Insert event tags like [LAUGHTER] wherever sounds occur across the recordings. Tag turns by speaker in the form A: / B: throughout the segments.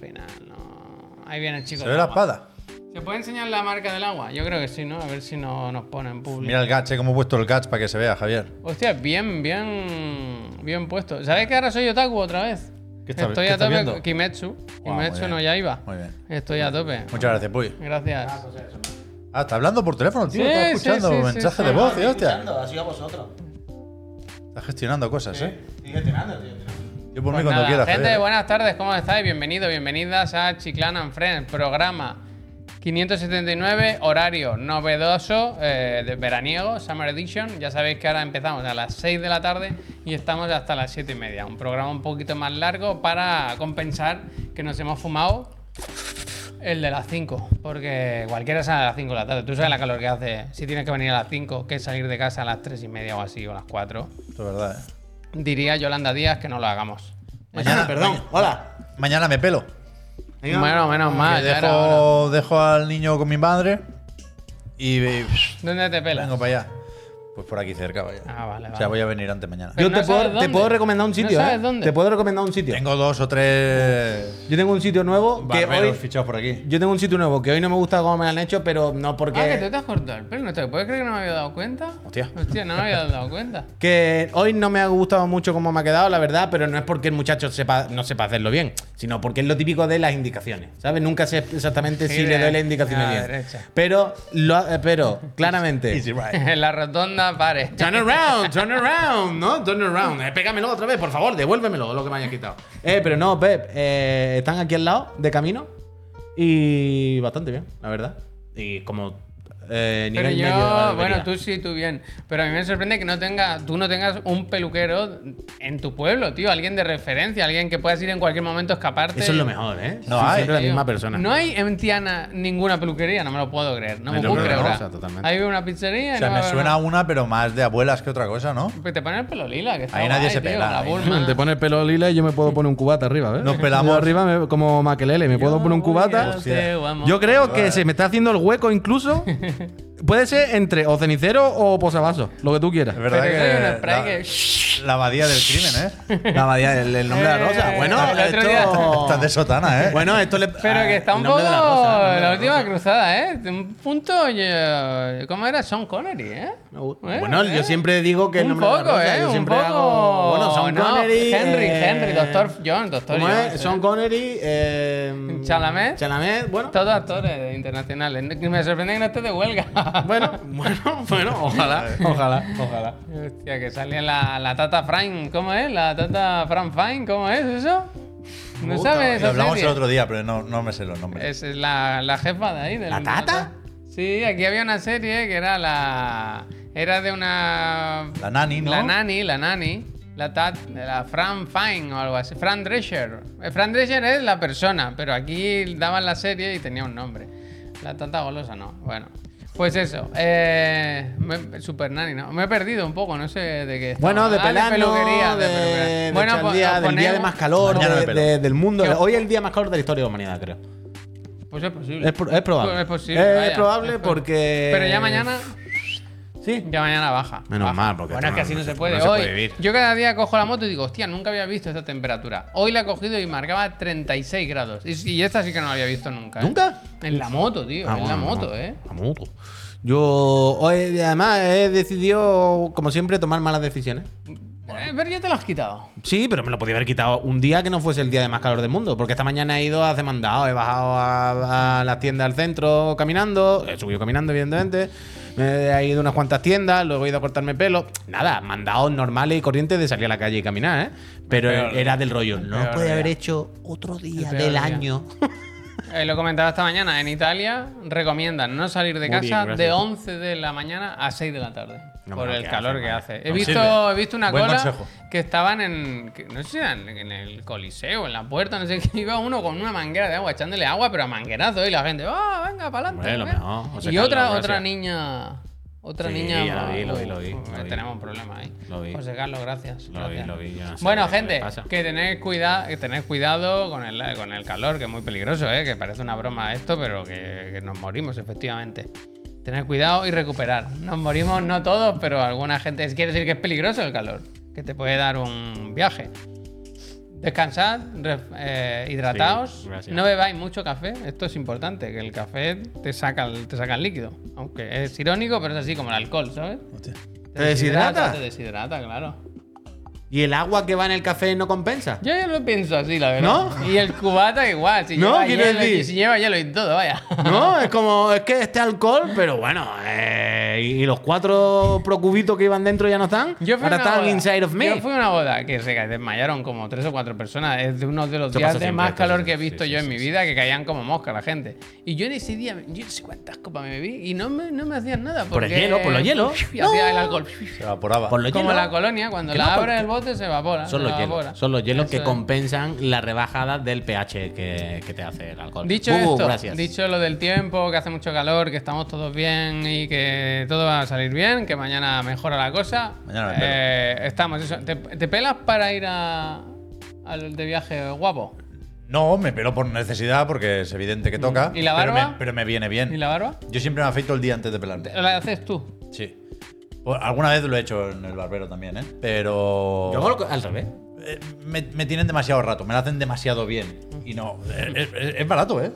A: final no. Ahí viene el chico.
B: Se
A: del
B: ve la
A: agua.
B: espada.
A: ¿Se puede enseñar la marca del agua? Yo creo que sí, ¿no? A ver si no nos ponen público.
B: Mira el gach, eh, cómo he puesto el gach para que se vea, Javier.
A: Hostia, bien, bien. Bien puesto. ¿Sabes que ahora soy otaku otra vez?
B: ¿Qué está-
A: Estoy
B: qué
A: a
B: estás
A: tope
B: viendo?
A: con Kimetsu.
B: Guau,
A: Kimetsu
B: muy
A: no
B: bien.
A: ya iba.
B: Muy bien.
A: Estoy a tope.
B: Muchas gracias, Puy.
A: Gracias.
B: Ah, está hablando por teléfono, tío.
A: Sí,
B: está
A: sí,
B: escuchando
A: sí, sí,
B: mensajes
A: sí.
B: de voz y
C: Estoy
B: hostia.
C: escuchando, ha sido a vosotros.
B: Está gestionando
C: ¿Ah,
B: cosas, eh.
C: Estoy gestionando, tío.
B: Yo por
A: Pues
B: mí cuando
A: nada,
B: quieras,
A: gente,
B: Javier.
A: buenas tardes, ¿cómo estáis? Bienvenidos, bienvenidas a Chiclana and Friends, programa 579, horario novedoso, eh, de veraniego, Summer Edition. Ya sabéis que ahora empezamos a las 6 de la tarde y estamos hasta las 7 y media. Un programa un poquito más largo para compensar que nos hemos fumado el de las 5, porque cualquiera sale a las 5 de la tarde. Tú sabes la calor que hace si tienes que venir a las 5, que es salir de casa a las 3 y media o así, o a las 4.
B: Esto es verdad, eh.
A: Diría Yolanda Díaz que no lo hagamos.
B: Mañana-
C: perdón. Hola.
B: Mañana me pelo.
C: Venga.
A: Bueno, menos mal.
B: Que
A: ya era hora.
B: dejo, dejo al niño con mi madre y, y-
A: ¿Dónde te pelas?
B: vengo para allá. Pues por aquí cerca, vaya.
A: Ah, vale,
B: O
A: vale.
B: sea, voy a venir antes mañana.
A: Pero
C: Yo
A: no
C: te, puedo,
A: sabes
C: te
A: dónde.
C: puedo recomendar un
A: No
C: sitio,
A: sabes
C: ¿eh?
A: dónde.
C: Te puedo recomendar un sitio.
B: Tengo dos o tres
C: Yo tengo un sitio nuevo que
B: barberos
C: hoy...
B: fichados por aquí.
C: Yo tengo un sitio nuevo que hoy no me gusta cómo me lo han hecho, pero no porque...
A: Ah, que tú te has cortado el pelo. ¿No te puedes creer que no me había dado cuenta?
B: Hostia.
A: Hostia, no me había dado cuenta.
C: Que hoy no me ha gustado mucho cómo me ha quedado, la verdad, pero no es porque el muchacho sepa, no sepa hacerlo bien, sino porque es lo típico de las indicaciones, ¿sabes? Nunca sé exactamente si
A: Gire
C: le doy
A: a
C: las indicaciones
A: la
C: bien.
A: derecha.
C: Pero, lo ha- eh,
A: [LAUGHS]
C: pero claramente.
B: Easy ride.
A: En [LAUGHS] la rotonda, pare.
C: Turn around, turn around, ¿no? Turn around. Eh, pégamelo otra vez, por favor, devuélvemelo, lo que me hayas quitado. Eh, pero no, Pep, eh, están aquí al lado, de camino, y bastante bien, la verdad. Y como eh,
A: Pero
C: nivel medio de
A: yo,
C: barbería.
A: bueno, tú sí, tú bien. Pero a mí me sorprende que no tenga, tú no tengas un peluquero en tu pueblo, tío. Alguien de referencia, alguien que puedas ir en cualquier momento a escaparte.
C: Eso es lo mejor, ¿eh?
B: No
C: Sí,
B: hay.
C: Siempre la
A: Tío,
C: misma persona.
A: No hay en Tiana ninguna peluquería, no me lo puedo creer. No me
C: Es
A: lo
C: lo
A: puedo
C: que
A: creer.
C: me
A: ahora.
C: pasa, totalmente.
A: Ahí veo una pizzería. y
B: O
A: no
B: sea, me
A: va a haber
B: suena
A: nada.
B: una, pero más de abuelas que otra cosa, ¿no?
A: Pues Te pones el pelo lila, que está
B: Ahí nadie
A: guay,
B: se
A: tío,
B: pela,
A: la
B: ahí.
C: [LAUGHS]
A: Bulma.
D: Te pone el pelo lila y yo me puedo poner un cubata arriba, ¿ves?
B: Nos pelamos.
D: Yo arriba me- como Maquelele, me puedo poner un cubata. Yo creo que se me está haciendo el
A: [LAUGHS]
D: hueco incluso. Puede ser entre o cenicero o posavasos, lo que tú quieras.
B: Es verdad
A: Pero hay un spray
B: que. la- La, abadía del crimen, ¿eh?
C: La abadía del el nombre de la rosa.
A: Eh,
C: Bueno,
A: el otro día-
C: esto.
B: Estás de sotana, ¿eh?
C: [LAUGHS] Bueno, esto le. ah,
A: Pero que está
C: el
A: un poco
C: nombre de
A: la,
C: la rosa, el nombre de la
A: última
C: rosa.
A: cruzada, ¿eh? Un punto, eh, ¿cómo era? Sean Connery, ¿eh?
C: Me gusta.
A: Eh,
C: Uh, Bueno,
A: eh.
C: yo siempre digo que
A: un
C: el nombre de la
A: poco,
C: rosa,
A: ¿eh?
C: yo
A: Un
C: siempre
A: poco.
C: hago- Bueno, Sean
A: No,
C: Connery.
A: Henry,
C: eh,
A: Henry, Doctor John, Doctor
C: ¿Cómo
A: John.
C: es?
A: eh.
C: Sean Connery. Eh,
A: Chalamet.
C: Chalamet, bueno.
A: Todos actores internacionales. Me sorprende que no esté de huelga.
C: [LAUGHS] Bueno, bueno, bueno, ojalá, ojalá, ojalá.
A: Hostia, que sale la, la tata Frank, ¿cómo es? La tata Frank Fine, ¿cómo es eso? ¿No
C: gusta,
A: sabes?
B: eh, Lo
A: esa
B: hablamos el
A: serie? Eh,
B: otro día, pero no, no me sé los nombres.
A: Esa es la, la jefa de ahí. del-
C: ¿La tata?
A: Sí, aquí había una serie que era la. Era de una.
B: La nani, ¿no?
A: La nani, la nani. La tat, la Fran Fine o algo así. Fran Drescher. Eh, Fran Drescher es la persona, pero aquí daban la serie y tenía un nombre. La tata golosa no. Bueno. Pues eso, eh, me- Super Nani, ¿no? Me he perdido un poco, no sé de qué. estaba.
C: Bueno, de
A: Ah,
C: pelarnos,
A: peluquería,
C: de,
A: de peluquería.
C: de
A: Bueno,
C: echar
A: pues,
C: día,
A: os
C: del día de
A: ponemos-
C: más calor
B: Mañana me
C: de-
B: pelo.
C: de- del mundo.
A: ¿Qué-
C: Hoy es el día más calor de la historia de la humanidad, creo.
A: Pues es posible.
C: Es, pro- es probable.
A: Es posible,
C: Es
A: vaya.
C: probable porque.
A: Pero ya mañana,
C: Sí.
A: ya mañana baja.
C: Menos
A: baja.
C: mal, porque
A: Bueno, es
C: esto
A: que
C: no-
A: así no se
C: no
A: puede.
C: se
A: Hoy,
C: puede vivir.
A: yo cada día cojo la moto y digo, hostia, nunca había visto esta temperatura. Hoy la he cogido y marcaba 36 grados. Y, y esta sí que no la había visto nunca. ¿eh?
C: ¿Nunca?
A: En la moto, tío.
C: Ah,
A: [LAUGHS] en la
C: bueno,
A: moto,
C: no.
A: ¿eh?
C: La moto. Yo hoy, además, he decidido, como siempre, tomar malas decisiones.
A: Eh, Pero ya te lo has quitado.
C: Sí, pero me lo podía haber quitado un día que no fuese el día de más calor del mundo. Porque esta mañana he ido a demandado, he bajado a, a las tiendas al centro caminando, he subido caminando, evidentemente. Me he ido a unas cuantas tiendas, luego he ido a cortarme pelo. Nada, mandados normales y corrientes de salir a la calle y caminar, ¿eh? Pero era del rollo. No
A: peor
C: puede
A: día.
C: haber hecho otro día
A: El peor
C: del
A: día.
C: año.
A: Eh, lo comentaba esta mañana. En Italia recomiendan no salir de
C: Muy
A: casa
C: bien, gracias.
A: de 11 de la mañana a 6 de la tarde.
C: No,
A: por
C: no,
A: el
C: qué
A: calor
C: hace,
A: que
C: madre.
A: hace. He
B: No
A: visto,
B: sirve.
A: he visto una
B: Buen
A: cola
B: consejo.
A: que estaban en. que no sé si eran en el Coliseo, en la puerta, no sé [LAUGHS] qué. Iba uno con una manguera de agua, echándole agua, pero a manguerazo. Y la gente, ¡ah, venga, para
C: Hombre, lo
A: adelante!
C: mejor. O sea,
A: y
C: Carlos,
A: otra,
C: gracias.
A: otra niña. Otra
C: Sí,
A: niña.
C: lo vi, lo vi, lo vi,
A: Uf,
C: lo vi.
A: Tenemos un problema ahí.
C: Lo vi.
A: José Carlos, gracias.
C: Lo vi,
A: gracias.
C: lo vi, yo no sé
A: bueno,
C: qué le
A: gente,
C: pasa.
A: que tener cuidado, que tener cuidado con el, con el calor, que es muy peligroso, ¿eh? que parece una broma esto, pero que, que nos morimos, efectivamente. Tener cuidado y recuperar. Nos morimos no todos, pero alguna gente. Quiere decir que es peligroso el calor, que te puede dar un viaje. Descansad, ref- eh, hidrataos,
C: Sí, gracias.
A: no bebáis mucho café, esto es importante, que el café te saca el, te saca el líquido, aunque es irónico, pero es así como el alcohol, ¿sabes?
B: Hostia.
C: ¿Te deshidrata?
A: Te deshidrata, claro.
C: ¿Y el agua que va en el café no compensa?
A: Yo ya lo pienso así, la verdad. ¿No? Y el cubata igual, si
C: No,
A: lleva
C: quiero
A: hielo,
C: decir-
A: y si lleva hielo y todo, vaya. [LAUGHS]
C: No, es como, es que este alcohol, pero bueno, eh, y los cuatro procubitos que iban dentro ya no están.
A: Yo fui
C: Ahora
A: a una
C: están
A: boda-
C: inside of me.
A: Yo fui a una boda que se desmayaron como tres o cuatro personas. Es de uno de los
C: Eso
A: días
C: pasa
A: de
C: siempre,
A: más
C: esto
A: calor
C: sí,
A: que he
C: sí,
A: visto
C: sí,
A: yo
C: sí,
A: en mi
C: sí.
A: vida, que caían como mosca la gente. Y yo en ese día, yo no sé cuántas copas me bebí y no me, no me hacían nada.
C: Por el
A: porque-
C: hielo, por los hielos.
A: Y [LAUGHS] hacía el alcohol.
B: Se evaporaba.
C: Por los
A: Como
C: hielos.
A: la colonia, cuando
C: Que
A: la
C: no,
A: abres
C: porque-
A: el bote se evapora.
C: Son
A: se
C: los
A: evapora.
C: hielos. Son los hielos que
A: Eso es.
C: compensan la rebajada del pH que, que te hace el alcohol.
A: Dicho
C: Bubu,
A: esto,
C: gracias.
A: dicho lo del tiempo, que hace mucho calor, que estamos todos bien y que todo va a salir bien, que mañana mejora la cosa.
B: Mañana me pelo.
A: eh, estamos, eso. ¿Te, te pelas para ir a, al de viaje guapo?
B: No, me pelo por necesidad porque es evidente que toca.
A: ¿Y la
B: pero
A: barba?
B: me- Pero me, viene bien.
A: ¿Y la Eh. barba?
B: Yo siempre me afeito el día antes de pelarte.
A: La haces tú.
B: Sí. Por- alguna vez lo he hecho en el barbero también, ¿eh? Pero.
C: Yo hago lo- al revés.
B: Eh, me, me tienen demasiado rato, me la hacen demasiado bien. Y no. Es, es- es barato, ¿eh?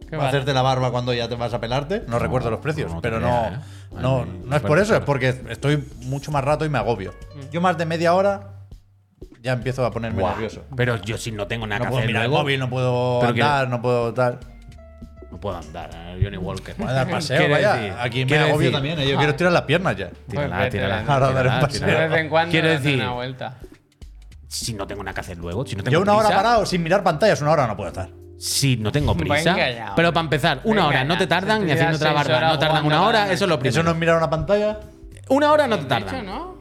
A: Qué
B: Para
A: barato.
B: hacerte la barba cuando ya te vas a pelarte. No, recuerdo los precios,
C: no, no te
B: pero no.
C: creas, ¿eh? Madre
B: No,
C: mía,
B: no es por eso, es porque estoy mucho más rato y me agobio. Yo más de media hora ya empiezo a ponerme
C: Guau.
B: nervioso.
C: Pero yo si no tengo nada
B: No
C: que
B: puedo
C: hacer
B: mirar el
C: luego,
B: móvil, no puedo
C: Pero que-
B: andar, no puedo tal.
C: no puedo andar. eh, Johnny Walker.
B: Voy a
C: [LAUGHS]
B: dar paseo,
C: Quiero
B: vaya.
C: decir-
B: Aquí me
C: quiero
B: agobio
C: decir-
B: también. eh, Yo quiero tirar las piernas ya.
C: Tírala,
A: Pues vete,
C: tírala.
A: vete.
B: Ahora daré un
C: tírala,
B: paseo.
A: De
C: tírala.
A: vez en cuando
C: Quiero
A: date
C: decir,
A: una vuelta.
C: si no tengo nada que hacer luego, si no tengo
B: Yo una hora
C: prisa,
B: parado sin mirar pantallas, una hora no puedo estar.
C: si no tengo prisa.
A: Venga ya, hombre.
C: pero para empezar, una
A: Venga
C: hora, no
A: ya.
C: te tardan
A: Si
C: ni
A: te
C: haciendo
A: tiras
C: otra
A: seis
C: barba,
A: horas
C: no tardan
A: jugando
C: una
A: a
C: hora,
A: la
C: eso es lo
B: Eso
C: primero.
B: no es mirar una pantalla.
C: Una hora no te
A: ¿Lo has dicho,
C: tardan.
A: no?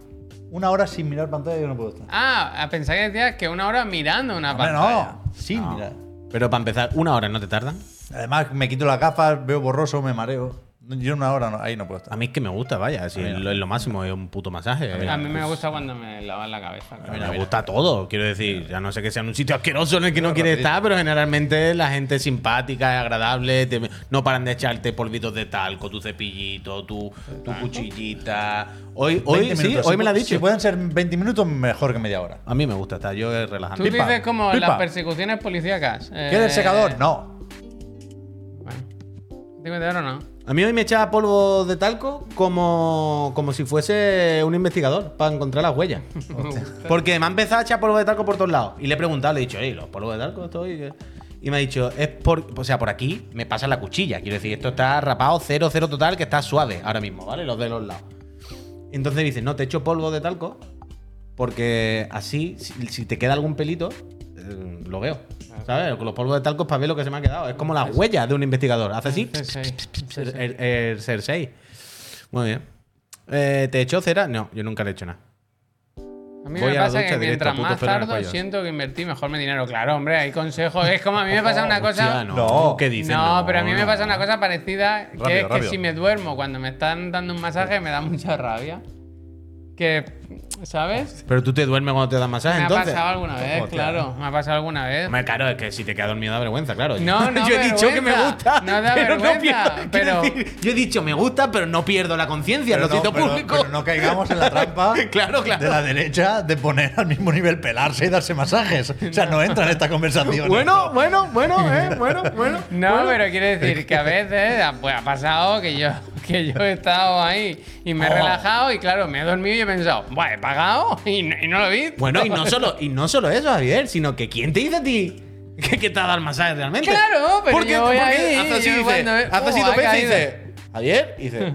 B: Una hora sin mirar pantalla yo no puedo estar.
A: Ah, pensaba que decías que una hora mirando una
B: Hombre,
A: pantalla.
B: no. Sin mirar.
C: Pero para empezar, una hora no te tardan.
B: Además, me quito las gafas, veo borroso, me mareo. Yo una hora no- ahí no puedo
C: A
B: estar.
C: mí es que me gusta, vaya, si es lo, es lo máximo, es un puto masaje.
A: A mí
B: pues.
A: me gusta cuando me lavan la cabeza. claro.
C: me gusta todo, quiero decir, ya no sé que sea en un sitio asqueroso en el que no quieres estar, pero generalmente la gente es simpática, agradable, te- no paran de echarte polvitos de talco, tu cepillito, tu, tu
A: Ah.
C: cuchillita. Hoy, hoy,
B: 20
C: sí,
B: minutos.
C: hoy
B: Si
C: me lo ha
B: pu- Si
C: dicho.
B: pueden ser 20 minutos, mejor que media hora.
C: A mí me gusta estar, yo es relajante.
A: Tú
B: Pipa,
A: dices como
B: pipa.
A: las persecuciones policíacas. Eh,
B: ¿Quieres secador? No.
A: Bueno. Dime de ahora no.
C: A mí hoy me echaba polvo de talco como, como si fuese un investigador para encontrar las huellas. Porque [LAUGHS] me ha empezado a echar polvo de talco por todos lados. Y le he preguntado, le he dicho, oye, los polvos de talco, estoy. qué?". Y me ha dicho, es por. O sea, por aquí me pasa la cuchilla. Quiero decir, esto está rapado, cero, cero total, que está suave ahora mismo, ¿vale? Los de los lados. Entonces dice, no, te echo polvo de talco. Porque así, si, si te queda algún pelito, eh, lo veo. ¿Sabes? Con los polvos de talco es para ver lo que se me ha quedado. Es como las huellas de un investigador. Hace así.
A: Sí, sí, sí, sí.
C: Ser- El, el Cersei. Muy bien. Eh, ¿Te echó cera? No, yo nunca le he hecho nada.
A: A mí
C: Voy
A: me
C: a la
A: pasa
C: ducha
A: que
C: directo,
A: mientras
C: puto
A: más
C: pelo en el
A: tardo
C: cuello.
A: siento que invertí mejor mi dinero. Claro, hombre, hay consejos. Es como a mí me pasa una cosa.
C: Hostia, no.
B: No.
C: ¿Qué dices?
A: No, pero a mí me
C: no.
A: pasa una cosa parecida, que
B: Rápido,
A: es que
B: rápido.
A: si me duermo cuando me están dando un masaje me da mucha rabia. Que, ¿sabes?
C: Pero tú te duermes cuando te dan masaje,
A: Me ha
C: entonces.
A: pasado alguna vez, claro. Me ha pasado alguna vez.
C: Hombre, claro, es que si te queda dormido da vergüenza, claro. [LAUGHS]
A: No, no
C: yo he dicho
A: vergüenza.
C: que me gusta.
A: No da
C: [LAUGHS] pero no
A: vergüenza,
C: pierdo.
A: pero-
C: quiero decir, yo he dicho me gusta, pero no pierdo la conciencia.
B: Pero
C: Lo
B: no,
C: siento
B: pero-
C: público.
B: pero no caigamos en la trampa
C: Claro, claro.
B: de la derecha de poner al mismo nivel pelarse y darse masajes. O sea, no entra en esta conversación.
C: Bueno, bueno, bueno, eh, bueno, bueno.
A: No,
C: bueno.
A: pero quiere decir que a veces pues, ha pasado que yo, que yo he estado ahí y me he
B: Oh.
A: relajado y claro, me he dormido y he pensado, "Buah, he pagado y no, y no lo he visto.
C: Bueno, y no solo, y no solo eso, Javier, sino que ¿quién te dice a ti que, que te ha dado el masaje realmente?
A: Claro, pero yo voy ahí,
C: hace así,
A: yo
C: dice,
A: cuando ve-
C: hace así
A: ¡Oh,
C: dos
A: ha
C: veces y
A: caído!
C: dice, Javier,
A: [LAUGHS]
C: y dice.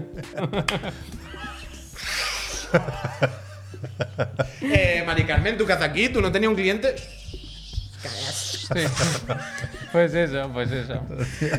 C: eh, Mari Carmen, tú qué haces aquí, tú no tenías un cliente.
A: Sí. Pues eso, pues eso.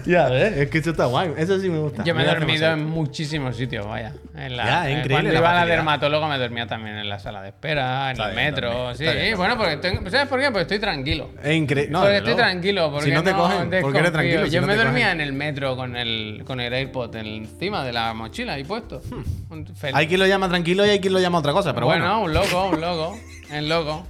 C: ya, ves, es que esto está guay, eso sí me gusta.
A: Yo me he
C: Mira,
A: dormido
C: hace
A: en muchísimos sitios, vaya. En la-
C: Ya,
A: eh,
C: increíble
A: Cuando
C: la
A: iba a la
C: facilidad.
A: dermatóloga me dormía también en la sala de espera, en
B: Está
A: el
B: bien,
A: metro.
B: también,
A: sí,
B: está bien, también.
A: bueno, porque tengo- ¿sabes por qué? Porque estoy tranquilo.
C: masaje. Es increíble. No,
A: porque
C: desde
A: estoy
C: luego.
A: tranquilo, porque
C: si no te
A: no
C: cogen, porque
A: desconfío.
C: eres tranquilo. si
A: Yo
C: no
A: me
C: te cogen.
A: dormía en el metro con el, con el AirPod encima de la mochila ahí puesto. Feliz.
C: Hmm. Hay quien lo llama tranquilo y hay quien lo llama otra cosa, pero bueno.
A: bueno, un loco, un loco, el loco.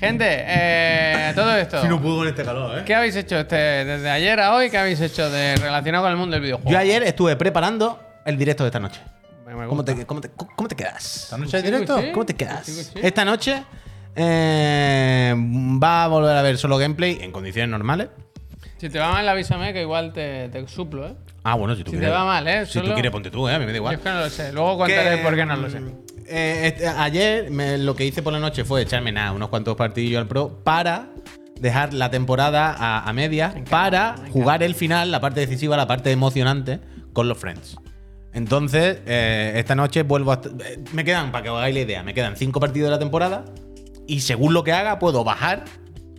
A: Gente, eh, todo esto.
C: Si no puedo con este calor, eh.
A: ¿Qué habéis hecho este, desde ayer a hoy? ¿Qué habéis hecho de relacionado con el mundo del videojuego?
C: Yo ayer estuve preparando el directo de esta noche.
A: Me- me
C: ¿Cómo
A: gusta.
C: te, cómo te- cómo te quedas?
B: ¿Esta noche hay
A: Sí,
B: directo?
A: sí.
C: ¿Cómo te quedas?
A: Sí, sí.
C: Esta noche Eh, va a volver a ver solo gameplay en condiciones normales.
A: Si te va mal, avísame que igual te, te suplo, ¿eh?
C: Ah, bueno, si tú
A: Si
C: quieres.
A: te va mal, ¿eh?
C: Si
A: Solo-
C: tú quieres, ponte tú, ¿eh? A mí me
A: Yo
C: da igual.
A: es que no lo sé. Luego contaré
C: Que,
A: por qué no lo sé.
C: eh, este- ayer me- lo que hice por la noche fue echarme nada, unos cuantos partidillos al pro para dejar la temporada a, a medias para jugar el final, la parte decisiva, la parte emocionante con los friends. Entonces, eh, esta noche vuelvo a. eh, Me quedan, para que os hagáis la idea, me quedan cinco partidos de la temporada y según lo que haga, puedo bajar,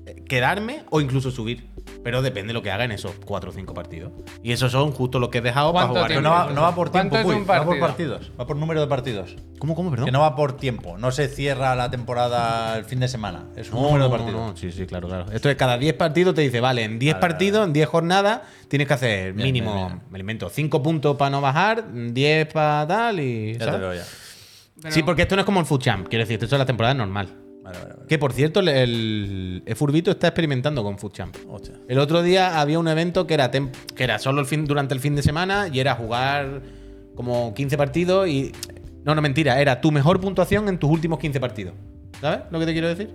C: eh, quedarme o incluso subir. Pero depende de lo que haga en esos cuatro o cinco partidos. Y esos son justo los que he dejado para
A: ¿Cuánto
C: jugar.
B: Pero no va, no va por
A: ¿Cuánto
B: tiempo,
A: es
B: Puy,
A: un
B: no va por
A: partido?
B: partidos, va por número de partidos.
C: ¿Cómo, cómo, perdón?
B: Que no va por tiempo, no se cierra la temporada el fin de semana. Es un
C: No,
B: número de
C: no,
B: partidos.
C: no, sí, sí, claro, claro. Esto es cada 10 partidos te dice, vale, en 10
B: Vale,
C: partidos, en 10 jornadas, tienes que hacer
B: Bien,
C: mínimo,
B: bien, bien.
C: me invento, 5 puntos para no bajar, 10 para tal y...
B: Ya te
C: ¿sabes?
B: veo ya.
A: Pero-
C: Sí, porque esto no es como el Food Champ, quiero decir, esto es la temporada normal.
B: Vale, vale, vale.
C: Que por cierto, el, el, el Furbito está experimentando con Food Champ.
B: Hostia.
C: El otro día había un evento que era, tem- que era solo el fin, durante el fin de semana y era jugar como 15 partidos y... No, no, mentira, era tu mejor puntuación en tus últimos 15 partidos. ¿Sabes lo que te quiero decir?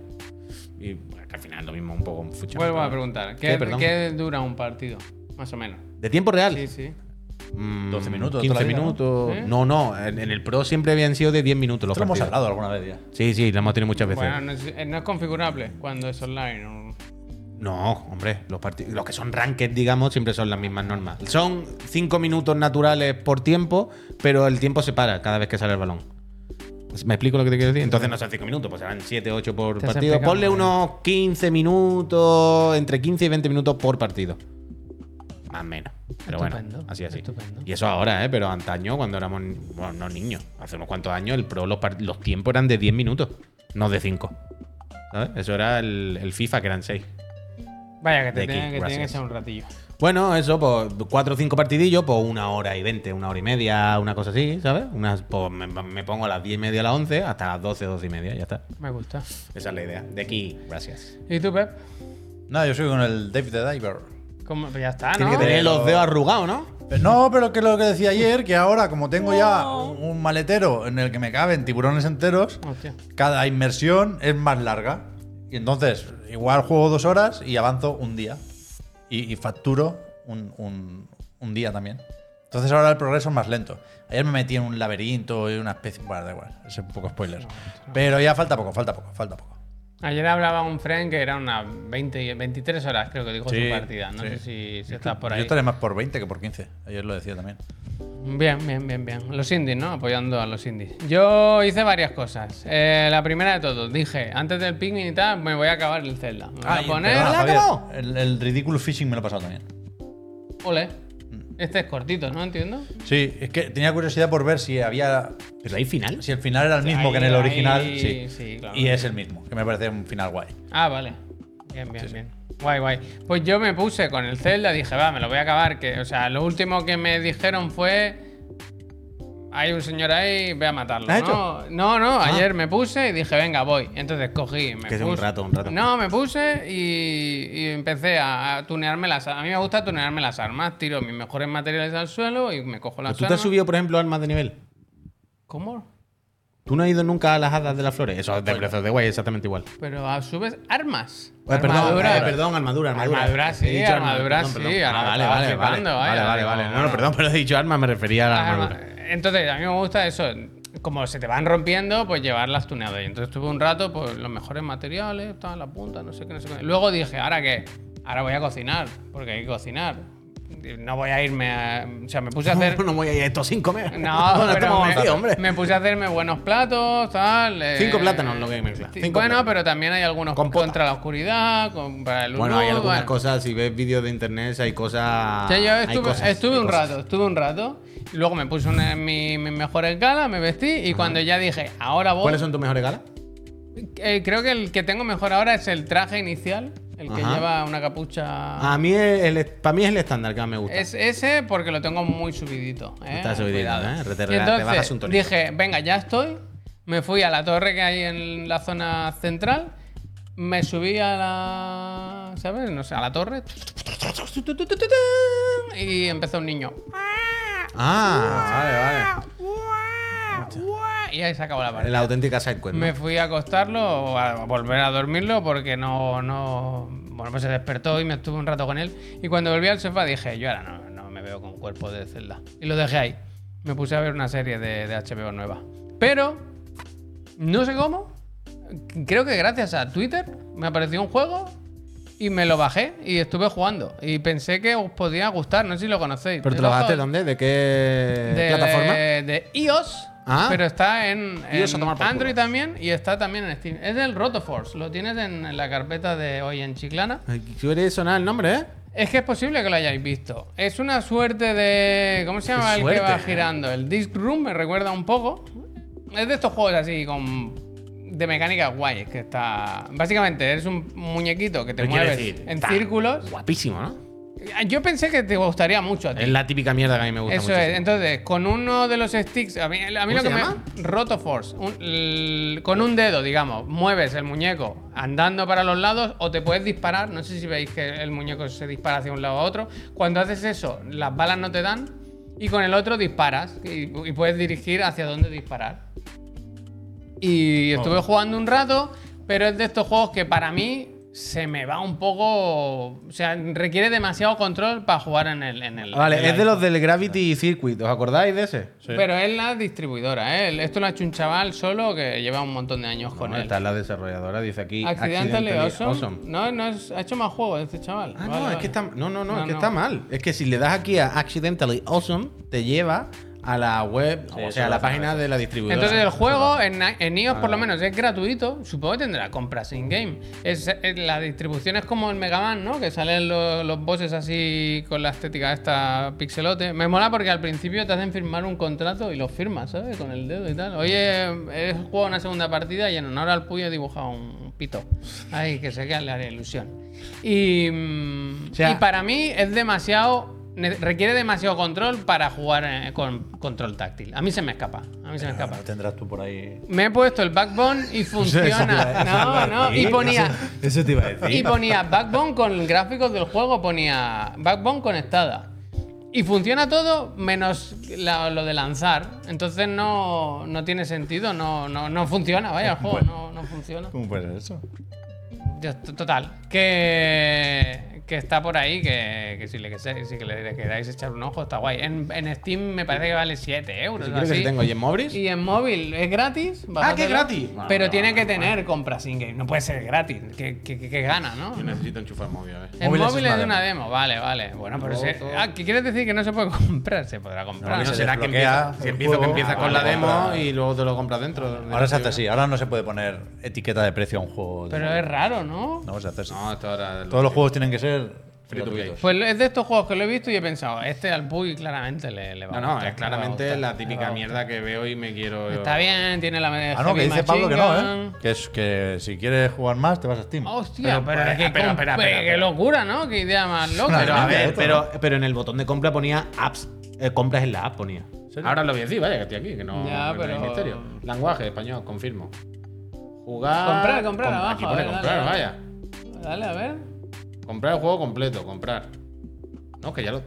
C: Y bueno, que al final lo mismo un poco en fucha.
A: Vuelvo a
C: pero-
A: preguntar.
C: ¿Qué,
A: ¿Qué,
C: perdón?
A: qué dura un partido? Más o menos.
C: ¿De tiempo real?
A: Sí, sí.
C: Mm,
B: 12 minutos,
C: 15
B: toda la vida,
C: minutos.
A: ¿Eh?
C: No, no, en, en el Pro siempre habían sido de 10 minutos los
B: Esto lo hemos
C: partidos.
B: hablado alguna vez ya.
C: Sí, sí, lo hemos tenido muchas veces.
A: Bueno, no es, eh, no es configurable cuando es online. o-
C: No, hombre, los, parti- los que son ranked, digamos, siempre son las mismas normas. Son 5 minutos naturales por tiempo, pero el tiempo se para cada vez que sale el balón. Pues, ¿Me explico lo que te quiero decir? Entonces no son 5 minutos, pues serán 7, 8 por
A: Te has
C: partido.
A: explicado
C: Ponle
A: muy bien.
C: unos 15 minutos, entre 15 y 20 minutos por partido. Más o menos. Pero
A: Estupendo,
C: bueno, así, así.
A: estupendo.
C: Y eso ahora, ¿eh? Pero antaño, cuando éramos ni- bueno, no niños, hace unos cuantos años, el pro, los, par- los tiempos eran de 10 minutos, no de 5. ¿Sabes? Eso era el, el FIFA, que eran 6.
A: Vaya, que te
C: De
A: tiene que,
C: aquí,
A: tiene que
C: gracias.
A: ser un ratillo.
C: Bueno, eso, pues cuatro o cinco partidillos, pues una hora y veinte, una hora y media, una cosa así, ¿sabes? Unas, pues me, me pongo a las diez y media, a las once, hasta las doce, doce y media, ya está.
A: Me gusta.
C: Esa es la idea. De aquí, gracias.
A: ¿Y tú, Pep?
B: No, yo soy con el Dave the Diver.
A: ¿Cómo? Pues ya está, ¿no?
C: Tiene que tener Ah, eh, los dedos arrugados, ¿no?
B: Pero No, pero que lo que decía ayer, que ahora como tengo ya un maletero en el que me caben tiburones enteros,
A: Hostia.
B: cada inmersión es más larga. Y entonces, igual juego dos horas y avanzo un día. Y, y facturo un, un- un día también. Entonces ahora el progreso es más lento. Ayer me metí en un laberinto y una especie... Bueno, da igual, es un poco spoiler. Pero ya falta poco, falta poco, falta poco.
A: Ayer hablaba un friend que era unas 20, y- 23 horas, creo que dijo
B: Sí,
A: su partida. No
B: sí.
A: sé si, si estás por
B: Yo
A: ahí.
B: estaré más por 20 que por 15. Ayer lo decía también.
A: Bien, bien, bien, bien. Los indies, ¿no? Apoyando a los indies. Yo hice varias cosas. Eh, la primera de todo, dije, antes del Pikmin y tal, me voy a acabar el Zelda. Me voy a
B: y
A: poner.
B: perdona,
C: ¿Verdad que
B: Javier, el, el Ridiculous Fishing me lo he pasado también.
A: Ole. Este es cortito, ¿no? Entiendo.
B: Sí, es que tenía curiosidad por ver si había.
C: Pero hay final.
B: Si el final era el mismo
A: Ahí-
B: que en el
A: ahí-
B: original.
A: sí, sí, claro.
B: Y es el mismo, que me parece un final guay.
A: Ah, vale. Bien, bien, bien. Guay, guay. Pues yo me puse con el Zelda, dije, va, me lo voy a acabar. Que, o sea, lo último que me dijeron fue. Hay un señor ahí, ve a matarlo.
B: ¿Lo has
A: ¿no?
B: hecho?
A: no, no, ayer me puse y dije, venga, voy. Entonces cogí. Me
C: Ah. Que sea
A: puse,
C: un rato, un rato.
A: No, me puse y, y empecé a, a tunearme las armas. A mí me gusta tunearme las armas, tiro mis mejores materiales al suelo y me cojo las
C: ¿Tú te has
A: armas.
C: subido, por ejemplo, armas de nivel?
A: ¿Cómo?
C: ¿Tú no has ido nunca a las hadas de las flores? Eso es de Breath of the Wild, exactamente igual.
A: Pero ah, subes armas.
C: Eh, perdón,
A: Armadura.
C: eh, perdón, armadura, armadura.
A: Armadura, sí,
C: He dicho arma,
A: armadura,
C: perdón, perdón.
A: sí,
C: Ah,
A: armadura,
C: vale,
A: estaba
C: vale, vale,
A: flipando,
C: vale,
A: vaya,
C: vale,
A: digo,
C: vale. No,
A: bueno.
C: no, perdón, pero he dicho arma, me refería a la
A: Las armas.
C: armadura.
A: Entonces, a mí me gusta eso. Como se te van rompiendo, pues llevarlas tuneadas. Y entonces tuve un rato, pues los mejores materiales, estaban la punta, no sé qué, no sé qué. Luego dije, ¿ahora qué? Ahora voy a cocinar, porque hay que cocinar. No voy a irme a... O sea, me puse a hacer...
C: [LAUGHS] No voy a ir a estos cinco [LAUGHS] meses.
A: No, pero
C: estamos
A: me,
C: aquí, hombre.
A: me puse a hacerme buenos platos, tal. eh,
C: Cinco plátanos, lo que me mezcla.
A: sí,
C: Cinco
A: Bueno,
C: plátanos.
A: pero también hay algunos
C: Compota.
A: contra la oscuridad, contra el luz.
C: Bueno, hay algunas cosas, si ves vídeos de internet, hay cosas.
A: Ya, yo
C: Ah, hay
A: estuve,
C: cosas,
A: estuve
C: hay
A: un
C: cosas.
A: rato, estuve un rato. Y luego me puse una, mi, mi mejor escala, me vestí. Y cuando ya dije, ahora voy.
C: ¿Cuáles son tus mejores galas?
A: Eh, creo que el que tengo mejor ahora es el traje inicial, el que
C: Ajá. Ah,
A: lleva una capucha.
C: A mí, el, para mí es el estándar que más me gusta.
A: Ah. Es ese porque lo tengo muy subidito. ¿eh?
C: Está subidito, ¿eh? Te-
A: Y
C: te- te
A: entonces,
C: bajas un tonito.
A: Dije, venga, ya estoy. Me fui a la torre que hay en la zona central. Me subí a la. ¿Sabes? No sé, a la torre. Y empezó un niño.
C: Ah, vale, vale.
A: ¡Guau! y ahí se acabó la partida.
C: La auténtica sidequest. ¿no?
A: Me fui a acostarlo o a volver a dormirlo porque no, no. Bueno, pues se despertó y me estuve un rato con él. Y cuando volví al sofá dije, yo ahora no, no me veo con cuerpo de celda. Y lo dejé ahí. Me puse a ver una serie de, de HBO nueva. Pero, no sé cómo. Creo que gracias a Twitter me apareció un juego y me lo bajé y estuve jugando. Y pensé que os podía gustar, no sé si lo conocéis.
C: ¿Pero te lo
A: Ojo,
C: bajaste dónde? ¿De qué
A: de,
C: Eh, plataforma?
A: De, de iOS.
C: Ah.
A: Pero está en,
C: iOS a
A: en
C: tomar por
A: Android
C: culo.
A: también y está también en Steam. Es del Rotoforce, lo tienes en, en la carpeta de hoy en Chiclana.
C: Ay, Suele sonar el nombre, ¿eh?
A: Es que es posible que lo hayáis visto. Es una suerte de. ¿Cómo se llama
C: Qué
A: el
C: suerte,
A: que va
C: ¿eh?
A: girando? El Disc Room me recuerda un poco. Es de estos juegos así con. De mecánica guay, que está. Básicamente, eres un muñequito que te
C: ¿Qué quiere
A: mueves
C: decir?
A: en
C: Tan
A: círculos.
C: Guapísimo, ¿no?
A: Yo pensé que te gustaría mucho a ti.
C: Es la típica mierda que a mí me gusta.
A: Eso
C: muchísimo.
A: es, entonces, con uno de los sticks, a mí, a mí
C: ¿Cómo
A: lo que
C: se
A: me.
C: llama?
A: Rotoforce. un- l- con un dedo, digamos, mueves el muñeco andando para los lados o te puedes disparar. No sé si veis que el muñeco se dispara hacia un lado a otro. Cuando haces eso, las balas no te dan y con el otro disparas y, y puedes dirigir hacia dónde disparar. Y
C: Oh.
A: estuve jugando un rato, pero es de estos juegos que para mí se me va un poco. O sea, requiere demasiado control para jugar en el. En el en
C: Vale,
A: el
C: es de los del Gravity Circuit. ¿Os acordáis de ese?
B: Sí.
A: pero es la distribuidora, ¿eh? Esto lo ha hecho un chaval solo que lleva un montón de años con
C: No,
A: él.
C: Esta es la desarrolladora, dice aquí.
A: Accidentally
C: Accidentally
A: Awesome. No, no es- ha hecho más juegos este chaval.
C: Ah,
A: Vale,
C: no, es
A: vale.
C: que está, no, no, no,
A: No,
C: es que
A: no.
C: está mal. Es que si le das aquí a Accidentally Awesome, te lleva a la web, o
B: eso
C: sea, a
B: lo
C: la
B: hace
C: página de la distribuidora.
A: Entonces el juego en, en iOS por lo menos es gratuito, supongo que tendrá compras in-game. Es, es- la distribución es como el Mega Man, ¿no? Que salen lo- los bosses así con la estética esta pixelote. Me mola porque al principio te hacen firmar un contrato y lo firmas, ¿sabes? Con el dedo y tal. Oye, he jugado una segunda partida y en honor al puyo he dibujado un pito. Ay, que sé que le haría ilusión. Y, mm,
C: O sea-
A: y para mí es demasiado... ne- Requiere demasiado control para jugar eh, con control táctil. A mí se me escapa. A mí se me
B: Pero
A: escapa.
B: no tendrás tú por ahí.
A: Me he puesto el backbone
C: [LAUGHS]
A: y funciona. No, no. Y ponía,
B: Eso te iba a
A: y ponía backbone con gráficos del juego, ponía backbone conectada. Y funciona todo menos la- lo de lanzar. Entonces no, no tiene sentido, no, no, no funciona, vaya, el juego no, no funciona.
B: [LAUGHS] ¿Cómo puede ser eso?
A: Ya, t- Total, que, que está por ahí, que, que si le, que se- si que le, queráis echar un ojo, está guay. En, en Steam me parece que vale 7 euros.
C: Si
A: o
C: quieres que
A: así.
C: te tengo Jim Morris.
A: Y en móvil es gratis.
B: Ah,
C: que
A: bájatelo,
C: es gratis.
A: Pero
C: Vale,
A: tiene
C: vale,
A: que tener compras in-game. No puede ser gratis. Que, que- que- que gana, ¿no?
C: necesito enchufar móvil, eh.
A: En
B: Móviles es
A: móvil
B: una
A: es una demo. Vale, vale. Bueno, pero se-
C: Roto.
A: ah, ¿qué quieres decir que no se puede [LAUGHS] comprar? Se podrá comprar.
B: No,
C: no
B: se
C: será que
B: desbloquea
C: empieza, si
B: el
C: empiezo que
B: juego.
C: empieza
B: Ah,
C: con la
B: vale,
C: demo
B: vale.
C: y luego te lo compras dentro.
B: Ahora se hace así, ahora no se puede poner etiqueta de precio a un juego. de
A: Pero
B: móvil.
A: es raro, ¿no?
B: No se hace así.
C: No, esto ahora.
B: Todos los juegos tienen que ser
C: Free to play.
B: gratuitos.
A: Pues es de estos juegos que lo he visto y he pensado, este al Puy claramente le, le va
C: No,
A: a
C: no,
A: gustar,
C: es
A: le va a
C: claramente
A: gustar,
C: la
A: le va
C: típica
A: a
C: mierda que veo y me quiero.
A: gustar. Está bien, tiene la
B: Ah, no, que
A: Heavy
B: dice Pablo que no,
A: Machine
B: ¿eh?
A: Gun.
B: Que, es, que si quieres jugar más, te vas a Steam.
C: Oh,
A: Hostia, pero,
C: Pero,
A: qué,
C: espera, espera,
A: comp-
C: espera,
A: qué
C: espera.
A: locura, ¿no? Qué idea más loca.
C: Pero
B: Mira
C: a ver,
B: esto,
C: pero, pero en el botón de compra ponía apps, eh, compras en la app ponía. Ahora lo voy a decir, vaya, que estoy aquí, que no,
A: Ya,
C: que no hay
A: pero-
C: misterio. Lenguaje español, confirmo. Jugar.
A: Comprar, comprar,
C: com- Aquí
A: abajo,
C: pone
A: a ver,
C: comprar,
A: dale,
C: vaya.
B: ¿eh?
A: Dale, a ver.
C: Comprar el juego completo, comprar. No, que ya lo.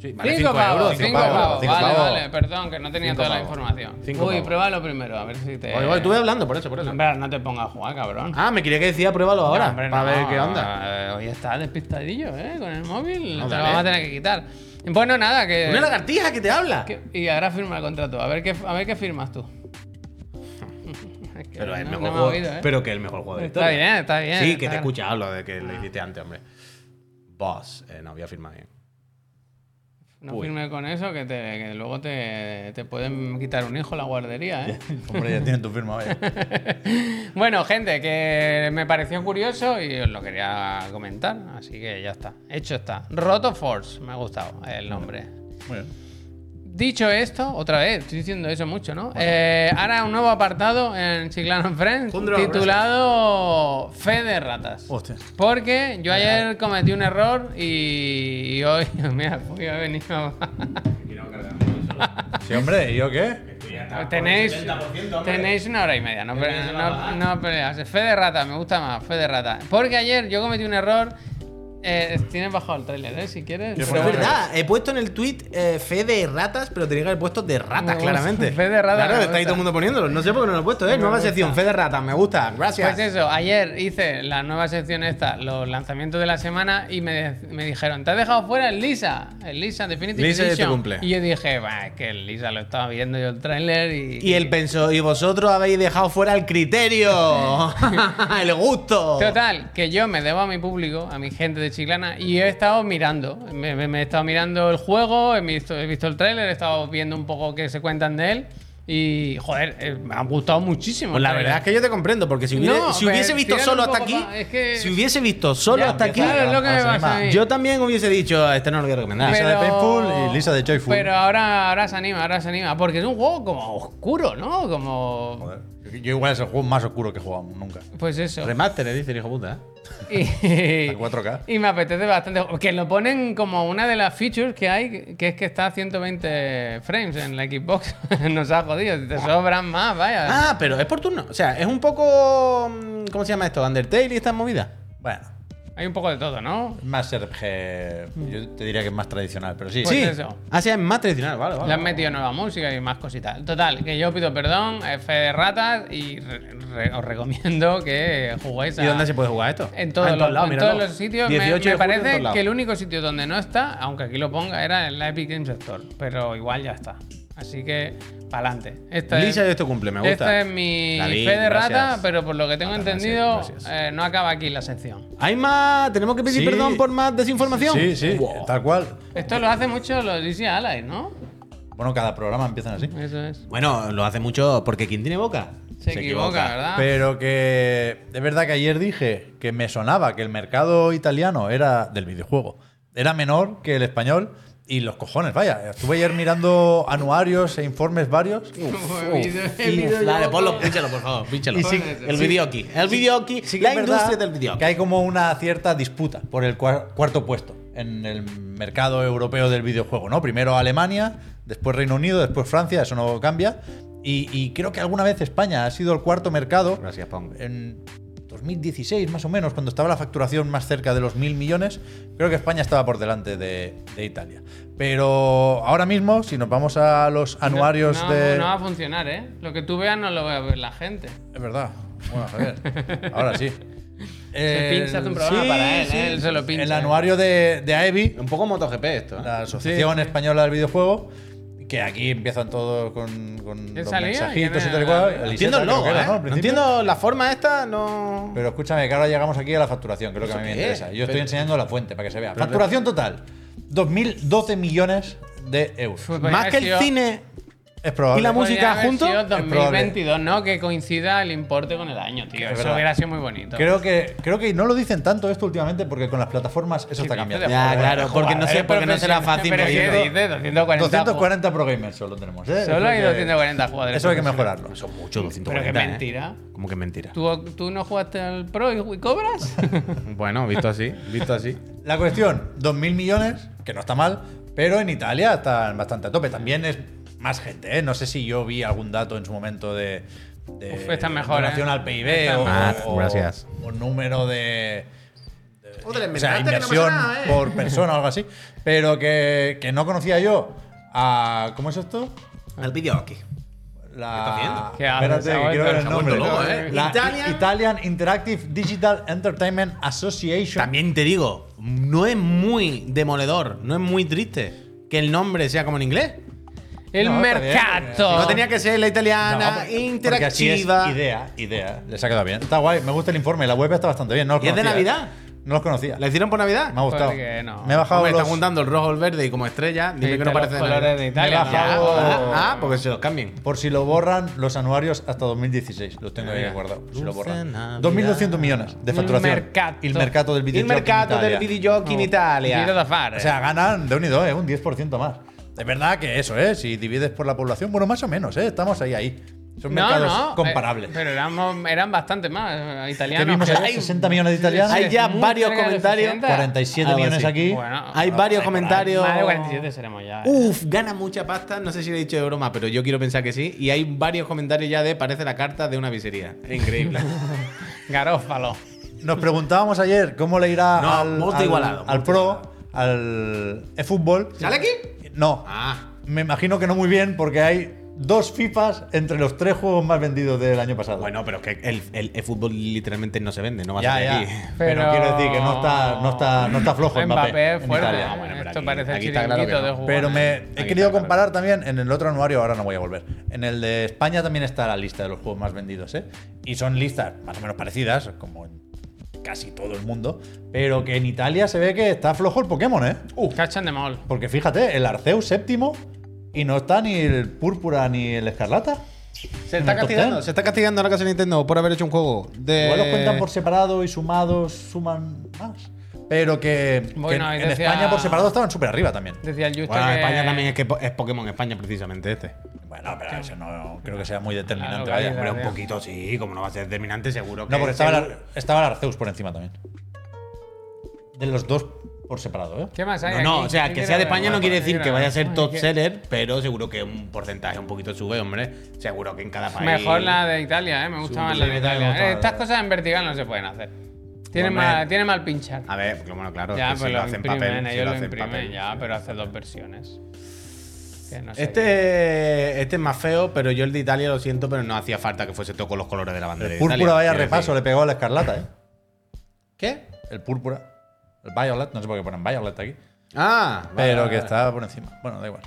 C: Sí, vale,
A: cinco
C: cinco euros,
A: pavos,
C: cinco
A: 5
B: pavos,
A: pavos.
B: cinco
A: Vale,
B: pavos.
A: vale, perdón, que no tenía
C: Cinco
A: toda la
C: pavos.
A: información.
C: Cinco
A: Uy,
C: pavos.
A: pruébalo primero, a ver si te.
C: Oye, oye, estuve hablando por eso, por eso.
A: Hombre, no te pongas a jugar, cabrón.
C: Ah, me quería que decía pruébalo ahora,
A: No, hombre,
C: para
A: no.
C: ver qué onda.
A: Eh, Hoy está despistadillo, ¿eh? Con el móvil.
C: No,
A: te lo
C: dale.
A: vamos a tener que quitar. Bueno, nada, que.
C: Una lagartija que te habla.
A: que- y ahora firma el contrato. A ver qué, a ver qué firmas tú. Es que
C: Pero
A: no-
C: el
A: no
C: mejor
A: me ha
C: juego-
A: oído, ¿eh?
C: Pero que el mejor juego de la
A: Está
C: historia.
A: bien, está bien,
C: Sí,
A: está
C: que te
A: bien.
C: escucha, hablo de que lo hiciste antes, hombre. Boss, eh, no había firmado bien.
A: no
C: Uy.
A: firmes con eso, que, te- que luego te, te pueden quitar un hijo en la guardería, ¿eh?
B: Hombre, ya tienen tu firma, vaya.
A: Bueno, gente, que me pareció curioso y os lo quería comentar, así que ya está. Hecho está. Roto Force, me ha gustado el nombre.
B: Muy bien.
A: Dicho esto, otra vez, estoy diciendo eso mucho, ¿no? Eh, ahora un nuevo apartado en Chiclano Friends
C: Hundred
A: titulado Fe de ratas.
B: Hostia.
A: Porque yo ayer cometí un error y, y hoy, [LAUGHS] mira, hoy he venido.
B: Sí, hombre, ¿y yo qué?
A: Ah, pues tenéis, tenéis una hora y media, no, pe- no, no peleas. Fe de rata, me gusta más, fe de rata. Porque ayer yo cometí un error. eh, tienes bajado el trailer, ¿eh? Si quieres.
B: ¿Qué
A: Pero
B: fue?
C: Es
A: bueno.
C: verdad, he puesto en el tweet eh, fe de ratas, pero tenía que haber puesto
A: Me
C: de ratas,
A: gusta.
C: claramente.
A: [LAUGHS] Fe de ratas, me
C: Claro, está
A: gusta.
C: ahí todo el mundo poniéndolo. No sé por qué no lo he puesto, ¿eh? Nueva sección, fe de ratas, me gusta. Gracias.
A: Pues eso, ayer hice la nueva sección esta, los lanzamientos de la semana, y me, me dijeron, te has dejado fuera el Lisa, el Lisa Definitive
C: Lisa ya te
A: Edition".
C: cumple.
A: Y yo dije, "Bah, es que el Lisa lo estaba viendo yo el tráiler y...
C: Y él pensó, y vosotros habéis dejado fuera
A: [LAUGHS]
C: el criterio, [LAUGHS] el
B: Oh.
C: gusto.
A: Total, que yo me debo a mi público, a mi gente de Chiclana, y he estado mirando. Me, me- me he estado mirando el juego, he visto, he visto el tráiler, he estado viendo un poco qué se cuentan de él. Y, joder, eh, me ha gustado muchísimo.
C: Pues la
A: el
C: verdad es
A: tráiler.
C: que yo te comprendo, porque si, hubiera-
A: No,
C: si hubiese
A: pero
C: visto
A: tíralo
C: solo
A: un
C: hasta
A: poco
C: aquí,
A: pa- es que-
C: si hubiese visto solo
B: Ya
C: hasta aquí,
B: empieza
A: Claro, es lo que me
B: Ah,
A: pasa a mí.
C: yo también hubiese dicho, este no lo voy a recomendar.
B: Pero- Lisa de Painful y Lisa de Joyful.
A: Pero ahora, ahora se anima, ahora se anima. Porque es un juego como oscuro, ¿no? Como.
B: Joder, yo- Yo igual es el juego más oscuro que he jugado nunca.
A: Pues eso.
C: Remaster, le dice el hijo puta. ¿eh?
A: Y,
B: A 4K.
A: y me apetece bastante. Que lo ponen como una de las features que hay, que es que está a 120 frames en la Xbox. [LAUGHS] Nos ha jodido. Te sobran más, vaya.
C: Ah, pero es por turno. O sea, es un poco. mm, ¿Cómo se llama esto? Undertale y estas movidas.
B: Bueno,
A: Hay un poco de todo, ¿no?
B: más RPG. Yo te diría que es más tradicional, pero sí.
A: Pues
C: sí.
A: eso.
C: Ah, sí, es más tradicional, vale, vale.
A: Le han metido nueva música y más cositas. Total, que yo pido perdón, F de ratas, y re- re- os recomiendo que juguéis a.
C: ¿Y dónde se puede jugar esto?
A: En todos,
C: Ah,
A: los,
C: lados,
A: en
C: míralo.
A: todos los sitios. Me- me
C: 18 de julio en
A: parece
C: todos lados.
A: que el único sitio donde no está, aunque aquí lo ponga, era en la Epic Games Store. Pero igual ya está. Así que, para adelante. Esta
C: Lisa de
A: es,
C: esto cumple, me gusta.
A: esta Este es mi
C: David,
A: fe de
C: gracias.
A: rata, pero por lo que tengo
C: Rata,
A: entendido,
C: gracias, gracias.
A: eh, no acaba aquí la sección.
C: Hay más. Tenemos que pedir
B: Sí.
C: perdón por más desinformación.
B: Sí, sí,
C: Wow.
B: tal cual.
A: Esto lo hace mucho los DC Allies, ¿no?
B: Bueno, cada programa empiezan así.
A: Eso es.
C: Bueno, lo hace mucho porque quien tiene boca
A: Se, equivoca, ¿verdad? [LAUGHS]
B: Pero que es verdad que ayer dije que me sonaba que el mercado italiano era del videojuego. Era menor que el español y los cojones, vaya. Estuve ayer mirando anuarios e informes varios.
A: Pues,
C: Dale, ponlo, pínchalo, por favor, pínchalo.
B: Y sí-
C: el video aquí. El video aquí.
B: Sí que
C: la
B: es verdad
C: industria del video
B: Que hay como una cierta disputa por el cuar- cuarto puesto en el mercado europeo del videojuego, ¿no? Primero Alemania, después Reino Unido, después Francia, eso no cambia. Y, y creo que alguna vez España ha sido el cuarto mercado.
C: Gracias, Pong.
B: En 2016, más o menos, cuando estaba la facturación más cerca de los mil millones, creo que España estaba por delante de, de Italia. Pero ahora mismo, si nos vamos a los anuarios
A: no,
B: de.
A: no va a funcionar, ¿eh? Lo que tú veas no lo va a ver la gente.
B: Es verdad. Bueno, Javier, ahora sí.
A: Se
B: El-
A: pincha, hace un programa
B: sí,
A: para él,
B: sí.
A: ¿eh? Él se lo pincha.
B: El anuario de, de AEBI,
C: Un poco MotoGP esto. ¿eh?
B: la Asociación Española del Videojuego, que aquí empiezan todos con, con
A: ¿Qué
B: los
A: salía?
B: mensajitos
A: ¿Quién
B: y tal y
A: era?
B: cual.
A: No
B: Eliseta,
C: entiendo el
B: creo
C: logo,
B: que era,
C: ¿eh?
B: ¿no? Al
C: No
B: principio.
C: entiendo la forma esta, no.
B: Pero escúchame, que ahora llegamos aquí a la facturación, que es lo que a mí me
C: ¿Eso qué
B: interesa.
C: es?
B: Yo estoy
C: Pero-
B: enseñando la fuente para que se vea. Facturación total: 2.012 millones de euros.
A: Fue-
C: Más que el
A: Podría haber sido-
C: cine.
B: Es probable.
C: ¿Y la música?
A: Podría haber
C: junto?
A: sido
B: Es probable.
A: 2022, ¿no? Que coincida el importe con el año, tío.
B: Es
A: Eso
B: verdad.
A: hubiera sido muy bonito.
B: Creo que, creo que no lo dicen tanto esto últimamente porque con las plataformas eso está cambiando.
A: Ya,
C: claro, porque no sé- porque no será fácil
A: Pero ¿qué
C: medirlo.
A: dices? 240.
B: 240 pro gamers solo tenemos, ¿eh?
A: Solo hay
B: Eso que-
A: 240 jugadores.
B: Eso hay que mejorarlo.
C: Son muchos,
A: Pero
C: 240.
A: qué
C: ¿eh?
A: mentira.
C: ¿Cómo que mentira?
A: ¿Tú, tú no jugaste al Pro y, y
C: [LAUGHS]
A: cobras?
C: Bueno, visto así, visto así.
B: La cuestión, 2.000 millones, que no está mal, pero en Italia están bastante a tope. También es más gente, ¿eh? No sé si yo vi algún dato en su momento de... de
A: Uf, están mejor,
B: relación
A: ¿eh?
B: al PIB
A: Están
B: o,
C: más.
B: o-
C: Gracias.
B: o número de...
C: Joder,
B: O sea, inversión por persona o algo así. Pero que, que no conocía yo a... ¿Cómo es esto?
C: El video aquí.
B: La,
A: ¿Qué haces?
B: espérate,
A: Se ha
B: que quiero ver el
A: vuelto-
B: nombre.
C: se ha vuelto loco, ¿eh?
B: La
C: Italian-
B: Italian Interactive Digital Entertainment Association.
C: También te digo, no es muy demoledor, no es muy triste que el nombre sea como en inglés.
A: El
B: No, está bien,
A: mercado.
C: No tenía que ser la italiana,
B: No, porque- porque así es
C: interactiva.
B: idea, idea. Les ha quedado bien. Está guay, me gusta el informe. La web está bastante bien. No los
C: ¿Y es de
B: conocía,
C: Navidad?
B: ¿eh? No los conocía.
C: ¿La hicieron por Navidad?
B: Me ha gustado.
A: Porque no.
B: Me he bajado
C: Hombre,
B: los...
C: están juntando el rojo, el verde y como estrella. Dime
A: Sí,
C: que no
A: de
C: parece
A: los
C: de Navidad.
A: colores de Italia.
B: Me he
C: Ya,
B: bajado-
C: ah, ah, porque se los cambien.
B: Por si lo borran los anuarios hasta 2016. Los tengo ahí
C: Mira.
B: guardados. Por si lo
C: Dulce
B: borran.
C: Navidad.
B: 2.200 millones de
A: Il
B: facturación.
A: mercato.
B: El mercado del
C: Il
B: videojuego.
C: mercato del videogiochi
A: Tiro
C: in
A: de
C: Italia.
A: fare.
B: O sea, ganan de un y dos, ¿eh? un 10% más. Es verdad que eso, ¿eh? Si divides por la población, bueno, más o menos, ¿eh? Estamos ahí, ahí. Son mercados comparables.
A: eh, pero éramos, eran bastante más eh,
B: ¿Qué
A: italianos.
B: vimos
A: que-
B: ayer? 60 millones de italianos.
C: Hay ya
A: Muy
C: varios
A: cerca de los
C: comentarios.
A: 60.
B: 47
C: Algo
B: millones
C: así.
B: aquí.
A: Bueno,
C: Hay
B: Ah,
C: varios comentarios. Uh.
A: Más de 47 seremos ya. eh.
C: Uf, gana mucha pasta. No sé si lo he dicho de broma, pero yo quiero pensar que sí. Y hay
B: [LAUGHS]
C: varios comentarios ya de parece la carta de una pizzería. Increíble.
A: Garófalo.
B: Nos preguntábamos ayer cómo le irá
C: No,
B: al,
C: multi
B: al-
C: igualado,
B: al
C: multi
B: pro, al eFootball.
C: ¿Sale aquí?
B: No,
C: Ah.
B: me imagino que no muy bien porque hay dos FIFAs entre los tres juegos más vendidos del año pasado.
C: Bueno, pero es que el, el, el fútbol literalmente no se vende, no va a
B: ya,
C: salir
B: ya.
C: aquí.
B: Pero...
A: Pero-
B: quiero decir que no está, no está, no está flojo
A: Mbappé,
B: Mbappé,
A: es
B: en
A: fuerte.
B: Italia.
A: ¿eh?
C: bueno, pero
A: Esto
C: aquí-
A: parece
C: aquí está claro
A: chiringuito
C: que
A: de
C: no.
A: jugar.
B: Pero me he
C: está,
B: querido
C: claro.
B: comparar también en el otro anuario, ahora no voy a volver. En el de España también está la lista de los juegos más vendidos, ¿eh? Y son listas más o menos parecidas, como en casi todo el mundo, pero que en Italia se ve que está flojo el Pokémon, ¿eh?
A: Cachan de mol.
B: Porque fíjate, el Arceus séptimo y no está ni el Púrpura ni el Escarlata.
C: Se
B: está
C: está
B: castigando,
C: castigando, se está castigando a la casa de Nintendo por haber hecho un juego de.
B: Igual los cuentan
A: Eh.
B: por separado y sumados suman más. Pero que, que
A: Bueno, y
B: en
A: decía-
B: España por separado estaban súper arriba también.
A: Decía el Justo
C: Bueno,
A: que...
C: en España también es que po- es Pokémon España, precisamente este.
B: Bueno, pero eso no creo que sea muy determinante.
A: Claro,
B: vaya.
A: claro.
C: Hombre, un poquito sí, como no va a ser determinante, seguro que.
B: No, porque estaba el,
C: seguro-
B: estaba el Arceus por encima también. De los dos por separado, ¿eh?
A: ¿Qué más hay
C: No, no,
A: aquí?
C: o sea,
A: ¿Quién
C: que
A: quiere
C: sea de
A: hablar?
C: España no quiere decir
A: Mira,
C: que vaya a ser
A: ay,
C: top
A: qué-
C: seller, pero seguro que un porcentaje un poquito sube, hombre. Seguro que en cada país.
A: Mejor la de Italia, ¿eh? Me gusta
C: Sí,
A: más la
C: sí,
A: de
C: me gusta
A: Italia.
C: más la de-
A: Estas cosas en vertical no se pueden hacer. Tiene
C: Hombre.
A: mal, tiene mal pinchar.
C: A ver, porque, bueno, claro.
A: Ya,
C: que si
A: pues
C: lo
A: lo
C: hacen
A: imprimen,
C: papel, si
A: ellos
C: lo
A: lo,
C: hacen
A: imprimen,
C: papel.
A: ya, pero hace dos versiones. Que no sé qué.
C: Este este es más feo, pero yo el de Italia lo siento, pero no hacía falta que fuese todo con los colores de la bandera.
B: El
C: de Italia,
B: púrpura, vaya
C: quiero
B: repaso,
C: decir.
B: le pegó a la escarlata, ¿eh?
C: [LAUGHS] ¿Qué?
B: El púrpura. El violet, no sé por qué ponen violet aquí.
C: Ah, vale,
B: pero
C: vale,
B: que
C: vale.
B: está por encima. Bueno, da igual.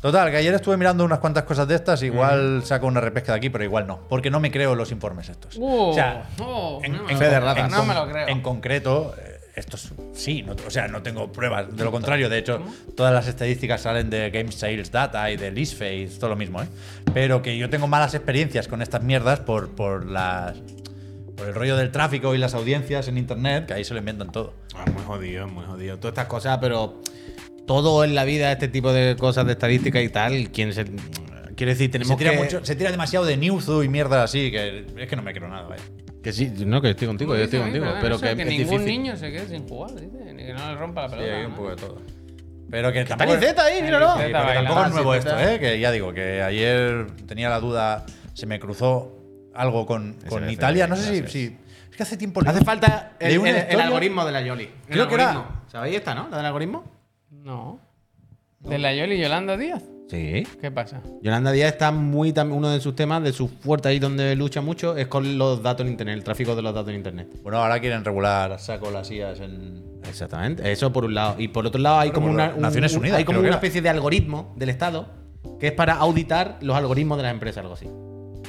B: Total, que ayer estuve mirando unas cuantas cosas de estas. Igual saco una repesca de aquí, pero igual no. Porque no me creo los informes estos.
A: Uh,
B: o sea,
A: oh,
B: en,
A: no me lo
B: en-
A: creo.
C: de ratas.
B: en
A: No
B: con-
A: me lo creo.
B: en concreto, eh, esto es- sí, no- o sea, no tengo pruebas. De lo contrario, de hecho, todas las estadísticas salen de Game Sales Data y de Leaseface, todo lo mismo, ¿eh? Pero que yo tengo malas experiencias con estas mierdas por, por las. Por el rollo del tráfico y las audiencias en internet, que ahí se lo inventan todo.
C: Ah, muy jodido, muy jodido. Todas estas cosas, pero todo en la vida, este tipo de cosas de estadística y tal, quien se. Quiero decir, tenemos
B: Se tira,
C: que.
B: mucho- se tira demasiado de Newzoo y mierda así, que es que no me creo nada, vaya.
C: Que sí, no, que estoy contigo, yo
A: Dice,
C: estoy
A: "Ay,
C: contigo.
A: perdón,
C: Pero
A: eso,
C: que, es
A: ningún
C: difícil.
A: niño se quede sin jugar, dice, ni que no le rompa la pelota.
B: hay un
A: ¿no?
B: poco de todo. Pero que
C: Está
B: tampoco.
C: Niceta ahí, míralo. Ah,
A: Sí,
B: Sí, pero que
A: bailando.
B: tampoco es nuevo
C: Sí, pues.
B: esto,
C: está.
B: ¿eh? Que ya digo, que ayer tenía la duda, se me cruzó algo con, con
C: SBC,
B: Italia. No sé si,
C: gracias.
B: si- Es que hace tiempo. leí
C: Hace
B: un-
C: falta el,
B: leí una
C: el- el
B: historia-
C: algoritmo de la Yoli. El
B: Creo que era-
C: algoritmo. ¿Sabéis esta, no? La del algoritmo.
A: No. ¿De la Yoli Yolanda Díaz?
C: Sí.
A: ¿Qué pasa?
C: Yolanda Díaz está muy. tam- Uno de sus temas, de sus fuertes ahí donde lucha mucho, es con los datos en internet, el tráfico de los datos en internet.
B: Bueno, ahora quieren regular a saco las IAS en.
C: Exactamente, eso por un lado. Y por otro lado hay
B: Bueno,
C: como
B: por
C: una, un-
B: Naciones
C: un-
B: Unidas,
C: hay como
B: creo que
C: una
B: era.
C: especie de algoritmo del Estado que es para auditar los algoritmos de las empresas, algo así.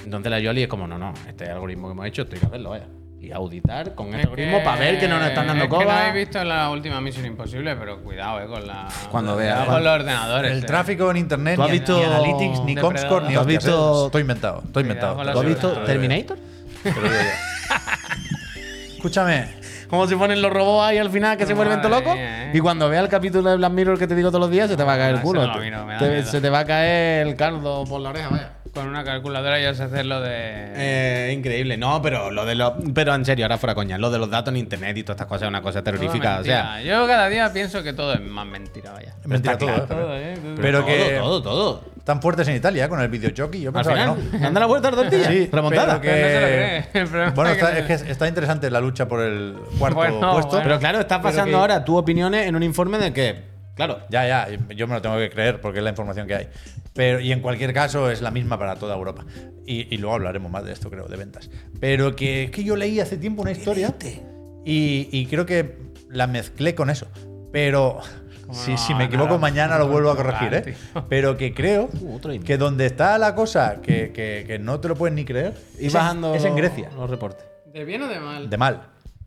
C: Entonces la Yoli es como, no, no, este algoritmo que hemos hecho, estoy que hacerlo, vaya. Y auditar con este
A: Es
C: algoritmo para ver que no nos están dando
A: es que no
C: coba.
A: habéis visto la última Misión Imposible, pero cuidado, eh, con la.
C: Cuando
A: con
C: vea,
A: los
C: cuando-
A: ordenadores.
B: El
A: eh.
B: tráfico en internet,
C: ¿Tú has
B: ni,
C: visto-
B: ni Analytics, ni
A: Depredador?
B: Comscore, ni
C: ¿Tú has
B: hostias,
C: visto-
B: ¿eh? Estoy inventado, estoy inventado.
A: con
B: te
A: la
B: lo
C: ¿Tú has
B: digo,
A: seguridad.
B: te
C: visto
B: lo digo.
C: Terminator?
B: Te lo digo yo. Escúchame,
C: ¿Cómo se ponen los robots ahí al final que se vuelven todo
A: Madre
C: locos?
A: mía, eh.
C: Y cuando vea el capítulo de Black Mirror que te digo todos los días, se te va a caer
A: no,
C: el
A: eso
C: culo.
A: no lo
C: Te-
A: miro, me da
C: te-
A: miedo.
C: se te va a caer el caldo por la oreja, vaya.
A: Con una calculadora ya se hacer lo de.
C: Eh, increíble, no, pero lo de los. Pero en serio, ahora fuera coña, lo de los datos en internet y todas estas cosas es una cosa
A: toda
C: terrorífica. O sea,
A: mentira. Yo cada día pienso que todo es más mentira, vaya.
B: es mentira todo,
C: claro.
B: ¿eh? Pero-
A: ¿eh? Todo.
B: Pero
C: todo,
B: que-
C: Todo, todo.
B: Tan fuertes en Italia con el videojockey, yo
C: Al
B: pensaba
C: final,
B: que no.
C: anda la vuelta a la tortilla.
B: Sí,
C: remontada.
B: pero que-
A: Pero no se lo cree. El problema
B: Bueno,
A: es que
B: está,
A: no se-
B: es que está interesante la lucha por el cuarto
A: Bueno,
B: puesto.
A: bueno.
C: Pero claro, estás
B: Pero
C: pasando
B: que-
C: ahora tus opiniones en un informe de que. Claro.
B: Ya, ya, yo me lo tengo que creer porque es la información que hay. Pero, y en cualquier caso es la misma para toda Europa. Y, y luego hablaremos más de esto, creo, de ventas. Pero que es que yo leí hace tiempo una historia y, y creo que la mezclé con eso. Pero si,
A: no?
B: si
C: Ah,
B: me equivoco
A: Nada,
B: mañana lo
A: no,
B: vuelvo a
A: no,
B: corregir, ¿eh?
A: tío.
B: Pero que creo
C: [LAUGHS] Uh, otro email.
B: que donde está la cosa que, que- que no te lo puedes ni creer
C: Y
B: es en-
C: bajando.
B: es en Grecia.
C: Los reportes.
A: ¿De bien o de mal?
B: De mal.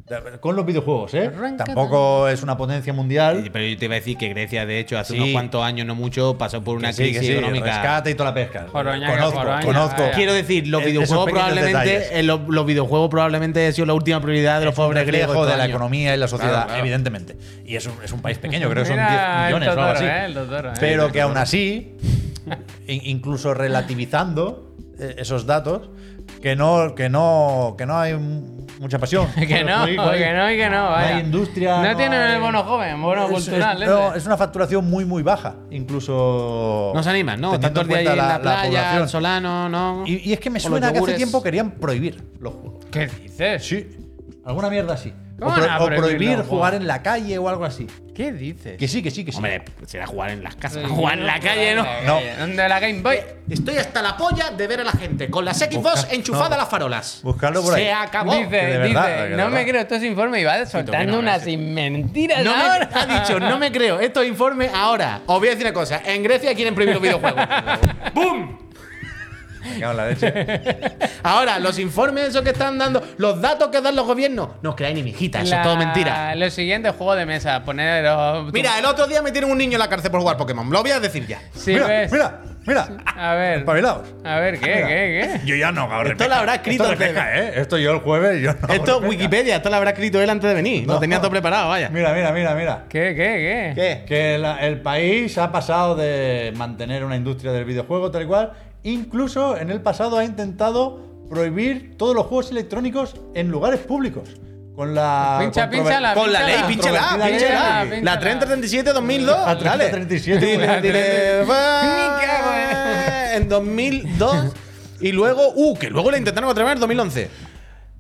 B: De- Con los videojuegos, ¿eh?
A: Arranca-
B: Tampoco es una potencia mundial.
C: Pero yo te iba a decir que Grecia, de hecho, hace
B: Sí.
C: unos cuantos años, no mucho, pasó por una
B: Que sí,
C: crisis
B: que sí,
C: económica.
B: Rescate y toda la pesca.
A: Joroña,
B: conozco,
A: que joroña,
B: conozco.
A: vaya.
C: Quiero decir, los
B: Es- esos
C: videojuegos
B: pequeños detalles.
C: probablemente. eh, los, los videojuegos probablemente ha sido la última prioridad de los pobres griegos.
B: reflejo de
C: estos
B: la
C: años.
B: economía y la sociedad,
C: Claro, claro.
B: evidentemente. Y es un, es un país pequeño, creo que son 10
A: Mira, el
B: millones o algo
A: Totoro,
B: así.
A: ¿eh? El Totoro, ¿eh?
B: Pero que aún así, in- incluso relativizando eh, esos datos, que no, que no, que no hay m- mucha
C: [LAUGHS]
B: pasión.
A: [LAUGHS] Que no, que no y que no, vaya.
B: hay industria,
A: No,
B: no
A: tienen
B: hay-
A: el bono joven, bono
B: Es- es-
A: cultural. ¿eh? ese.
B: no, es una facturación muy, muy baja, incluso.
C: ¿eh? No se animan, ¿no?
B: teniendo
C: Tanto
B: en
C: el día allí
B: cuenta
C: en la, playa,
B: población.
C: el solano, ¿no?
B: Y, y es que me
C: Con los
B: suena que hace
C: yogures.
B: tiempo querían prohibir los juegos.
A: ¿Qué dices?
B: Sí, alguna mierda así. O,
A: ¿Cómo van a
B: pro- o prohibir
A: prohibirlo,
B: jugar
A: Juan?
B: en la calle o algo así.
A: ¿Qué dices?
B: Que sí, que sí, que sí.
C: Hombre, será jugar en las casas. Jugar en la calle, ¿no?
B: No.
A: ¿Dónde la Game Boy?
C: Estoy hasta la polla de ver a la gente con las Xbox enchufadas a las farolas.
B: Buscarlo por ahí.
C: Se acabó.
A: Dice,
B: de verdad,
A: dice,
B: que de
A: no me
B: verdad.
A: creo estos informes y va soltando
C: no,
A: unas
C: gracias.
A: sin mentiras
C: No me,
A: ahora.
C: ha dicho, no me creo. Estos informes ahora. Os voy a decir una cosa. En Grecia quieren prohibir los videojuegos. ¡Bum!
B: Me cago en la [LAUGHS] leche.
C: Ahora, los informes esos que están dando, los datos que dan los gobiernos, no os creáis ni mijita, eso
A: La-
C: es todo mentira.
A: Lo siguiente, juego de mesa. Poner. oh,
C: Mira, el otro día metieron un niño en la cárcel por jugar Pokémon. Lo voy a decir ya.
A: Sí,
B: Mira,
A: ves.
B: mira, mira.
A: A ver.
B: Espabilaos.
A: A ver, ¿qué,
B: Mira.
A: qué, qué?
B: Yo ya no, cabrón.
C: Esto lo habrá escrito
B: Esto,
C: antes de-
B: refleja, ¿eh? esto yo el jueves, yo no.
C: Esto Wikipedia, esto lo habrá escrito él antes de venir. Lo
B: No.
C: tenía todo preparado, vaya.
B: Mira, mira, mira, mira.
A: ¿Qué, qué, qué?
C: ¿Qué?
B: Que la- el país ha pasado de mantener una industria del videojuego tal y cual. Incluso en el pasado ha intentado prohibir todos los juegos electrónicos en lugares públicos. Con la.
A: Pues Pincha,
B: controver-
A: pincha la-
C: Ah, Con la ley,
A: Pínchala.
C: pínchala, pínchala.
A: Pínchala,
C: La 3037 2002.
B: La
C: dale.
B: 3037.
C: Dile, dile, va,
A: Ni cago,
C: En 2002. Y luego, uh, que luego la intentaron otra vez en 2011.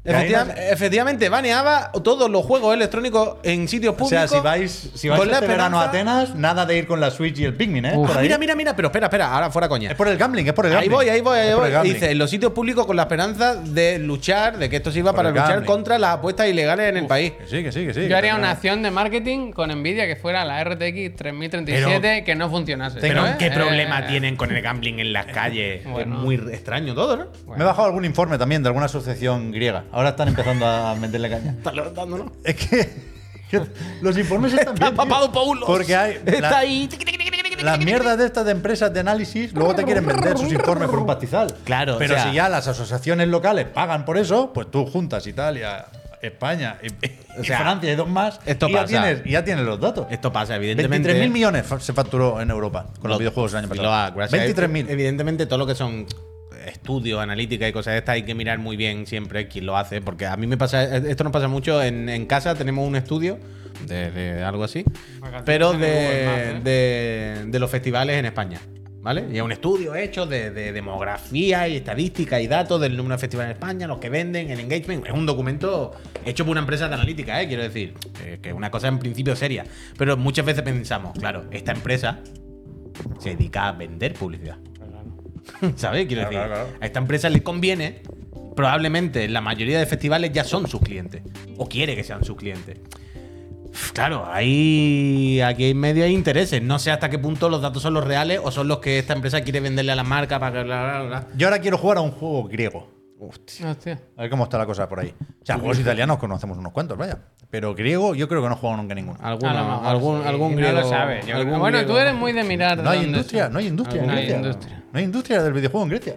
B: Que ahí
C: Efectiva-
B: no-
C: efectivamente, baneaba todos los juegos electrónicos en sitios
B: O
C: públicos.
B: sea, si vais, si vais
C: con la
B: este verano a
C: esperanza-
B: Atenas, nada de ir con la Switch y el Pikmin, ¿eh?
C: Ah,
B: Por ahí.
C: mira, mira, mira, pero espera, espera, ahora fuera coña.
B: Es por el gambling, es por el
C: Ahí
B: gambling.
C: voy, ahí voy, ahí
B: Es por
C: voy.
B: el gambling.
C: Dice, en los sitios públicos con la esperanza de luchar, de que esto sirva
B: Por
C: para
B: el
C: luchar
B: gambling.
C: contra las apuestas ilegales en el país.
B: Que sí, que sí, que sí.
A: Yo haría una acción de marketing con Nvidia que fuera la RTX 3037 que no funcionase.
C: Pero
A: ¿sabes?
C: ¿qué
A: Eh,
C: problema
A: eh,
C: tienen con el gambling en las calles?
A: Bueno.
C: Es muy extraño todo, ¿no?
B: Me he bajado algún informe también de alguna asociación griega. Ahora están empezando a [LAUGHS] meterle caña.
C: Está levantando, ¿no?
B: Es que, [LAUGHS] que los informes están bien, tío.
C: papado Paulos.
B: Porque hay
C: Está
B: la-
C: ahí.
B: las mierdas de estas de empresas de análisis luego te quieren vender sus informes por un pastizal.
C: Claro, o
B: pero
C: sea-
B: si ya las asociaciones locales pagan por eso, pues tú juntas Italia, España y,
C: Eh, O
B: y
C: sea,
B: Francia y dos más
C: esto
B: y ya,
C: pasa.
B: tienes, y ya tienes los datos.
C: Esto pasa, evidentemente.
B: 23.000 millones fa- se facturó en Europa con los videojuegos el año
C: Lo-
B: pasado.
C: gracias a- este-
B: 23.000.
C: Evidentemente, todo lo que son estudios, analítica y cosas de estas, hay que mirar muy bien siempre quién lo hace. Porque a mí me pasa, esto nos pasa mucho. En, en casa tenemos un estudio de, de algo así,
A: Vacaciones
C: pero
A: en
C: de,
A: Google Maps, ¿eh?
C: de- de los festivales en España. ¿Vale? Y es un estudio hecho de, de demografía y estadística y datos del número de festivales en España, los que venden, el engagement. Es un documento hecho por una empresa de analítica, ¿eh? quiero decir, que- que es una cosa en principio seria. Pero muchas veces pensamos, claro, esta empresa se dedica a vender publicidad. [LAUGHS] ¿Sabes? Quiero
B: Claro,
C: decir,
B: claro, claro.
C: a esta empresa le conviene. Probablemente la mayoría de festivales ya son sus clientes. O quiere que sean sus clientes. Uf, Claro, ahí aquí hay medio hay intereses. No sé hasta qué punto los datos son los reales o son los que esta empresa quiere venderle a las marcas para que bla, bla, bla.
B: Yo ahora quiero jugar a un juego griego.
A: Hostia.
B: A ver cómo está la cosa por ahí. O sea, juegos italianos conocemos unos cuantos, vaya. Pero griego yo creo que no he jugado nunca ninguno.
C: Alguno,
A: A lo mejor,
C: algún,
A: sí.
C: algún
A: Y
C: griego.
A: No lo sabes. yo
C: algún
A: creo. bueno,
C: griego.
A: tú eres muy de mirar.
B: No hay
A: dónde
B: industria,
A: son.
B: no hay industria.
C: Ah,
B: en
A: No hay
B: Grecia.
A: industria.
B: No hay industria del videojuego en Grecia.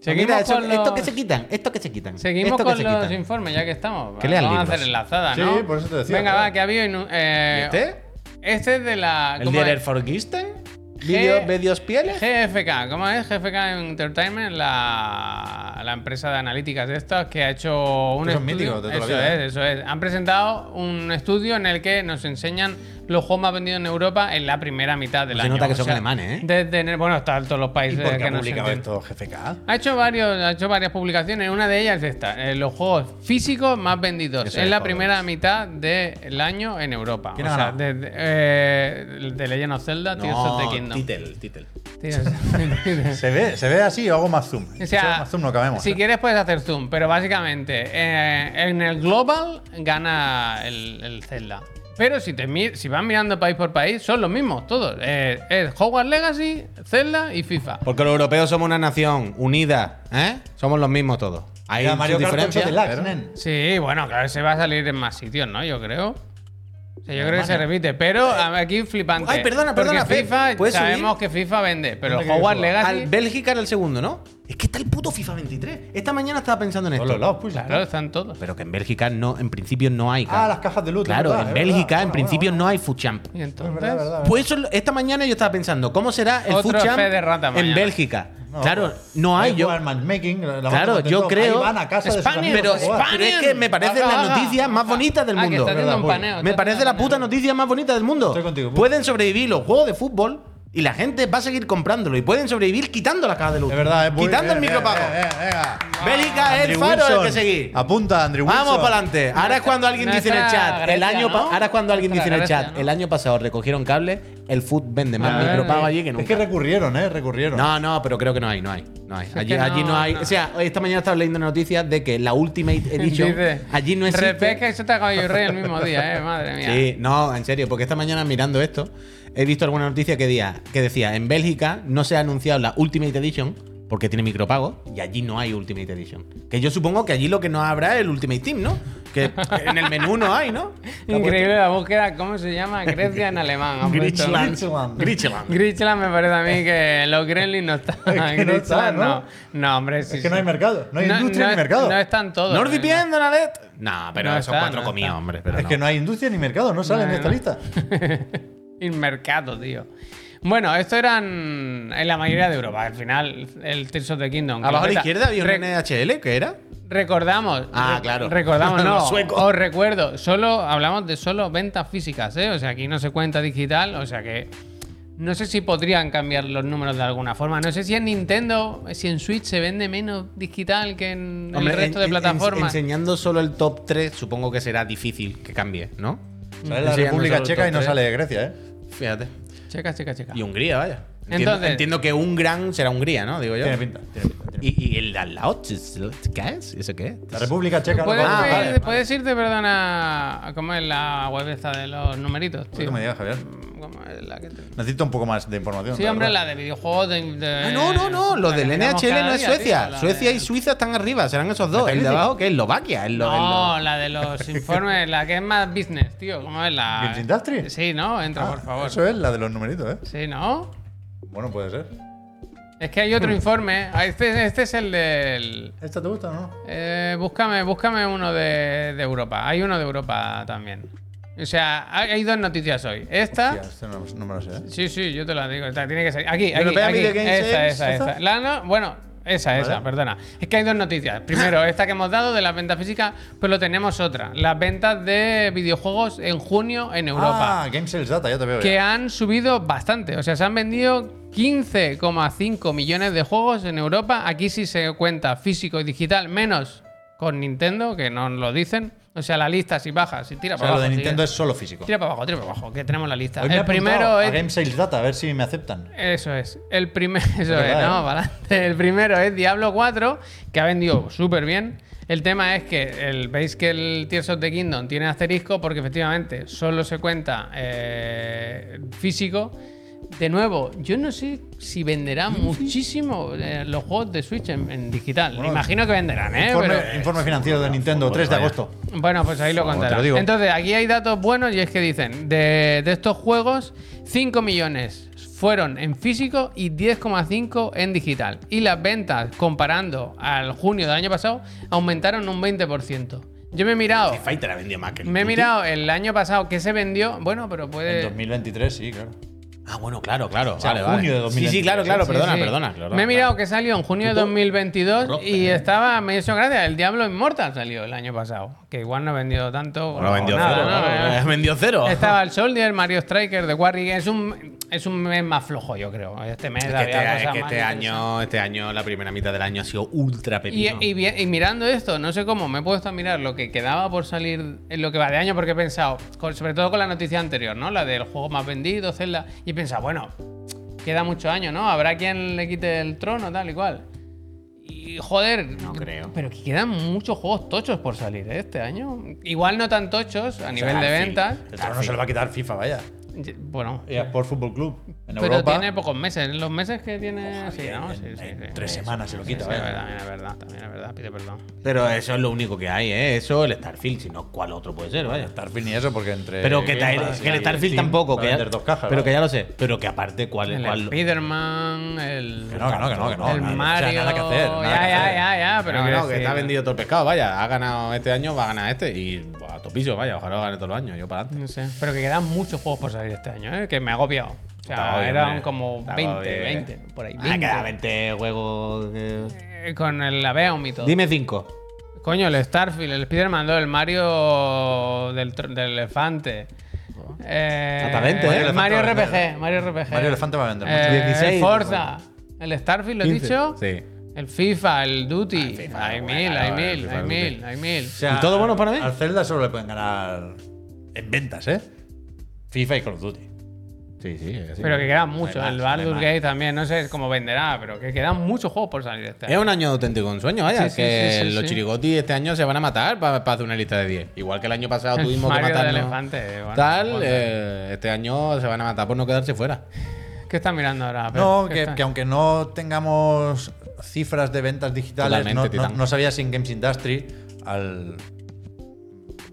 A: Seguimos
C: Mira, eso-
A: con los,
C: esto que se quitan, esto que se quitan.
A: seguimos
C: esto que
A: con
C: se
A: los
C: quitan.
A: informes, ya que estamos.
C: Que lean
A: Vamos
C: libros.
A: a hacer enlazada,
B: Sí,
A: ¿no?
B: por eso te decía,
A: Venga,
B: claro.
A: va, que había. inu- eh,
C: ¿Este?
A: Este es de la.
C: ¿El
A: ¿cómo
C: de
A: es?
C: Der Forgisten? ¿Video- ¿Videos pieles?
A: GFK, ¿cómo es? GFK Entertainment, la, la empresa de analíticas de estas que ha hecho un
B: Que son
A: estudio.
B: míticos de toda la
A: eso
B: vida,
A: es, eso es. Han presentado un estudio en el que nos enseñan los juegos más vendidos en Europa en la primera mitad del
B: Pues
C: Se
A: año.
C: nota que son alemanes, ¿eh?
A: desde en el- bueno, está en todos los
B: ¿Y
A: países
B: por qué
A: que
B: ha
A: nos
B: publicado
A: entienden.
B: esto GFK?
A: Ha hecho, varios, ha hecho varias publicaciones, una de ellas es esta, eh, los juegos físicos más vendidos
C: Eso es,
A: en la
C: joder.
A: primera mitad del año en Europa.
B: ¿Quién
A: o
B: ha
A: sea,
B: ganado?
A: desde, eh, de Legend of Zelda, Tears of the Kingdom.
C: Titel, titel.
A: Tears of the Kingdom.
B: [LAUGHS] ¿Se ve, ¿Se ve así o hago más zoom?
A: O
B: Si hago
A: sea,
B: más zoom no cabemos.
A: si
B: ¿eh?
A: quieres puedes hacer zoom, pero básicamente eh, en el global gana el, el Zelda. Pero si te mi- si vas mirando país por país, son los mismos todos. Eh, es Hogwarts Legacy, Zelda y FIFA.
C: Porque los europeos somos una nación unida, ¿eh? Somos los mismos todos. Hay
B: Mira, Mario
C: sus
B: Kart 8
C: diferencias,
B: Deluxe,
C: pero-
B: nen.
A: Sí, bueno, claro, se va a salir en más sitios, ¿no? Yo creo. O sea, yo creo que se repite, pero a- aquí flipante.
C: Ay, perdona, perdona,
A: Porque
C: Pep,
A: FIFA,
C: ¿puedes
A: sabemos que FIFA vende, pero
B: ¿Dónde
A: Hogwarts
B: quieres
A: Legacy.
C: Al Bélgica era el segundo, ¿no? Es que está el puto FIFA 23. Esta mañana estaba pensando en
B: Todos los
C: esto.
B: lados, pues.
A: Claro, están todos.
C: Pero que en Bélgica no, en principio no hay.
B: Ah, las cajas de loot.
C: Claro,
B: es verdad,
C: en
B: es
C: Bélgica
B: verdad.
C: en
B: Bueno,
C: principio
B: bueno,
C: no hay food champ.
A: Y entonces.
B: bueno. Es verdad, verdad,
C: Pues eso- esta mañana yo estaba pensando, ¿cómo será el
A: Otro
C: food champ
A: fe de rata
C: en
A: mañana.
C: Bélgica?
B: No,
C: claro, no hay.
B: Ahí
C: Yo,
B: juega al matchmaking, la- la
C: Claro,
B: banda de
C: yo
B: control.
C: creo-
B: Ahí van a casa de sus
A: España,
B: amigos
C: Pero,
B: a jugar.
A: España-
C: pero es que me parece
A: Vaga,
C: la
A: vaga.
C: noticia más bonita del
A: Ah, que
C: mundo.
A: está haciendo un
B: Verdad,
A: paneo,
C: Me
A: está
C: parece
A: haciendo
C: la
A: un
C: puta
A: paneo.
C: noticia más bonita del mundo.
B: Estoy contigo, Pulpo.
C: Pueden sobrevivir los juegos de fútbol Y la gente va a seguir comprándolo y pueden sobrevivir quitando la caja de luz.
B: Es verdad, es muy-
C: Quitando el
B: bien,
C: micropago.
B: bien, bien, bien, venga.
C: Bélica es el
B: Andrew
C: faro el que
B: Wilson,
C: seguir.
B: Apunta, Andrew Wilson.
C: Vamos para adelante. Ahora es cuando alguien
A: no
C: dice en el
A: está
C: chat. el
A: Grecia,
C: año pa-
A: ¿no?
C: Ahora es cuando alguien
A: Está
C: dice en el
A: Grecia,
C: chat.
A: ¿no?
C: El año pasado recogieron cables. El food vende más
A: Ah,
C: micropago
A: eh.
C: allí que nunca.
B: Es que recurrieron, ¿eh? Recurrieron.
C: No, no, pero creo que no hay, no hay. No hay.
A: es
C: Allí,
A: que no,
C: allí no hay.
A: no.
C: O sea, esta mañana estaba leyendo noticias de que la
A: [LAUGHS]
C: Ultimate Edition
A: Dice,
C: allí no existe.
A: Repesca y sota de caballo y rey el mismo día, eh. Madre mía.
C: Sí, no, en serio, porque esta mañana mirando esto, he visto alguna noticia que, día, que decía, en Bélgica no se ha anunciado la Ultimate Edition porque tiene micropago y allí no hay Ultimate Edition. Que yo supongo que allí lo que no habrá es el Ultimate Team, ¿no? Que en el menú no hay, ¿no?
A: Increíble la búsqueda, ¿cómo se llama? Grecia en alemán. han puesto.
B: Grichland.
C: Gricheland.
A: Grichland me parece a mí que los Gremlins no
C: [LAUGHS]
A: están.
B: Es que no
A: Grichland
B: está, ¿no?
A: no. No, hombre, sí.
B: Es que no
A: sí.
B: hay mercado. No hay industria
A: no
B: ni
A: es-
B: mercado.
A: No están todos. eh,
C: NordVPN, Donalet. No, pero
A: No
C: esos
A: está,
C: cuatro
A: no
C: comía,
A: está.
C: hombre. Pero
B: es que no hay industria ni mercado. No salen
A: No,
B: de esta
A: no.
B: lista.
A: Y mercado, tío. Bueno, esto eran en la mayoría de Europa. Al final, el Tears of the Kingdom.
C: Abajo a la
A: completa.
C: izquierda había un
A: Re-
C: NHL, ¿qué era?
A: Recordamos.
C: Ah,
A: re-
C: claro. [LAUGHS]
A: Recordamos, no.
C: Los suecos.
A: Os recuerdo, solo hablamos de solo ventas físicas, ¿eh? O sea, aquí no se cuenta digital, o sea que. No sé si podrían cambiar los números de alguna forma. No sé si en Nintendo, si en Switch se vende menos digital que en
C: Hombre,
A: el resto
C: en-
A: de
C: en-
A: plataformas.
C: enseñando solo el top 3, supongo que será difícil que cambie, Mm. ¿no?
B: Sale la
C: Sí,
B: República
C: nosotros
B: Checa y
C: top
B: no
C: tres.
B: sale de Grecia, ¿eh?
C: Fíjate.
A: checa, checa, checa.
C: Y Hungría, vaya. Entiendo,
A: Entonces-
C: entiendo que un gran será Hungría, ¿no? Digo yo.
B: Tiene pinta. tiene pinta, tiene pinta.
C: Y, y el de al lado, ¿qué es? ¿Eso qué es?
B: La República Checa.
A: Puedes,
B: no,
A: ir-
B: vale, vale.
A: puedes irte, perdón, a, a cómo es la web esta de los numeritos,
C: Pues
B: Tú
A: tío. Mm,
B: que me digas, Javier.
A: ¿Cómo es la que te-
B: Necesito un poco más de información.
A: Sí,
B: la
A: hombre,
B: verdad.
A: la de videojuegos. de- de-
C: Ah, no, no, no. Los
A: Eh, la
C: del
A: que miramos
C: NHL no
A: cada
C: es
A: día,
C: Suecia.
A: tío, la
C: Suecia
A: de-
C: y Suiza están arriba. Serán esos dos. El de abajo, que es Eslovaquia. Es lo, es lo-
A: No, la de
B: [LAUGHS]
A: los informes, la que es más business, tío. ¿Cómo es la.
B: ¿Games Industry?
A: Sí, no, entra,
B: Ah,
A: por favor.
B: Eso es la de los numeritos, ¿eh?
A: Sí, no.
B: Bueno, puede ser.
A: Es que hay
B: Hmm.
A: otro informe. Ah, Este, este es el del.
B: ¿Esta te gusta o no?
A: Eh, búscame, búscame uno de, de Europa. Hay uno de Europa también. O sea, hay, hay dos noticias hoy. Esta.
B: Hostia, este no, no me lo sé, ¿eh?
A: Sí, sí, yo te la digo. Esta tiene que ser. Aquí, aquí,
C: Europea
A: aquí.
C: Video Games
A: Esa,
C: Sales,
A: esa,
C: ¿esta?
A: esa. La no- bueno, esa, esa, perdona. Es que hay dos noticias.
B: [LAUGHS]
A: Primero, esta que hemos dado de las ventas físicas, pero pues tenemos otra. Las ventas de videojuegos en junio en Europa.
B: Ah, Game Sales Data, ya te veo.
A: que
B: ya.
A: han subido bastante. O sea, se han vendido 15,5 millones de juegos en Europa. Aquí sí se cuenta físico y digital, menos con Nintendo, que no lo dicen. O sea, la lista si baja, si tira
B: O sea,
A: para
B: lo de
A: abajo.
B: Nintendo
A: sigue.
B: es solo físico.
A: Tira para abajo, tira para abajo, que tenemos la lista.
B: Hoy me he
A: El primero
B: apuntado
A: es
B: A Game Sales Data, a ver si me aceptan.
A: eso es. El primer, [LAUGHS] eso es,
B: verdad,
A: no,
B: ¿eh?
A: para adelante. El primero es Diablo 4, que ha vendido súper bien. El tema es que el, veis que el Tears of the Kingdom tiene asterisco porque efectivamente solo se cuenta eh, físico. De nuevo, yo no sé si venderán muchísimo eh, los juegos de Switch en, en digital.
B: Bueno,
A: Imagino que venderán, ¿eh?
B: informe,
A: Pero-
B: informe financiero de Nintendo, 3 de agosto.
A: bueno, pues ahí lo
B: Como te
A: contará.
B: lo digo.
A: Entonces, aquí hay datos buenos y es que dicen, de, de estos juegos, 5 millones fueron en físico y 10,5 en digital. Y las ventas, comparando al junio del año pasado, aumentaron un 20%. Yo me he mirado,
C: Street Fighter ha vendido más que el
A: me he
C: Putin.
A: mirado el año pasado que se vendió, bueno, pero
B: En
A: puede...
B: 2023, sí, claro.
C: Ah, bueno, claro, claro.
B: sea,
C: vale, vale.
B: junio de
C: Sí,
B: 2023.
C: sí, claro, claro.
A: Sí,
C: perdona,
A: sí.
C: perdona, claro,
A: Me he mirado
C: claro. eh.
A: que salió en junio de 2022 y estaba, me hizo gracia, el Diablo Immortal salió el año pasado, que igual no ha vendido tanto.
C: Bueno,
A: o
C: vendió
A: nada,
C: cero.
A: ¿no?
C: ¿no? [LAUGHS] Vendió cero.
A: Estaba el Soldier, Mario Striker, The Warrior. Es un, es un mes más flojo, yo creo. Este mes
C: Es que,
A: había
C: este,
A: cosas
C: es que
A: más
C: este año, este año, la primera mitad del año ha sido ultra
A: Y,
C: pepino.
A: y vi- y mirando esto, no sé cómo, me he puesto a mirar lo que quedaba por salir en lo que va de año, porque he pensado, con- sobre todo con la noticia anterior, ¿no? La del juego más vendido, Zelda, y he pensado, bueno, queda mucho año, ¿no? Habrá quien le quite el trono, tal y cual. Y joder, no
C: creo.
A: Pero que quedan muchos juegos tochos por salir ¿eh? este año. Igual no tan tochos a nivel de
C: al fin.
A: ventas.
B: El trono se lo va a quitar FIFA, vaya.
A: Y- Bueno,
B: Y por Fútbol Club. En
A: pero
B: Europa.
A: tiene pocos meses. Los meses que tiene. sí, ¿no? Sí, sí,
B: en
A: sí.
B: tres semanas se lo ¿eh?
A: Sí,
B: quita,
A: sí, es
B: vaya.
A: verdad, también es verdad, también es verdad, pide perdón.
C: Pero eso es lo único que hay, ¿eh? Eso, el Starfield, si no, ¿cuál otro puede ser? Vaya.
B: Starfield ni eso, porque entre.
C: Pero que,
B: Game
C: ta-
B: Pass
C: que el
B: y
C: Starfield
B: Steam
C: tampoco,
B: va a
C: que ya,
B: vender dos cajas,
C: pero que
B: vaya.
C: ya lo sé. Pero que aparte, ¿cuál
A: El
C: cuál-
A: Spider-Man, el.
B: Que no, que no, que no, que no.
A: el
B: nada, o sea,
A: Mario.
B: nada que hacer. nada
A: ya,
B: que
A: ya,
B: hacer.
A: ya, ya, pero.
C: No,
A: quiero
C: no, que
A: decir-
C: está vendido todo el pescado, vaya. Ha ganado este año, va a ganar este. Y buah, a topillo, vaya. Ojalá lo gane todos los años, yo para adelante.
A: No sé. Pero que quedan muchos juegos por salir este año, ¿eh? Que me ha agobiado. O sea,
C: Está obvio,
A: eran
C: hombre.
A: como
C: Está
A: 20,
C: obvio.
A: 20, por ahí.
C: Ah,
A: 20.
C: queda 20 juegos. eh.
A: Eh, Con el Aveum y todo.
C: Dime 5.
A: Coño, el Starfield, el Spider-Man 2, el Mario del, tr- del elefante.
C: ¿no?
A: Eh,
C: Exactamente, ¿eh?
A: Mario, Mario
B: Elefante va a
A: RPG, Mario RPG.
B: Mario Elefante va a vender mucho.
A: Eh,
C: 16,
A: El Forza, el Starfield, lo he
C: 15,
A: dicho.
C: sí.
A: El FIFA, el Duty. hay mil, hay
C: Ah, bueno, el
A: mil,
C: FIFA,
A: hay
C: el
A: mil, hay mil.
B: O sea,
C: ¿Y todo bueno para mí?
B: Al Zelda solo le pueden ganar en ventas, ¿eh? FIFA y Call of Duty.
C: Sí, sí, es así.
A: Pero que quedan muchos.
C: más,
A: El
C: hay
A: Baldur's
C: más.
A: Gate también, no sé cómo venderá, pero que quedan muchos juegos por salir este
C: Es
A: año.
C: un año auténtico un sueño, vaya.
A: Sí, sí,
C: que
A: sí, sí,
C: los
A: sí.
C: chirigotis este año se van a matar para hacer una lista de 10. Igual que el año pasado
A: [LAUGHS]
C: tuvimos que
A: Mario del
C: matarnos.
A: elefante. bueno,
C: tal,
A: bueno.
C: eh, este año se van a matar por no quedarse fuera.
A: ¿Qué estás mirando ahora? Pep?
B: No,
A: ¿Qué
B: que,
A: estás-
B: que aunque no tengamos cifras de ventas digitales,
C: Totalmente,
B: no, no,
C: Titán.
B: no sabía si en Games Industry, al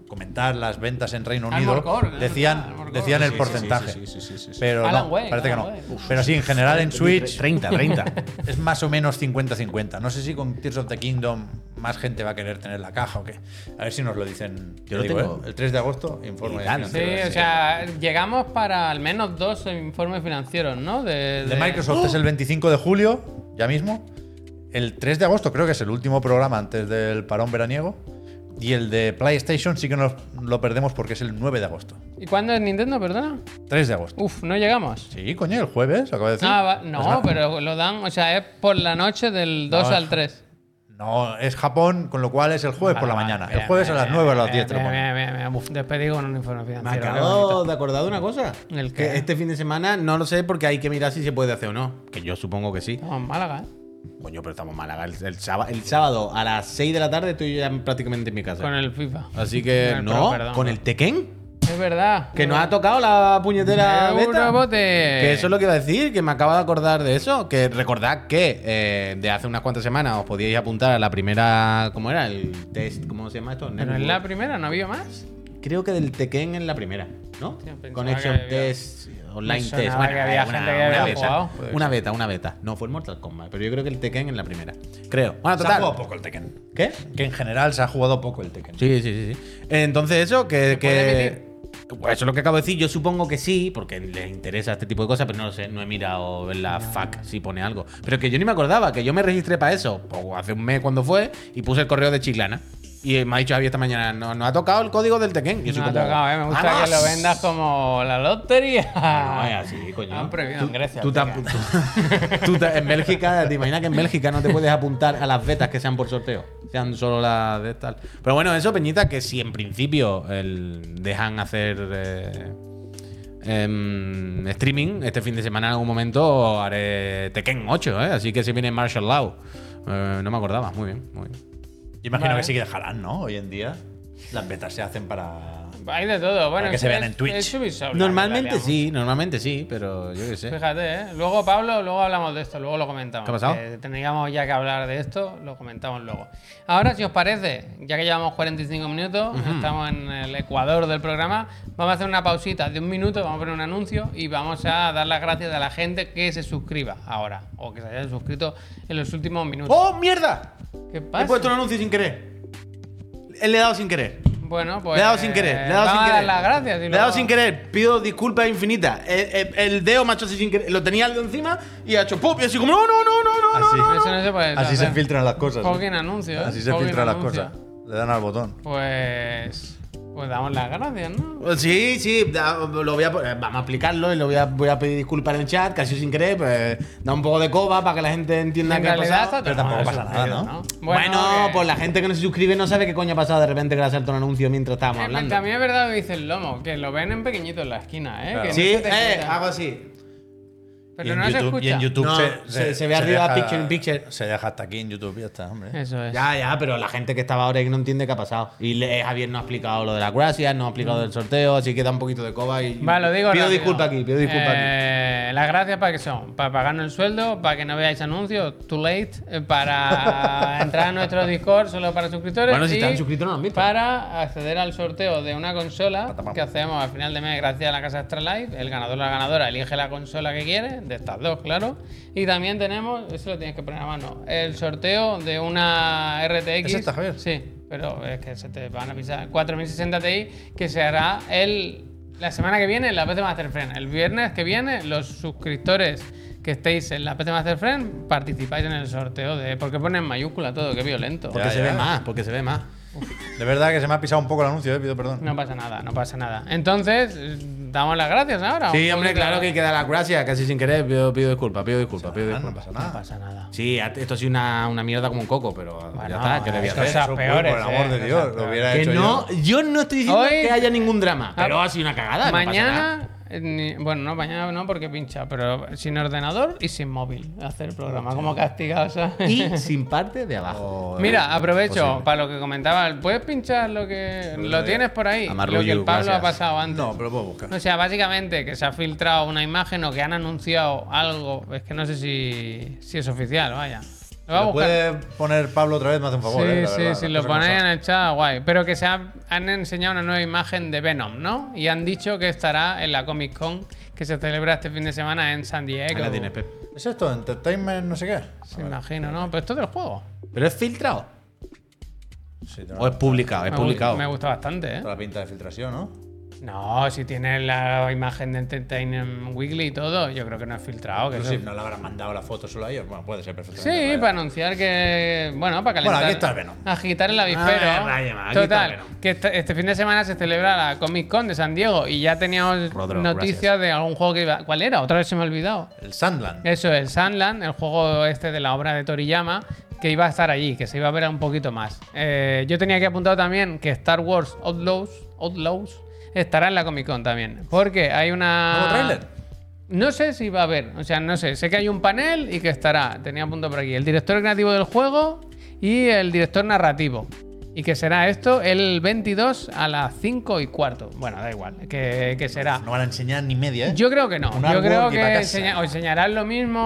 B: comentar las ventas en Reino
A: Armored
B: Unido,
A: Core, ¿no? Ah,
B: decían,
A: Armored Core.
B: decían
A: Sí,
B: el porcentaje.
C: Sí, sí, sí, sí, sí.
B: Pero
A: Alan
B: no,
A: Wake,
B: parece
A: Alan
B: que no.
A: Wake.
B: Pero sí, en general en Switch
C: 30, 30.
B: es más o menos 50-50. No sé si con Tears of the Kingdom más gente va a querer tener la caja o qué. A ver si nos lo dicen.
C: Yo lo
B: te digo,
C: tengo.
B: ¿eh? El 3 de agosto, informe.
C: Y gano.
A: Sí, o sea, llegamos para al menos dos informes financieros, ¿no? De, ¡Oh!
B: El de Microsoft es el 25 de julio, ya mismo. El 3 de agosto creo que es el último programa antes del parón veraniego. Y el de PlayStation sí que nos lo perdemos porque es el 9 de agosto.
A: ¿Y cuándo es Nintendo, perdona?
B: 3 de agosto.
A: Uf, no llegamos.
B: Sí, coño, el jueves, acabo de decir.
A: Ah, va-
B: Es la-
A: no, pero lo dan, o sea, es por la noche del 2
B: No,
A: al
B: es-
A: 3.
B: No, es Japón, con lo cual es el jueves por la
A: Vale,
B: mañana.
A: vale,
B: el
A: mira,
B: jueves
A: mira,
B: a las 9 o a
A: mira,
B: las 10 te lo
A: mira,
B: ponen.
A: mira, mira, mira, uf, despedí con un informe
C: Me
A: financiero. qué
C: acabo
A: bonito.
C: de acordar de una cosa.
A: ¿El
C: que
A: qué?
C: este fin de semana no lo sé porque hay que mirar si se puede hacer o no. Que yo supongo que sí.
A: Estamos en Málaga, ¿eh?
C: Coño, pero estamos en Málaga. El, el sába- el sábado a las 6 de la tarde estoy ya prácticamente en mi casa.
A: Con el FIFA.
C: Así que
A: Con el
C: no,
A: Pro, perdón. Eh,
C: con el Tekken.
A: Es verdad.
C: Que nos ha tocado la puñetera beta.
A: Eurobote.
C: Que eso es lo que iba a decir, que me acabo de acordar de eso. Que recordad que eh, de hace unas cuantas semanas os podíais apuntar a la primera. ¿Cómo era? El test. ¿Cómo se llama esto?
A: Pero en la
C: Network.
A: primera no había más.
C: Creo que del Tekken en la primera, ¿no?
A: Sí, pensaba
C: Connection
A: que había-
C: Test, Online
A: Me
C: Test.
A: sonaba que había gente que había jugado.
C: beta, una beta, una beta. No, fue el Mortal Kombat, pero yo creo que el Tekken en la primera. Creo. Bueno,
B: Se ha jugado
C: total.
B: poco el Tekken.
C: ¿Qué?
B: Ah, Que en general se ha jugado poco el Tekken.
C: Sí, sí, sí, sí. Entonces, eso,
A: puede
C: que. que pues eso es lo que acabo de decir. Yo supongo que sí, porque les interesa este tipo de cosas, pero no lo sé, no he mirado en la FAC si pone algo. Pero que yo ni me acordaba, que yo me registré para eso, pues, hace un mes cuando fue, y puse el correo de Chiclana. Y me ha dicho Javier esta mañana, no, no ha tocado el código del Tekken. Yo soy
A: No ha
C: como,
A: tocado, ¿eh? Me gusta
C: "¡Vamos!".
A: que lo vendas como la lotería. Ah,
C: No es así, coño.
A: Han prohibido en Grecia.
C: Tú, te
A: tío.
C: apu- tú te- en Bélgica, te imaginas que en Bélgica no te puedes apuntar a las betas que sean por sorteo, sean solo las de tal. Pero bueno, eso, Peñita, que si en principio el- dejan hacer eh, em, streaming este fin de semana en algún momento, haré Tekken 8, ¿eh? así que si viene Martial Law. Eh, no me acordaba, muy bien, muy bien.
B: Yo imagino
A: Vale.
B: que sí que dejarán, ¿no? Hoy en día las betas se hacen para.
A: Hay de todo. Bueno,
B: Para que se
A: es-
B: vean en Twitch.
A: es Ubisoft, la
C: Normalmente
A: verdad,
C: sí, normalmente sí, pero yo qué sé.
A: Fíjate, ¿eh? Luego, Pablo, luego hablamos de esto, luego lo comentamos.
C: ¿Qué ha pasado?
A: Que teníamos ya que hablar de esto, lo comentamos luego. Ahora, si os parece, ya que llevamos 45 minutos, estamos en el ecuador del programa, vamos a hacer una pausita de un minuto, vamos a poner un anuncio y vamos a dar las gracias a la gente que se suscriba ahora o que se haya suscrito en los últimos minutos.
C: ¡Oh, mierda!
A: ¿Qué
C: He
A: pasa?
C: puesto un anuncio sin querer. Él le he dado sin querer.
A: Bueno, pues.
C: Le he dado sin querer. Le he dado
A: vamos
C: sin
A: a dar
C: querer.
A: las gracias. y
C: Le he
A: luego-
C: dado sin querer. Pido disculpas infinitas. El, el- el dedo macho así sin querer. Lo tenía algo encima y ha hecho pop. Y así como, no, no, no, no, no, no.
B: Así,
A: Eso no se puede.
B: así se
A: hacer.
B: filtran las cosas. ¿no?
A: Fucking anuncio. ¿eh?
B: Así se
A: Fucking
B: filtran las
A: anuncio.
B: cosas. Le dan al botón.
A: Pues. Pues damos las gracias, ¿no?
C: Pues Sí, sí, da- lo voy a, po- eh, vamos a aplicarlo y lo voy a, voy a pedir disculpas en el chat, casi sin querer, pues da un poco de coba para que la gente entienda
A: En
C: qué ha
A: realidad
C: pasado.
A: está
B: pero
A: tomado
B: tampoco
A: eso,
B: pasa nada,
A: tío,
B: ¿no?
C: Bueno,
A: que-
C: pues la gente que no se suscribe no sabe qué coño ha pasado de repente que le ha saltado un anuncio mientras estábamos
A: Eh,
C: hablando.
A: También es verdad lo que dice el lomo, que lo ven en pequeñito en la esquina, ¿eh?
B: Claro.
A: Que no
C: Sí,
A: se te
C: eh,
A: escucha.
C: hago así.
B: Y
A: Pero
B: en
A: no se
B: YouTube-
A: escucha.
B: Y en YouTube
C: No,
B: se,
C: se- se ve arriba
B: deja-
C: picture in picture.
B: Se deja hasta aquí en YouTube, ya está, hombre.
A: Eso es.
C: Ya, ya, pero la gente que estaba ahora y que no entiende qué ha pasado. Y le- Javier no ha explicado lo de las gracias, no ha explicado del sorteo, así que da un poquito de coba y.
A: Va, lo digo
C: Pido
A: rápido.
C: disculpas aquí, pido disculpas aquí.
A: Eh, Las gracias para que son, para pagarnos el sueldo, para que no veáis anuncios, too late, eh,
C: [LAUGHS]
A: para entrar a nuestro Discord solo para suscriptores.
C: Bueno, si
A: y
C: están suscritos no lo han visto.
A: Para acceder al sorteo de una consola
B: Patapam.
A: que hacemos al final de mes gracias a la casa Extra Live. El ganador o la ganadora elige la consola que quiere, de estas dos, claro. Y también tenemos, eso lo tienes que poner a mano, el sorteo de una RTX.
B: ¿Es esta, Javier?
A: Sí, pero es que se te van a pisar 4060 Ti que se hará el, la semana que viene en la PC Master Friend. El viernes que viene, los suscriptores que estéis en la PC Master Friend participáis en el sorteo de. ¿Por qué ponen mayúscula todo? Qué violento.
C: Porque
B: Ya,
C: se
B: ya.
C: ve más, porque se ve más.
B: De verdad que se me ha pisado un poco el anuncio, eh, pido perdón.
A: No pasa nada, no pasa nada. Entonces, eh, damos las gracias ahora.
C: Sí,
A: Un
C: hombre,
A: poquito-
C: claro que hay que dar las gracias, casi sin querer. Pido, pido disculpas, pido disculpas,
B: Ah,
C: pido
B: no
C: disculpas.
B: pasa
A: No
B: nada.
A: pasa nada.
C: Sí, a- esto ha sido una, una mierda como un coco, pero ya
A: Bueno,
C: está, ¿qué le voy a
A: es que
C: hacer?
A: sea-
B: Eso,
A: peores,
B: Por el amor
A: eh,
B: de
A: cosas
B: Dios, lo
A: peores.
B: hubiera
C: Que
B: hecho
C: no,
B: eh, yo.
C: yo no estoy diciendo
A: Hoy-
C: que haya ningún drama,
A: Ah,
C: pero ha sido una cagada. no pasa nada.
A: mañana, eh, ni- bueno, no, mañana no porque pincha, pero sin ordenador y sin móvil hacer el programa, como castigado, ¿sabes?
C: y sin parte de abajo.
B: Joder,
A: Mira, aprovecho
B: imposible.
A: para lo que comentaba. ¿Puedes pinchar lo que lo tienes por ahí?
C: Amarlo
A: lo que el
C: you,
A: Pablo
C: gracias.
A: ha pasado antes.
B: No, pero lo puedo buscar.
A: O sea, básicamente que se ha filtrado una imagen o que han anunciado algo. Es que no sé si, si es oficial, vaya. Lo voy a buscar.
B: ¿Lo puede poner Pablo otra vez? Me hace un favor.
A: sí,
B: eh, la
A: sí,
B: verdad,
A: si
B: las
A: lo
B: cosas como
A: ponéis en
B: son.
A: el chat, guay. Pero que se ha- han enseñado una nueva imagen de Venom, ¿no? Y han dicho que estará en la Comic Con que se celebra este fin de semana en San Diego.
C: Ahí la tienes, Pep.
B: ¿Es esto? ¿Entertainment no sé qué?
A: Se imagino, ¿no? Pero esto es del juego.
C: ¿Pero es filtrado?
B: Sí,
C: ¿O es
B: tiene
C: publicado? Es
A: Me gu-
C: publicado.
A: Me gusta bastante, ¿eh?
B: la pinta de filtración, ¿no?
A: No, si tiene la imagen de Entertainment Weekly y todo, yo creo que no es filtrado. Que
B: Pero
A: eso-
B: sí,
A: sí,
B: no le habrán mandado la foto solo a ellos. Bueno, puede ser perfectamente. vaya.
A: para anunciar que. Bueno, para calentar.
B: aquí está el Venom.
A: Agitar el avispero.
C: Ah, vaya, va, aquí está el
A: Total,
C: Venom.
A: que este, este fin de semana se celebra la Comic Con de San Diego y ya teníamos
C: Rodro,
A: noticias de algún juego que iba. ¿Cuál era? Otra vez se me ha olvidado.
B: El Sandland.
A: Eso, el Sandland, el juego este de la obra de Toriyama, que iba a estar allí, que se iba a ver un poquito más. Eh, yo tenía que apuntar también que Star Wars Outlaws, Outlaws estará en la Comic Con también. Porque hay una.
B: ¿Nuevo tráiler?
A: No sé si va a haber, o sea, no sé. Sé que hay un panel y que estará, tenía apuntado por aquí, el director creativo del juego y el director narrativo. Y que será esto el 22 a las 5 y cuarto. Bueno, da igual, que, que será.
B: No van a enseñar ni media, ¿eh?
A: Yo creo que no.
B: Un
A: Yo creo
B: artwork y pa'
A: que
B: casa.
A: enseña- o enseñarán lo mismo.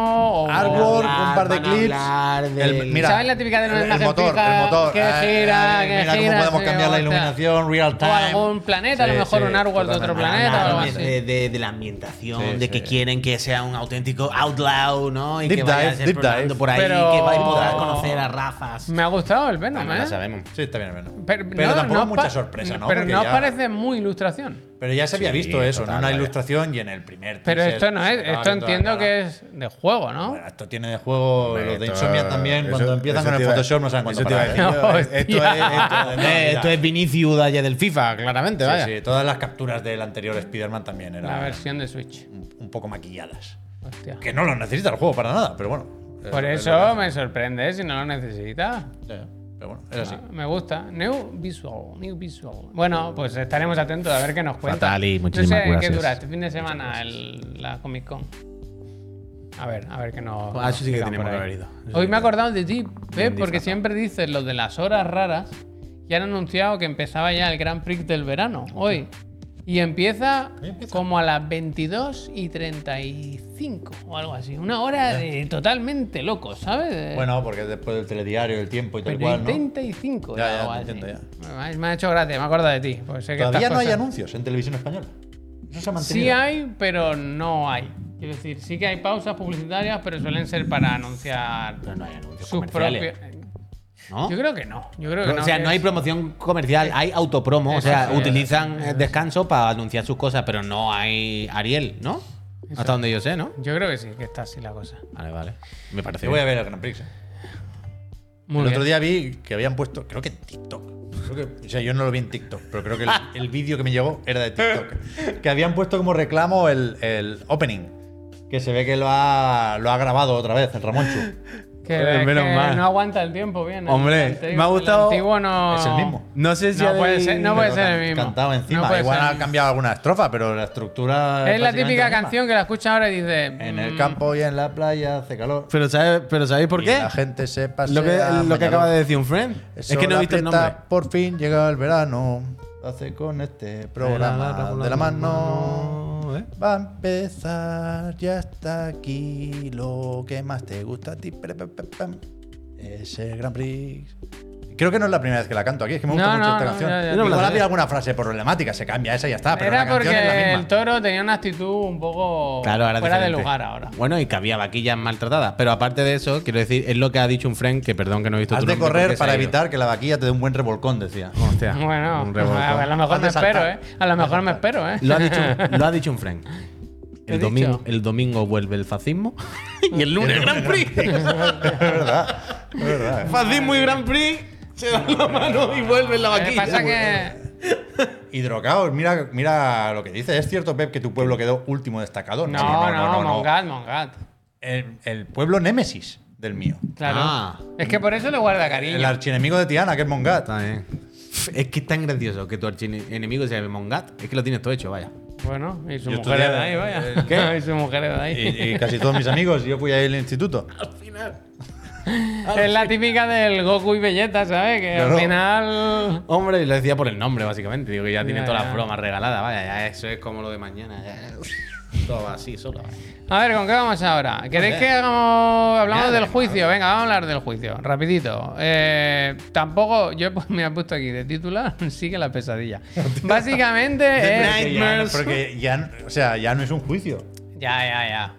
A: O,
B: Artwork,
C: Van a
B: un par de
C: hablar,
B: clips.
C: van a hablar del-
B: mira,
A: ¿Sabes la típica de una
B: el- el
A: imagen
B: motor,
A: fija
B: el motor. eh,
A: que gira, que
B: mira
A: gira,
B: cómo podemos
A: sí,
B: cambiar
A: o
B: la
A: sea,
B: iluminación real
A: O
B: time.
A: algún planeta, a
B: Sí,
A: lo mejor
B: sí,
A: un árbol de otro
B: totalmente. Ah,
A: planeta o algo
C: Hablaron
A: así.
B: eh,
C: de, eh, de- de la ambientación,
B: Sí,
C: de
B: sí.
C: que quieren que sea un auténtico outlaw, ¿no? Y
B: Deep
C: que vaya
B: dive, deep
C: explorando
B: dive.
C: por ahí,
A: Pero-
C: que va a poder conocer a razas.
A: Me ha gustado el Venom, ¿eh?
C: Ah, sabemos.
B: Sí, está bien, bueno.
A: Pero,
B: Pero
A: no-
B: tampoco
A: no
B: mucha
A: pa-
B: sorpresa, ¿no?
A: Pero
B: Porque
A: no
B: ya-
A: parece muy ilustración.
B: Pero ya se había
C: Sí,
B: visto eso, en
C: total,
B: una
C: vaya.
B: ilustración y en el primer
A: Pero
B: teaser
A: esto no
B: se
A: es,
B: estaba
A: esto
B: viendo la
A: entiendo
B: cara.
A: que es de juego, ¿no?
B: Bueno, esto tiene de juego los de
E: Esto-
B: Insomnia también.
E: eso-
B: cuando empiezan
E: eso te
B: con el
E: iba-
B: Photoshop no saben
E: eso
B: cuándo
E: te iba a
B: parar.
E: decir
B: ¿eh?
E: yo.
A: No,
E: Esto es- esto
B: [LAUGHS]
E: es- no,
C: Eh,
E: mira.
C: esto es Vinicius Dalle del FIFA, claramente, vaya.
B: Sí, sí, todas las capturas del anterior Spider-Man también
A: La
B: eran
A: versión de Switch.
B: un un poco maquilladas.
A: Hostia.
B: Que no lo necesita el juego para nada, pero bueno. Eh, es-
A: Por
B: es
A: eso
B: lo
A: me sorprende si no lo necesita.
B: que- ya, ya, eh, Pero bueno, es así.
A: Ah, Me gusta. New visual, new visual. Bueno, pues estaremos atentos a ver qué nos cuenta.
C: Fatali,
A: no
C: muchísimas
A: sé qué
C: gracias.
A: dura este fin de semana el- la Comic Con. A ver, a ver qué nos.
C: Ah, eso sí que
A: nos
C: tenemos
A: por
C: que
A: ahí.
C: haber ido. Eso
A: Hoy
C: sí
A: me he
C: que-
A: acordado de ti, Pep, porque
C: disfrazado.
A: siempre dices lo de las horas raras y han anunciado que empezaba ya el Grand Prix del verano hoy. Y empieza, como a las 22 y 35 o algo así. Una hora de totalmente loco, ¿sabes? De-
B: Bueno, porque después del telediario, el tiempo y tal
A: pero
B: cual, ¿no?
A: 35
B: Ya,
A: era
B: ya,
A: algo
B: te
A: así.
B: entiendo,
A: Me ha- Me ha hecho gracia, me acuerdo de ti. porque sé que
B: Todavía
A: estas
B: no hay
A: cosas-
B: anuncios en televisión española. Eso se ha mantenido.
A: Sí hay, pero no hay. Quiero decir, sí que hay pausas publicitarias, pero suelen ser para anunciar
C: Pero no hay anuncios
A: sus propios.
C: comerciales, ¿no?
A: Yo creo que no. Yo creo que no.
C: o sea,
A: que
C: no hay
A: es-
C: promoción comercial, hay autopromo. O sea,
A: Exacto.
C: utilizan el descanso para anunciar sus cosas, pero no hay Ariel, ¿no? Hasta donde yo sé, ¿no?
A: Yo creo que sí, que está así la cosa.
C: Vale, vale. Me parece.
B: Yo voy a
C: bien.
B: ver el Grand Prix. ¿eh?
A: Muy
B: el
A: bien.
B: otro día vi que habían puesto, creo que en TikTok. Creo que- o sea, yo no lo vi en TikTok,
A: [LAUGHS]
B: pero creo que el, el vídeo que me llegó era de TikTok. que habían puesto como reclamo el, el opening. Que se ve que lo ha, lo ha grabado otra vez el Ramonchu.
A: Que,
D: Eh, menos
A: que
D: mal.
A: no aguanta el tiempo bien. ¿eh? el
D: Hombre,
A: antiguo-
D: me ha gustado-
A: El antiguo no.
B: Es el mismo.
D: No sé si
A: No puede
D: habéis-
A: ser, [LAUGHS] no puede
B: Pero
A: ser
B: can-
A: el mismo.
B: Cantado encima.
A: No puede
B: Igual
A: ser el
B: ha
A: mismo.
B: cambiado alguna estrofa, pero la estructura.
A: Es la
B: prácticamente
A: típica
B: misma.
A: canción que la escuchas ahora y dices.
B: En el
A: mm,
B: campo y en la playa hace calor.
D: Pero, ¿sabes, pero ¿sabéis por
B: y
D: qué?
B: La gente se pasea.
D: Lo que, lo que
B: mañana.
D: acaba de decir un friend.
B: El
D: es que no he
B: sol
D: visto el
B: aprieta,
D: nombre.
B: Por fin llega el verano. Lo hace con este programa de la mano.
D: ¿eh?
B: Va a empezar, ya está aquí lo que más te gusta a ti. pe, pe, pe, pam. Es el Grand Prix. Creo que no es la primera vez que la canto aquí, es que me gusta
A: No,
B: mucho
A: no,
B: esta
A: no,
B: canción.
A: ya, ya,
D: ya.
B: Igual había alguna frase problemática, se cambia esa y ya está, pero
A: mm, Era
B: la canción es la
A: porque
B: misma.
A: el toro tenía una actitud un poco
C: Claro, ahora es
A: fuera de
C: diferente.
A: lugar
C: [LAUGHS]
A: ahora.
C: Bueno, y que había vaquillas maltratadas. Pero aparte de eso, quiero decir, es lo que ha dicho un friend, que perdón que no he visto
B: Has
C: tu
B: de
C: nombre porque
B: correr
C: se
B: para
C: ha ido.
B: evitar que la vaquilla te dé un buen revolcón, decía.
C: Hostia,
A: Bueno,
C: un revolcón.
A: a lo mejor
B: Has de
A: me espero, ¿eh?
B: saltar.
A: A lo mejor me espero, ¿eh?
C: Lo ha dicho, lo ha dicho un friend.
A: ¿Qué he
C: El domingo,
A: dicho?
C: el domingo vuelve el fascismo y el lunes Gran [LAUGHS] Prix.
B: Es verdad.
C: fascismo y Gran Prix se dan la mano y vuelven la
A: Lo que
C: vaquilla.
A: pasa que
B: Hidrocaos, mira, mira lo que dice. ¿Es cierto, Pep, que tu pueblo quedó último destacado?
A: No, no, no, Mongat, Mongat.
B: El, el pueblo némesis del mío.
A: Claro.
C: Ah.
A: Es que por eso le guarda cariño.
B: El archienemigo de Tiana, que es Mongat.
C: Está bien. Es que es tan gracioso que tu archienemigo se llame Mongat. Es que lo tienes todo hecho, vaya.
A: Bueno, y su
B: Yo
A: mujer era de
B: estudié-
A: ahí, vaya.
B: eh,
A: [LAUGHS]
B: ¿qué?
A: Y su mujer era de ahí.
B: Y, y casi todos mis amigos, yo fui ahí al instituto.
A: [LAUGHS] es la típica del Goku y Vegeta, ¿sabes? Que
B: Claro.
A: al final.
C: Hombre, y lo decía por el nombre, básicamente. Digo que ya tiene
A: Ya,
C: todas
A: ya.
C: las bromas regaladas, vaya. Ya eso es como lo de mañana. ya. [LAUGHS] Todo va así, solo. vaya.
A: A ver, ¿con qué vamos ahora? ¿Queréis que hagamos... hablamos
C: Nada,
A: del juicio? Venga, vamos a hablar del juicio, rapidito. Eh, tampoco, yo he pu- me he puesto aquí de titular, [LAUGHS] sigue la pesadilla. Básicamente es...
B: Porque ya- Porque ya, o sea, ya no es un juicio.
A: Ya, ya, ya.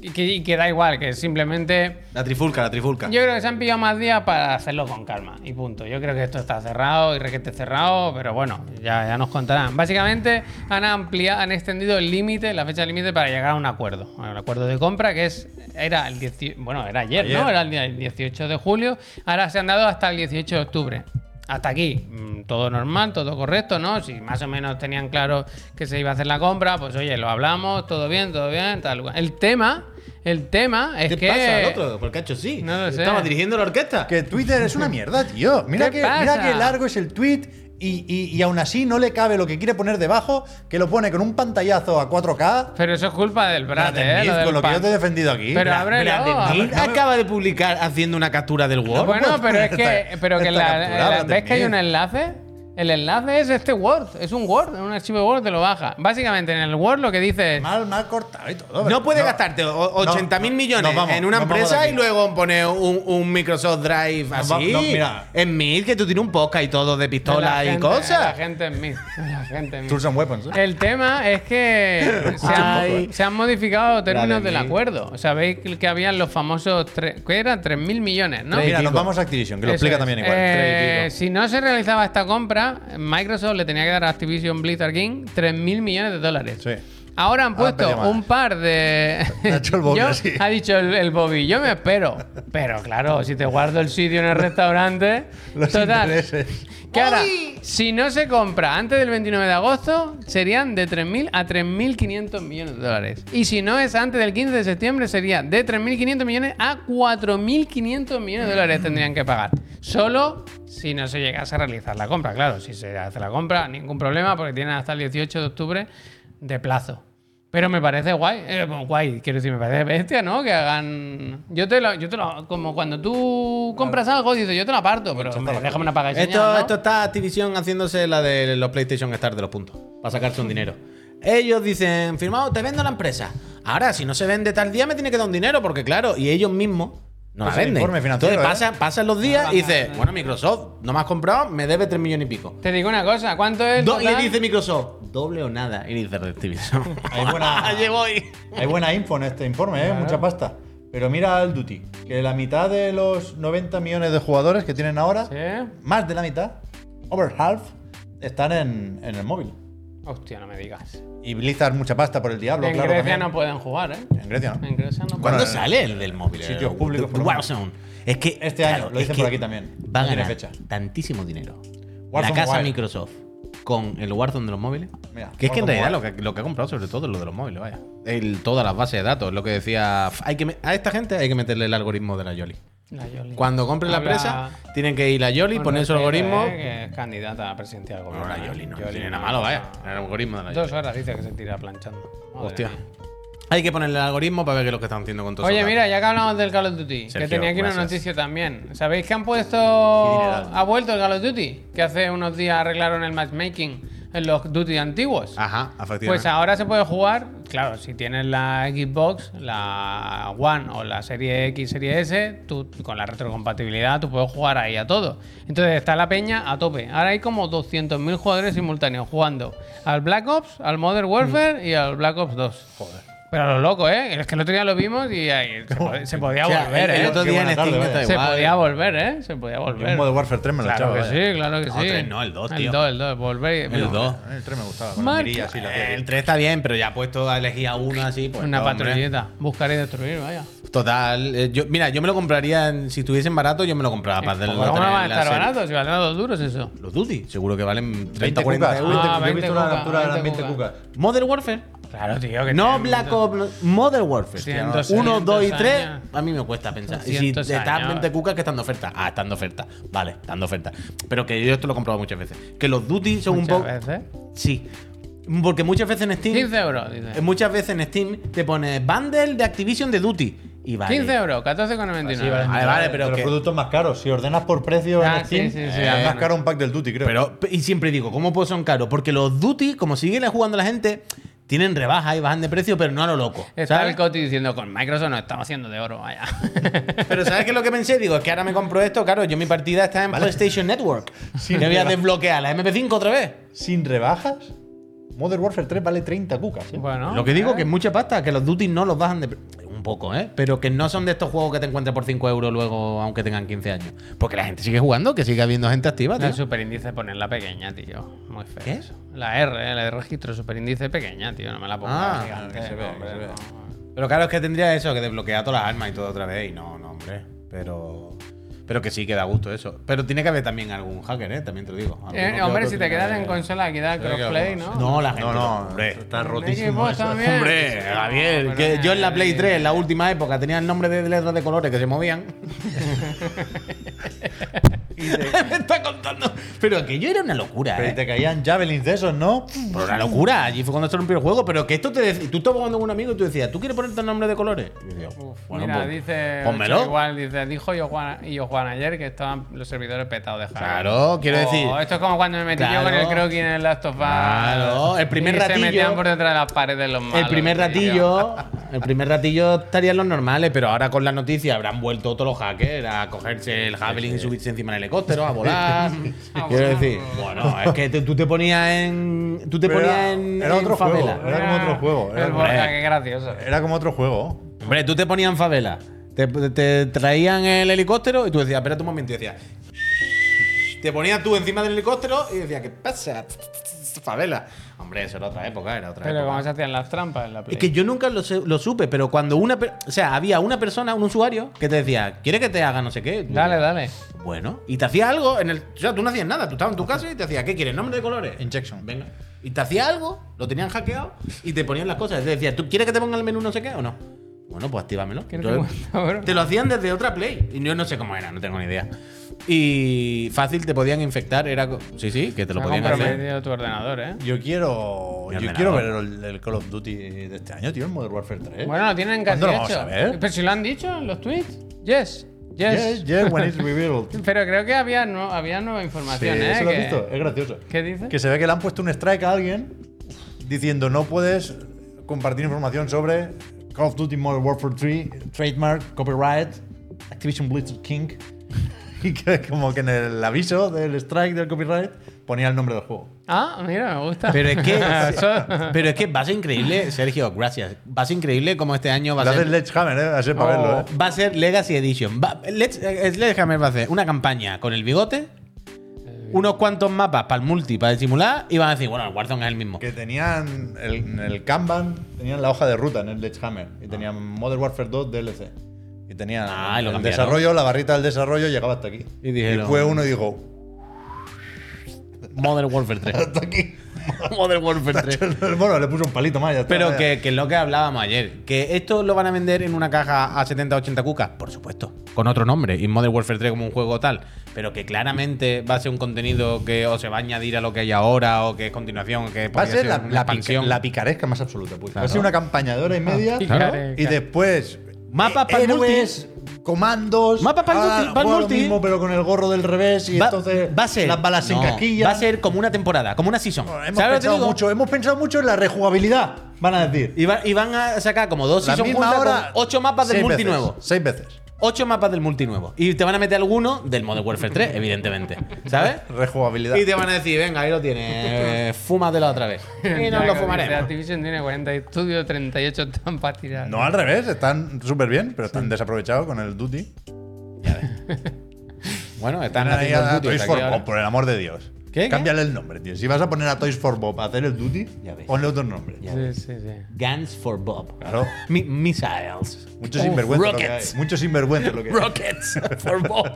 A: Y que, y que da igual, que simplemente...
C: La trifulca, la trifulca.
A: Yo creo que se han pillado más días para hacerlo con calma y punto. Yo creo que esto está cerrado y requete cerrado, pero bueno, ya, ya nos contarán. Básicamente han ampliado, han extendido el límite, la fecha límite para llegar a un acuerdo. A Un acuerdo de compra que es era el 18 bueno, era ayer, ¿no?
B: Ayer.
A: Era el día- el 18 de julio. Ahora se han dado hasta el 18 de octubre. Hasta aquí, mm, todo normal, todo correcto, ¿no? Si más o menos tenían claro que se iba a hacer la compra, pues oye, lo hablamos, todo bien, todo bien, tal cual. El tema, el tema es
C: ¿Qué
A: que
C: pasa al otro? Porque ha hecho sí.
A: No lo sé.
C: Estaba dirigiendo la orquesta.
B: Que Twitter es una mierda, tío. Mira
A: ¿Qué
B: que, mira
A: pasa?
B: que largo es el tweet y, y- y aún así no le cabe lo que quiere poner debajo, que lo pone con un pantallazo a 4K.
A: Pero eso es culpa del Brad,
B: Brad
A: ¿eh?
B: Smith,
A: Lo del
B: con lo que
A: pan.
B: yo te he defendido aquí.
A: Pero
B: Brad-
A: ábrelo.
B: Brad Smith.
C: Él acaba de publicar haciendo una captura del Word.
A: Bueno, pero es que,
B: Pues Está-
A: pero que
B: está
A: en la-
B: capturado,
A: en la-
B: Brad
A: ¿ves que hay
B: Smith.
A: un enlace? El enlace es este Word, es un Word, es un archivo de Word, te lo baja. Básicamente en el Word lo que dice es...
B: Mal, mal cortado y todo. pero
C: No puede gastarte o- 80 mil
B: no,
C: millones
B: nos vamos,
C: en una
B: nos vamos de
C: empresa
B: aquí.
C: y luego poner un, un Microsoft Drive
B: Nos
C: así.
B: va- no, mira.
C: En mil, que tú tienes un podcast y todo de
A: la
C: pistolas y
A: gente- La
C: cosas.
A: gente en mí. [LAUGHS] La gente en mí.
B: Tools and Weapons. ¿eh?
A: El tema es
B: [LAUGHS]
A: que se, ha-
C: Ay.
A: se han modificado términos
C: Brad
A: del
C: Smith.
A: acuerdo. Sabéis que habían los famosos... tres- ¿Qué eran? 3.000 millones, ¿no?
B: Mira,
C: pico.
B: nos vamos a Activision, que lo
A: Eso
B: explica
A: es.
B: también igual.
A: Eh, si no se realizaba esta compra, Microsoft le tenía que dar a Activision Blizzard King 3.000 millones de dólares.
B: Sí.
A: Ahora han
B: Ahora
A: puesto
B: pedía más.
A: un par de...
B: [LAUGHS] Ha hecho el Bobby
A: Yo-
B: así.
A: Ha dicho el, el Bobby, yo me espero. Pero claro, si te guardo el sitio en el restaurante...
B: [LAUGHS] Los
A: total,
B: intereses.
A: que ahora, si no se compra antes del 29 de agosto, serían de 3.000 a 3.500 millones de dólares. Y si no es antes del 15 de septiembre, sería de 3.500 millones a 4.500 millones de dólares tendrían que pagar. Solo si no se llegase a realizar la compra. Claro, si se hace la compra, ningún problema, porque tienen hasta el 18 de octubre de plazo. Pero me parece guay, eh, bueno, guay, quiero decir, me parece bestia, ¿no? Que hagan. Yo te lo, yo te lo, como cuando tú compras algo, dices, yo te lo aparto, pero hombre, déjame una paga
C: Esto, esto está Activision haciéndose la de los PlayStation Star de los puntos, para sacarse un dinero. Ellos dicen, firmado, te vendo la empresa. Ahora, si no se vende tal día, me tiene que dar un dinero, porque claro, y ellos mismos no
B: Pues
C: la
B: el
C: venden.
B: informe financiero,
C: Entonces
B: ¿eh?
C: pasan, pasan los días y dices, bueno, Microsoft, no me has comprado, me debe 3 millones y pico.
A: Te digo una cosa, ¿cuánto es? el
C: Do- y le
A: total?
C: dice Microsoft, doble o nada. Y le dice Activision.
B: [LAUGHS] Hay
A: [LAUGHS]
B: buena,
C: Llegó hoy.
B: hay buena info en este informe, ¿eh? mucha pasta. Pero mira al Duty, que la mitad de los 90 millones de jugadores que tienen ahora,
A: ¿Sí?
B: más de la mitad, over half, están en, en el móvil.
A: Hostia, no me digas.
B: Y Blizzard mucha pasta por el diablo,
A: en
B: claro.
A: Grecia
B: también.
A: no pueden jugar, ¿eh?
B: En Grecia no.
A: En Grecia no
C: ¿Cuándo
A: pueden.
B: Bueno,
C: sale el del móvil?
B: sitios
C: El-
B: públicos,
C: el
B: por lo menos.
C: Warzone. Es que.
B: Este año, lo dicen
C: que
B: por aquí también.
C: Va a
B: No tiene
C: ganar
B: fecha.
C: tantísimo dinero.
B: Warzone
C: la casa
B: Mobile.
C: Microsoft con el Warzone de los móviles.
B: Mira,
C: que es que en
B: Warzone
C: realidad lo que, lo que ha comprado, sobre todo, es lo de los móviles, vaya. El- todas las bases de datos, lo que decía. f- Hay que me- a esta gente hay que meterle el algoritmo de la Yoli.
A: La Yoli.
C: Cuando compren la
A: Habla-
C: empresa, tienen que ir a Yoli,
A: con
C: poner su
A: respeto,
C: algoritmo.
A: ¿eh? Que es candidata a presidencial.
C: Bueno, la Yoli no, tiene
A: no.
C: nada malo, vaya. El algoritmo de la Yoli.
A: Dos horas dice que se tira planchando. Madre
C: Hostia.
A: mía.
C: Hay que ponerle el algoritmo para ver qué es lo que están haciendo con todo
A: Oye,
C: eso.
A: mira, ya que hablamos del Call of Duty,
C: Sergio,
A: que tenía aquí una
C: gracias.
A: noticia también. ¿Sabéis que han puesto.
B: dineral.
A: Ha vuelto el Call of Duty? Que hace unos días arreglaron el matchmaking en los Duty antiguos.
C: Ajá, efectivamente.
A: Pues ahora se puede jugar, claro, si tienes la Xbox, la One o la serie X, serie S, tú con la retrocompatibilidad tú puedes jugar ahí a todo. Entonces está la peña a tope. Ahora hay como 200.000 jugadores simultáneos jugando al Black Ops, al Modern
B: Mm.
A: Warfare y al Black Ops 2. Joder. Pero a lo loco, ¿eh? Es que el otro día lo vimos y ahí se, pod- se podía
B: [LAUGHS]
C: O sea,
A: volver,
C: el, el
A: ¿eh?
C: otro día en
B: Qué buena tarde,
C: Steam está
B: vaya.
A: se
C: igual.
A: podía volver, ¿eh? Se podía
B: Yo un
A: volver.
B: modo Warfare 3 me lo
A: Claro
B: echaba.
A: que
B: ¿eh? vaya.
A: sí, claro que
C: No,
A: sí.
C: tres no, el dos,
A: El
C: tío.
A: 2, el 2, volver.
C: El dos.
B: El 3 me gustaba. Con
A: Marca.
B: las mirillas y la
C: Eh, El 3 está bien, pero ya puesto a elegir a uno así, pues.
A: Una
C: no, hombre.
A: patrulleta. Buscar y destruir, vaya.
D: Total, eh, yo, mira, yo me lo compraría, en- si estuviesen barato, yo me lo compraba para hacerlo.
A: ¿Cómo no va a estar barato? Si valdrá dos duros eso.
D: Los Duty, seguro que valen
B: 20
D: 30
B: cucas.
D: 40
A: euros.
D: euros.
A: Ah,
B: 20 Yo he
A: 20
B: visto una
A: cucas,
B: captura eran
A: 20
B: 20 cucas.
D: Modern Warfare.
A: Claro, tío.
B: Pues
A: Que
D: No
A: tiene
D: Black
A: mucho-
D: Ops, Modern Warfare.
A: 200
D: 1, 2 y
A: años.
D: 3, a mí me cuesta pensar. Y si
A: 200
D: están
A: años.
D: 20 cucas que están de oferta. Ah, están de oferta. Vale, están de oferta. Pero que yo esto lo he comprobado muchas veces. Que los Duty son un
A: Muchas
D: poco.
A: veces.
D: Sí. Porque muchas veces en Steam.
A: 15 euros, dice.
D: Eh, Muchas veces en Steam te pone bundle de Activision de Duty. Y vale.
A: 15 euros, 14,99.
D: Vale, Ah, vale, pero
B: Pero los
D: que-
B: productos más caros. Si ordenas por precio
A: Ah,
B: en
A: sí,
B: Steam,
A: sí, sí,
B: es
A: además.
B: más caro un pack del Duty, creo. [LAUGHS]
D: Pero, y siempre digo, ¿cómo puede son caros? Porque los Duty, como siguen jugando la gente, tienen rebajas y bajan de precio, pero no a lo loco.
A: Está
D: ¿sabes?
A: el Coti diciendo, con Microsoft nos estamos haciendo de oro,
D: [LAUGHS]
A: vaya.
D: Pero ¿sabes qué es lo que pensé? Digo, es que ahora me compro esto, claro, yo mi partida está en PlayStation Network.
B: Sí,
D: me voy a
B: claro.
D: desbloquear la MP5 otra vez.
B: sin rebajas, Modern Warfare 3 vale 30 cucas. ¿eh?
A: bueno.
D: Lo que digo
A: ¿eh?
D: que es mucha pasta, que los Duty no los bajan de... pre- Un poco, ¿eh? Pero que no son de estos juegos que te encuentres por 5 euros luego, aunque tengan 15 años. Porque la gente sigue jugando, que sigue habiendo gente activa, tío.
A: El superíndice ponerla pequeña, tío. Muy feo.
D: ¿Qué?
A: eso. La R, eh, la de registro superíndice pequeña, tío. No me la pongo
D: Ah,
A: gigante.
D: que se
A: no,
D: vea, que
A: hombre,
D: se vea.
A: no.
D: Pero claro, es que tendría eso, que desbloquea todas las armas y todo otra vez. Y no, no, hombre. Pero. Pero que sí que da gusto eso. Pero tiene que haber también algún hacker, ¿eh? También te lo digo. Alguno
A: Eh,
D: que
A: hombre,
D: otro
A: si te
D: tiene que
A: quedas
D: haber-
A: en consola, aquí da
B: Creo que
A: crossplay, ¿no?
B: algunos.
D: No, la gente.
B: No, no,
D: hombre.
B: está
A: En
B: rotísimo
A: Xbox
B: eso.
A: también.
D: Hombre, Javier,
A: No,
D: que
A: perdona,
D: yo en la Play
A: eh,
D: 3, en la última época, tenía el nombre de letras de colores que
B: [LAUGHS]
D: se movían. [LAUGHS] Me está contando. Pero que yo era una locura.
B: Pero
D: ¿eh?
B: y te caían javelins de esos, ¿no?
D: Pero una locura, allí fue cuando interrumpió el juego, pero que esto te decía, tú estabas jugando con un amigo y tú decías, ¿tú quieres ponerte el nombre de colores? Y yo decía,
A: Uf,
D: bueno,
A: mira,
D: pues,
A: dice.
D: pónmelo.
A: Igual, dice, dijo yo Juan, y yo Juan ayer que estaban los servidores petados de hardware.
D: Claro, quiero
A: Oh,
D: decir-
A: Esto es como cuando me metí yo con
D: Claro.
A: el croquis en el Last of Us.
D: Claro, el primer
A: y
D: ratillo-
A: Se metían por detrás de las paredes los malos.
D: el primer
A: tío. [LAUGHS]
D: ratillo, [LAUGHS] el primer ratillo estarían los normales, pero ahora con la noticia habrán vuelto todos los hackers a cogerse el javelin y subirse encima del helicóptero, a
A: Ah,
D: volar.
B: Ah,
A: A
D: quiero
A: volar.
D: decir, bueno, es que te- tú te ponías en. Tú te
B: Pero
D: ponías
B: era-
D: en.
B: era
D: en
B: otro juego,
D: favela.
B: Era como otro juego, era
A: el
B: como-
A: Borja, qué gracioso.
B: Era como otro juego.
D: Hombre, tú te ponías en favela. Te, te traían el helicóptero y tú decías, espérate un momento, y decías. Te ponías tú encima del helicóptero y decías, ¿qué pasa? Favela. Hombre, eso era otra época, era otra
A: Pero
D: época.
A: cómo se hacían las trampas en la Play.
D: Es que yo nunca lo, sé- lo supe, pero cuando una. per- O sea, había una persona, un usuario, que te decía, ¿quieres que te haga no sé qué? Tú
A: Dale,
D: decías,
A: dale.
D: Bueno, ¿eh? y te hacía algo en el. O sea, tú no hacías nada, tú estabas en tu casa y te hacía, ¿qué quieres? ¿Nombre de colores?
B: Injection.
D: Venga. Y te hacía algo, lo tenían hackeado y te ponían las cosas. Te decía, ¿tú quieres que te ponga el menú no sé qué o no? Bueno, pues actívamelo.
A: ¿Qué no te
D: Entonces,
A: cuento, bro?
D: te lo hacían desde otra play. Y yo no sé cómo era, no tengo ni idea. Y fácil te podían infectar, era. co- Sí, sí, que te lo
A: Se ha
D: podían hacer.
A: comprometido tu ordenador, ¿eh?
B: Yo quiero.
D: Mi
B: Yo
D: ordenador.
B: quiero ver el, el Call of Duty de este año, tío, el Modern Warfare 3.
A: Bueno, lo tienen casi
B: ¿Eh? ¿Cuándo lo vamos
A: hecho.
B: a ver?
A: Pero si lo han dicho en los tweets. Yes, yes.
B: Yes, yes, when it's revealed.
A: Pero creo que había, nu- había nueva información,
B: Sí,
A: ¿eh?
B: eso lo
A: que-
B: he visto, es gracioso.
A: ¿Qué dice?
B: Que se ve que le han puesto un strike a alguien diciendo no puedes compartir información sobre Call of Duty Modern Warfare 3, trademark, copyright, Activision Blizzard King. [LAUGHS] Y que como que en el aviso del strike del copyright ponía el nombre del juego.
A: Ah, mira, me gusta. [LAUGHS]
D: Pero es que.
A: Eso-
D: pero es que va a ser increíble, Sergio, gracias. Va a ser increíble como este año va a
B: Lo hace
D: ser.
B: Sledgehammer, ¿eh? A ser para
A: Oh.
B: verlo, ¿eh?
D: Va a ser Legacy Edition. Va, Let's- eh, Sledgehammer va a hacer una campaña con el bigote,
B: Eh.
D: unos cuantos mapas para el multi, para disimular, y van a decir, bueno, el Warzone es el mismo.
B: Que tenían el, en el Kanban, tenían la hoja de ruta en el Sledgehammer. Y tenían Modern Warfare 2 DLC. Y tenían
D: Ah, y lo
B: el
D: cambiaron.
B: desarrollo, la barrita del desarrollo llegaba hasta aquí.
D: Y dijeron-
B: fue uno y dijo,
D: Modern Warfare 3.
B: hasta aquí.
D: [LAUGHS] Modern Warfare 3.
B: bueno, le puso un palito más. ya está,
D: Pero
B: vaya.
D: que, que es lo que hablábamos ayer. ¿Que esto lo van a vender en una caja a 70-80 cucas? Por supuesto. Con otro nombre. Y Modern Warfare 3 como un juego tal. Pero que claramente va a ser un contenido que o se va a añadir a lo que hay ahora o que es continuación. o Que
B: Va
D: podría
B: a ser la,
D: una
B: la
D: expansión.
B: pica- la picaresca más absoluta. pues. Va a ser
D: Claro.
B: una campaña de hora y media.
A: Claro.
B: Y después. eh,
D: Mapas Ah, pa'l
B: héroes, comandos.
D: Mapas pa'l
B: ahora
D: multi- pa'l
B: juega lo
D: multi.
B: mismo, pero con el gorro del revés. Y
D: Va,
B: entonces.
D: va a ser.
B: Las balas
D: no,
B: sin casquilla.
D: Va a ser como una temporada, como una season.
B: Hemos
D: ¿Sabes lo que te
B: pensado,
D: digo?
B: mucho, hemos pensado mucho en la rejugabilidad, van a decir.
D: Y, va- y van a sacar como dos
B: La
D: seasons
B: misma
D: juntas
B: hora.
D: con ocho mapas del
B: seis
D: multi
B: veces,
D: nuevo.
B: Seis veces.
D: Ocho mapas del multi nuevo. Y te van a meter alguno del Modern Warfare 3, evidentemente. [LAUGHS] ¿Sabes?
B: Rejugabilidad.
D: Y te van a decir, venga, ahí lo tienes, eh, fúmatelo
B: [LAUGHS]
D: otra vez. Y nos
A: Ya,
D: lo
A: que dice,
D: fumaremos.
A: Activision tiene 40 estudios, 38 están para tirar.
B: No al revés, están súper bien, pero están desaprovechados con el duty.
D: Bueno,
B: Están
D: están
B: ahí
D: haciendo
B: a
D: el duty
B: Toys
D: aquí
B: for
D: ahora.
B: Bob, por el amor de Dios.
C: ¿Qué?
B: Cámbiale el nombre, tío. Si vas a poner a Toys for Bob a hacer el duty,
C: Ya ves.
B: ponle otro nombre.
C: Ya
A: Sí,
C: ves.
A: sí, sí.
C: Guns for Bob.
B: Claro.
C: Mi- missiles.
B: Mucho
C: Oh,
B: sinvergüenza lo que hay.
C: Rockets.
B: Mucho sinvergüenza lo que hay.
C: Rockets for Bob.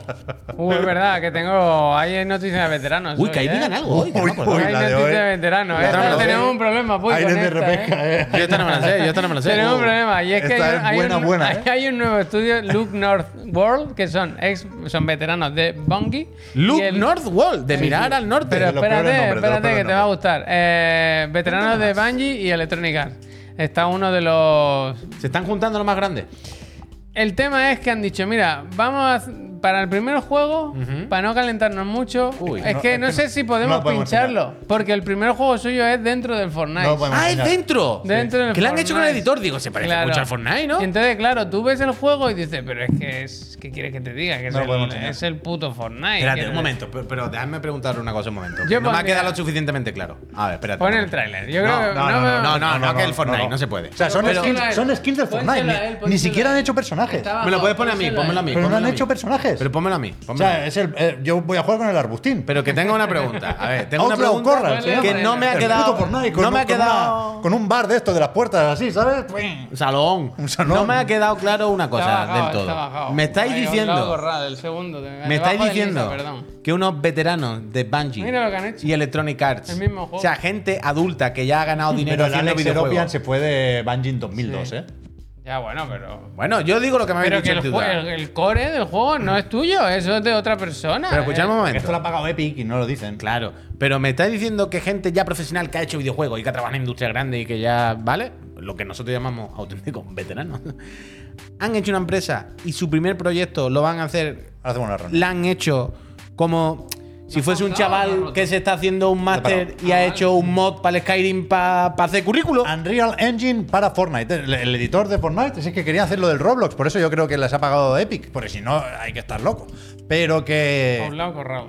A: Uy, Uh, es verdad, que tengo. Hay noticias de veteranos.
C: Uy,
A: hoy,
C: que ahí
A: ¿eh?
C: digan algo. Uy, que no
B: Uy,
C: me acordaba.
B: uy.
A: Hay
B: la de
A: noticias
B: hoy.
A: de veteranos.
B: La
A: ¿eh?
B: de
A: Esta-
B: hoy.
A: Tenemos un problema, Puy,
B: Aires
A: con
B: de
A: esta, ¿eh?
B: repesca, eh.
C: Yo esta no me la sé, yo esta no me la sé.
A: Tenemos un
C: Uh.
A: problema, y es que
B: Esta
A: hay,
B: es
A: un- hay
B: buena,
A: un,
B: buena,
A: hay-
B: ¿eh?
A: [LAUGHS] hay un nuevo estudio, Look North World, que son ex, son veteranos de Bungie.
C: Look
A: y el-
C: North Wall, de mirar al norte.
A: Pero
B: De los
A: espérate,
B: peores nombres, de los
A: espérate, que
B: peores
A: te va a
B: nombres.
A: gustar. Eh, veteranos de Bungie y Electronic Arts. Está uno de los.
C: Se están juntando los más grandes.
A: El tema es que han dicho, mira, vamos a hac- para el primer juego, para no calentarnos mucho,
C: Uy,
A: es
B: no,
A: que
B: es
A: no
B: que
A: sé
B: no-
A: si podemos
B: no podemos
A: pincharlo, porque el primer juego suyo es dentro del Fortnite.
B: No podemos
C: ¡Ah, es
B: engañar.
C: dentro!
A: Dentro del
C: que le han hecho con el
A: Fortnite.
C: editor. Digo, se parece
A: Claro.
C: mucho al Fortnite, ¿no?
A: Y entonces, claro, tú ves el juego y dices, pero es que es. ¿Qué quieres que te diga? Que es,
B: No lo podemos
A: el,
B: enseñar.
A: es el puto Fortnite.
C: Espérate,
A: Quiero
C: un momento, pero, pero déjame preguntar una cosa un momento.
A: Yo,
C: no me
A: pues,
C: ha quedado
A: mira.
C: lo suficientemente claro. A ver, espérate.
A: Pon
C: un
A: el
C: momento.
A: tráiler. Yo
C: No,
A: creo que.
C: no, no,
A: me-
C: no, no, no, que el Fortnite
B: no, no.
C: no se puede.
B: O sea, son,
A: Pero-
B: skins, son skins del
A: Pónsela
B: Fortnite.
A: a él,
B: ni- ni
A: pónsela
B: siquiera
A: a
B: han
A: él.
B: hecho personajes.
A: Está abajo,
C: Me lo puedes poner a mí,
A: pónsela
C: pónmelo a mí.
B: Pero no
C: pónmelo
B: han
C: a mí.
B: hecho personajes.
C: Pero pónmelo a mí.
B: o
C: pónmelo a
B: sea,
C: mí.
B: es el, eh, yo voy a jugar con el arbustín.
C: Pero que tengo una pregunta. A ver, tengo una
B: Outlaw
C: pregunta
B: Corral,
A: se
C: que
A: llama.
C: no me ha
A: El
C: quedado. no me ha
B: Con,
C: quedado.
B: un bar de esto de las puertas así, ¿sabes?
C: Salón.
B: Un salón.
C: No me ha quedado claro una
A: Está
C: cosa
A: bajado,
C: del
A: está
C: todo.
A: bajado.
C: Me
A: Ahí,
C: estáis
A: a un lado,
C: diciendo.
A: Corral, el segundo, de-
C: Me estáis
A: debajo de Lisa,
C: diciendo
A: perdón.
C: que unos veteranos de Bungie
A: Mira lo que han hecho.
C: y Electronic Arts,
A: El mismo juego.
C: o sea, gente adulta que ya ha ganado dinero
B: Pero el
C: haciendo
B: Alex Eropian
C: videojuegos.
B: se fue de Bungie en 2002,
A: Sí.
B: ¿eh?
A: Ya, bueno, pero.
C: Bueno, yo digo lo que me habéis
A: Pero que
C: dicho
A: el,
C: en
A: jue-
C: titular.
A: el- el core del juego no es tuyo, eso es de otra persona.
C: Pero escuchad un
A: eh.
B: Esto lo ha
C: momento.
B: pagado Epic y no lo dicen.
C: Claro, pero me estáis diciendo que gente ya profesional que ha hecho videojuegos y que ha trabajado en industria grande y que ya, ¿vale? Lo que nosotros llamamos auténticos veteranos. Han hecho una empresa y su primer proyecto lo van a hacer
B: Ahora hacemos una ronda.
C: la han hecho como si fuese un
A: contado, me has
C: chaval
A: roto.
C: que se está haciendo un máster y ha hecho un mod para el Skyrim para hacer currículo.
B: Unreal Engine para Fortnite. El, el editor de Fortnite es que quería hacer lo del Roblox, por eso yo creo que les ha pagado Epic, porque si no hay que estar loco. Pero
C: eh,
A: A un
B: que
A: lado, Corral.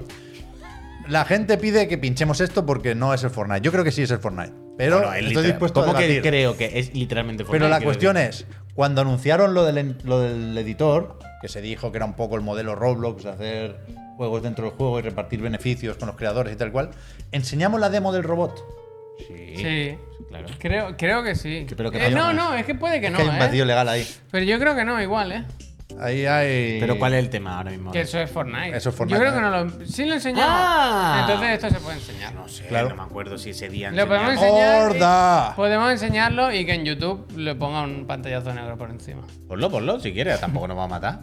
B: la gente pide que pinchemos esto porque no es el Fortnite. Yo creo que sí es el Fortnite, pero
C: Bueno, es
B: estoy
C: literal-
B: dispuesto a
C: ¿Cómo que
B: debatir.
C: creo que es literalmente
B: Pero
C: Fortnite,
B: la
C: quiero
B: cuestión
C: decir?
B: es, cuando anunciaron lo del, lo del editor, que se dijo que era un poco el modelo Roblox, hacer juegos dentro del juego y repartir beneficios con los creadores y tal cual, enseñamos la demo del robot.
C: Sí.
A: Sí.
C: claro.
A: Creo, creo que sí.
C: Que- pero que
A: Eh,
C: pasa
A: no,
C: con-
A: no, es que puede que
B: Es
A: no.
B: que hay un
A: ¿eh?
B: vacío legal ahí.
A: Pero yo creo que no, igual, ¿eh?
B: Ahí hay...
C: Pero ¿cuál es el tema ahora
D: Ah,
C: mismo?
A: Que eso es Fortnite.
B: Eso es Fortnite,
A: Yo creo que
B: ¿no?
A: no lo. Sí lo enseñamos.
C: Ah.
A: Entonces esto se puede enseñar.
C: No sé,
B: Claro.
C: no me acuerdo si ese día
A: Lo podemos
C: enseñaron.
A: enseñar. y-
C: Ah.
B: ¡Horda!
A: podemos enseñarlo y que en YouTube le ponga un pantallazo negro por encima.
C: Ponlo, ponlo, si quieres, tampoco nos va a matar.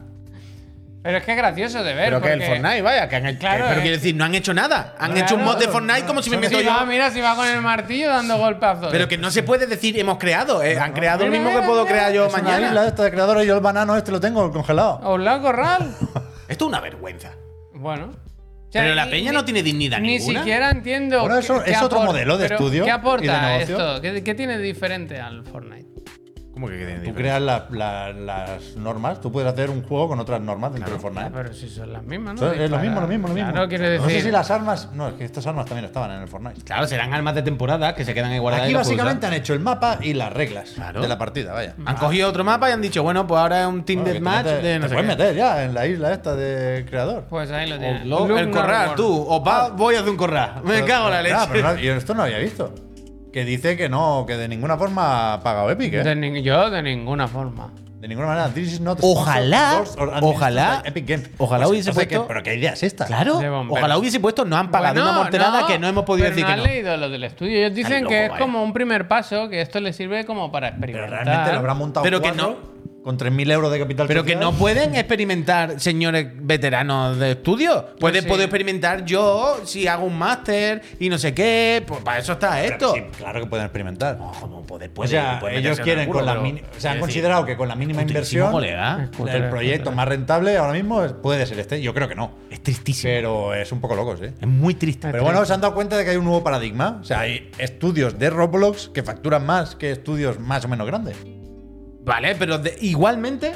A: Pero es que es gracioso de ver.
C: Pero que el
A: porque-
C: Fortnite, vaya, que han hecho.
A: Claro,
C: pero
A: eh.
C: quiero decir, no han hecho nada. Han
A: Claro.
C: hecho un mod de Fortnite como si me
A: Si
C: meto yo.
A: va, mira, si va con el martillo dando golpazos.
C: Pero que no se puede decir hemos creado. eh, han creado el
A: Mira,
C: mismo que
A: mira,
C: puedo
A: mira.
C: crear yo
B: Es una
C: mañana. Oh.
B: isla esta de creadores, yo el banano este lo tengo congelado.
A: ¿O la corral?
C: Esto es una vergüenza.
A: bueno. O sea,
C: Pero la
A: ni-
C: peña
A: ni-
C: no tiene dignidad
A: Ni
C: ninguna.
A: siquiera entiendo.
B: Bueno,
A: qué-
B: eso
A: qué
B: es otro
A: aporta-
B: modelo de
A: pero
B: estudio y
A: ¿Qué
B: de
A: aporta
B: negocio.
A: esto? ¿Qué, qué tiene de diferente al Fortnite?
C: ¿Cómo que tiene
B: Tú
C: dignidad?
B: creas la- la- las normas, tú puedes hacer un juego con otras normas dentro del
A: Ah,
B: Fortnite.
A: pero si son las mismas, ¿no?
B: Eso es lo
A: Disparar.
B: mismo, lo mismo, lo mismo.
A: Claro, quiero decir.
B: No sé si las armas. No, es que estas armas también estaban en el Fortnite.
C: Claro, serán armas de temporada que se quedan ahí guardadas.
B: Aquí
C: y las puedes
B: básicamente han
C: usar.
B: hecho el mapa y las reglas
C: Claro. Ah,
B: de la partida, vaya.
C: han cogido otro mapa y han dicho, bueno, pues ahora es un Team
B: Bueno, que te
C: Deathmatch
B: metes-
C: de no
B: te
C: sé
B: puedes
C: qué.
B: meter ya en la isla esta de creador.
A: Pues ahí lo tienes.
C: Outlaw,
A: Look
C: el corral,
A: normal.
C: tú. Os va, voy a hacer un corral. Me
B: Ah. Pero-
C: cago en la
B: pero-
C: leche.
B: ah, pero no- yo esto no lo había visto. Que dice que no, que de ninguna forma ha pagado Epic, ¿eh?
A: De
B: De,
A: ni- yo de ninguna forma.
B: ninguna manera. This is not
C: Ojalá-
B: sponsored or administered
C: ojalá-
B: by Epic Games.
C: ojalá
B: O sea-
C: hubiese
B: o sea que- pues,
C: puesto-
B: pero qué idea es esta.
C: Claro,
A: De bomberos.
C: ojalá hubiese puesto, no han pagado
A: Bueno,
C: una morterada que no hemos podido
A: pero
C: decir
A: no
C: que
A: han
C: no.
A: leído lo del estudio. Ellos dicen
C: loco,
A: que es
C: vaya.
A: como un primer paso, que esto les sirve como para
B: Pero
A: experimentar.
B: realmente lo habrán montado
C: Pero que
B: cuatro con 3.000 euros de capital
C: Pero que
B: social.
C: no pueden experimentar, señores veteranos de estudio. Puede,
A: sí.
C: Puedo experimentar yo si hago un máster y no sé qué. Pues para eso está esto.
B: Sí, claro que pueden experimentar.
C: No, como poder,
B: O
C: puede,
B: sea,
C: puede
B: ellos
C: meterse en
B: quieren
C: apuro,
B: con la
C: pero-
B: mini- o sea, han
C: quiero decir,
B: considerado que con la mínima
C: putísimo,
B: inversión
C: colega.
B: el proyecto más rentable ahora mismo es- puede ser este. Yo creo que no.
C: Es tristísimo.
B: Pero es un poco loco, sí.
C: es muy triste.
B: Pero bueno, se han dado cuenta de que hay un nuevo paradigma. O sea, hay estudios de Roblox que facturan más que estudios más o menos grandes.
C: Vale, pero de- igualmente,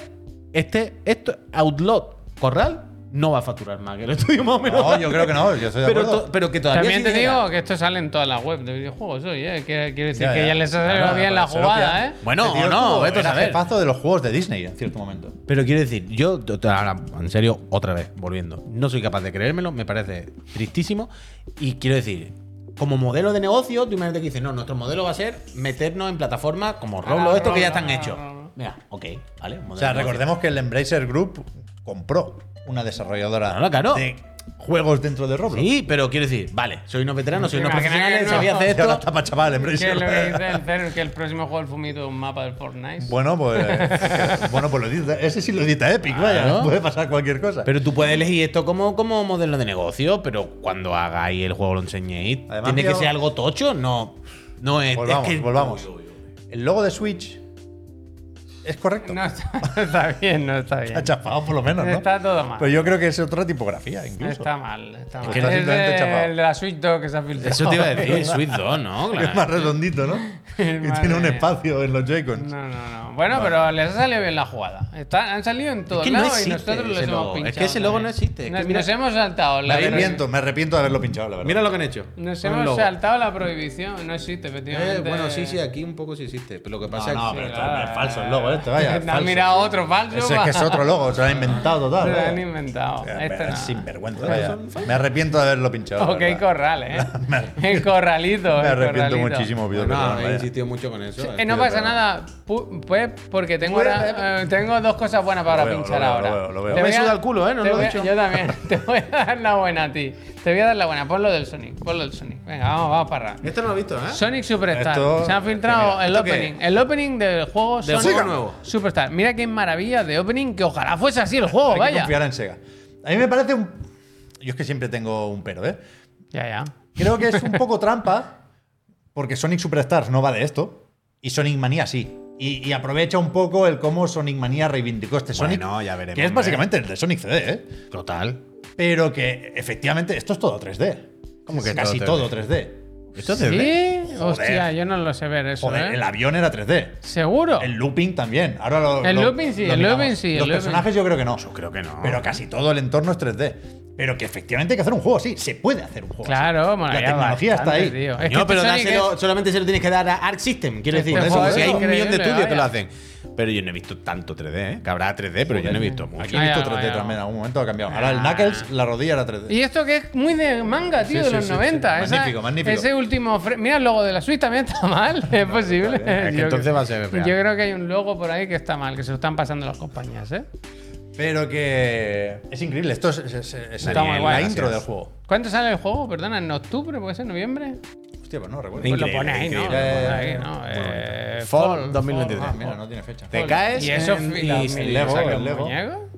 C: este, esto, Outlaw Corral no va a facturar más que el estudio más o menos.
B: No, yo creo que no, yo estoy de
C: [LAUGHS] pero,
B: acuerdo.
C: to- pero que todavía.
A: También
C: sí
A: te
C: llega.
A: digo que esto sale en todas las webs de videojuegos, oye. que- Quiero decir
B: Ya,
A: que
B: ya.
A: ya les ha salido
B: Claro,
A: bien la
B: se lo
A: jugada,
B: pillan.
A: ¿eh?
C: Bueno,
B: Este tío
C: o no,
B: estuvo-
C: vete a
B: era
C: saber.
B: jefazo de los juegos de Disney en cierto momento.
C: Pero quiero decir, yo, t- t- ahora, en serio, otra vez, volviendo, no soy capaz de creérmelo, me parece tristísimo. Y quiero decir, como modelo de negocio, tú imagínate que dices, no, nuestro modelo va a ser meternos en plataformas como Roblox, esto que ya están
A: Ah, Roblox,
C: hechos.
A: Roblox.
C: Mira, ok, vale. un modelo
B: O sea,
C: de negocio.
B: recordemos que el Embracer Group compró una desarrolladora
C: Claro, claro.
B: de juegos dentro de Roblox.
C: Sí, pero quiero decir, vale, soy unos veteranos, soy unos
A: Imagina Ah, que
C: profesionales,
A: no.
C: sabía hacer
B: Y ahora
C: esto.
B: está para chaval el
A: Que es lo que
B: Embracer.
A: dice el Cer, que el próximo juego del fumito es un mapa del Fortnite.
B: Bueno, pues. [LAUGHS] bueno, pues lo edita. Ese sí lo edita Epic,
C: Claro.
B: vaya. Puede pasar cualquier cosa.
C: Pero tú puedes elegir esto como, como modelo de negocio, pero cuando hagáis el juego lo enseñéis.
B: Además,
C: Tiene que
B: tío-
C: ser
D: [LAUGHS]
C: algo tocho, no. No es. es
B: volvamos,
C: que-
B: volvamos. El logo de Switch es correcto.
A: No está, [LAUGHS] está bien, no está bien.
B: Está chafado por lo menos, ¿no?
A: Está todo mal.
B: Pero yo creo que es otra tipografía, incluso.
A: Está mal, está mal.
B: que
A: Es
B: está simplemente
A: de-
B: chapado.
A: el de la Switch 2 que se ha filtrado.
C: Eso te iba a decir, Switch 2, ¿no?
B: Que es más
C: Claro.
A: [LAUGHS]
B: redondito, ¿no? y
A: Madre
B: tiene un
A: mía.
B: espacio en los Joy-Cons.
A: [LAUGHS] No, no, no. Bueno, pero les ha salido bien la jugada. Está- han salido en todos
C: que no
A: lados y
C: existe
A: nosotros los
C: ese
A: hemos
C: logo.
A: pinchado.
C: Es que ese logo no
A: también.
C: existe. Es que
A: Nos,
C: mira-
A: nos hemos saltado
B: me
A: la
B: arrepiento, me arrepiento de haberlo pinchado, la verdad.
C: Mira lo que han hecho.
A: Nos
C: Con el
A: hemos
C: logo.
A: saltado la prohibición. No existe,
C: Eh,
A: efectivamente.
C: bueno, sí, sí, aquí un poco sí existe. Pero lo que
A: Ah,
C: pasa
B: no,
C: es
B: pero
C: que.
B: esto es falso el logo
A: [LAUGHS]
B: este, vaya,
A: Han
B: falso.
A: mirado otro falso.
B: Ese es que es otro logo, se lo han inventado
A: [LAUGHS] Se
B: total.
A: lo
B: vaya.
A: han inventado.
B: O sea,
A: Este
B: es
A: no.
B: sinvergüenza, vaya. Me arrepiento de haberlo pinchado. la
A: Ok,
B: verdad.
A: corral,
C: [LAUGHS]
A: ¿eh? el corralito.
B: Me
A: el
B: arrepiento
A: corralito.
B: muchísimo, pido
C: no,
B: perdón,
C: he
B: vaya.
C: insistido mucho con eso.
A: Eh, no
C: Pido
A: pasa
C: perdón.
A: nada, pu- pues, porque tengo,
B: Pues,
A: ahora- eh, tengo dos cosas buenas para
B: Lo veo,
A: pinchar
B: lo veo,
A: ahora.
B: lo veo, lo veo.
A: Te
C: Me
A: voy a-
C: suda el culo, ¿eh? No
A: te
C: lo he
A: voy a-
C: dicho.
A: Yo también. [LAUGHS] Te voy a dar la buena a ti. Te voy a dar la buena. Pon lo del Sonic. Pon lo del Sonic. Venga, vamos, vamos para arriba.
C: Esto no lo he visto, ¿eh?
A: Sonic Superstar.
B: Esto-
A: Se ha filtrado
B: mira,
A: el
B: ¿esto qué
A: opening. El opening del juego
C: Del
A: Sonic
C: juego nuevo.
A: Superstar. Mira qué maravilla de opening que ojalá fuese así el juego,
B: Hay que
A: vaya.
B: confiar en Sega. A mí me parece un. Yo es que siempre tengo un pero, ¿eh?
A: Ya, ya.
B: Creo que es un poco trampa, porque Sonic Superstars no va de esto, y Sonic Manía sí. Y, y aprovecha un poco el cómo Sonic Manía reivindicó este Sonic.
C: Bueno, ya veremos,
B: Que es
C: hombre.
B: básicamente el de Sonic CD, ¿eh?
C: Total.
B: Pero que efectivamente esto es todo 3D.
D: ¿Cómo que
B: Casi
D: todo
B: todo 3D.
D: Esto es de-
A: ¿Sí? Hostia, yo no lo sé ver eso,
B: Joder,
A: ¿eh?
B: el avión era 3D.
A: ¿Seguro?
B: El looping también. Ahora lo,
A: El
B: lo-
A: looping sí,
B: lo
A: el
B: miramos.
A: looping sí, el
B: Los
A: looping.
B: personajes yo creo que no.
C: Yo creo que no.
B: Pero casi todo el entorno es 3D. Pero que efectivamente hay que hacer un juego así. Se puede hacer un juego así.
A: Claro,
B: La
A: molaría
B: tecnología está
A: bastante,
B: ahí.
A: tío. Es que
C: No, pero
A: este Sonic
C: dáselo-
A: es-
C: solamente se lo tienes que dar a Arc System, quiero decir.
A: Este
C: Por
A: juego
C: eso, si
A: es
C: hay un
A: increíble,
C: millón de estudios que lo
A: vaya.
C: hacen. Pero yo no he visto tanto 3D, ¿eh? Que habrá 3D, pero yo no he visto mucho.
B: Aquí he visto
A: Vaya,
B: 3D
A: vaya.
B: también, en algún momento ha cambiado. Ahora el Knuckles, la rodilla era 3D.
A: Ah. Y esto que es muy de manga, tío, de
B: sí,
A: los
B: sí, sí.
A: 90. Esa-
B: Magnífico, magnífico.
A: Ese último. fre- Mira, el logo de la Switch también está mal. [LAUGHS] es posible.
C: bien. Es que
A: Yo-
C: entonces va a ser
A: Yo
C: fea.
A: creo que hay un logo por ahí que está mal, que se lo están pasando las compañías, ¿eh?
B: Pero que es increíble. Esto es, es- es- es
A: Está
B: el-
A: muy
B: la
A: guay,
B: intro
C: gracias.
B: del juego.
A: ¿Cuánto sale el juego? Perdona, en octubre, puede ser noviembre.
B: Hostia, pues no recuerdo.
A: Pues lo
C: Increíble,
A: pone ahí, ¿no? Lo
C: increíble.
A: pone
B: Eh,
A: ahí, ¿no? Eh,
C: Fall 2023.
A: ah,
B: Mira, no tiene fecha.
C: Te caes.
A: Y eso
C: en-
A: fila-
C: y-
A: mil-
B: Lego,
A: saca
B: el
A: un
B: Lego.
A: muñeco.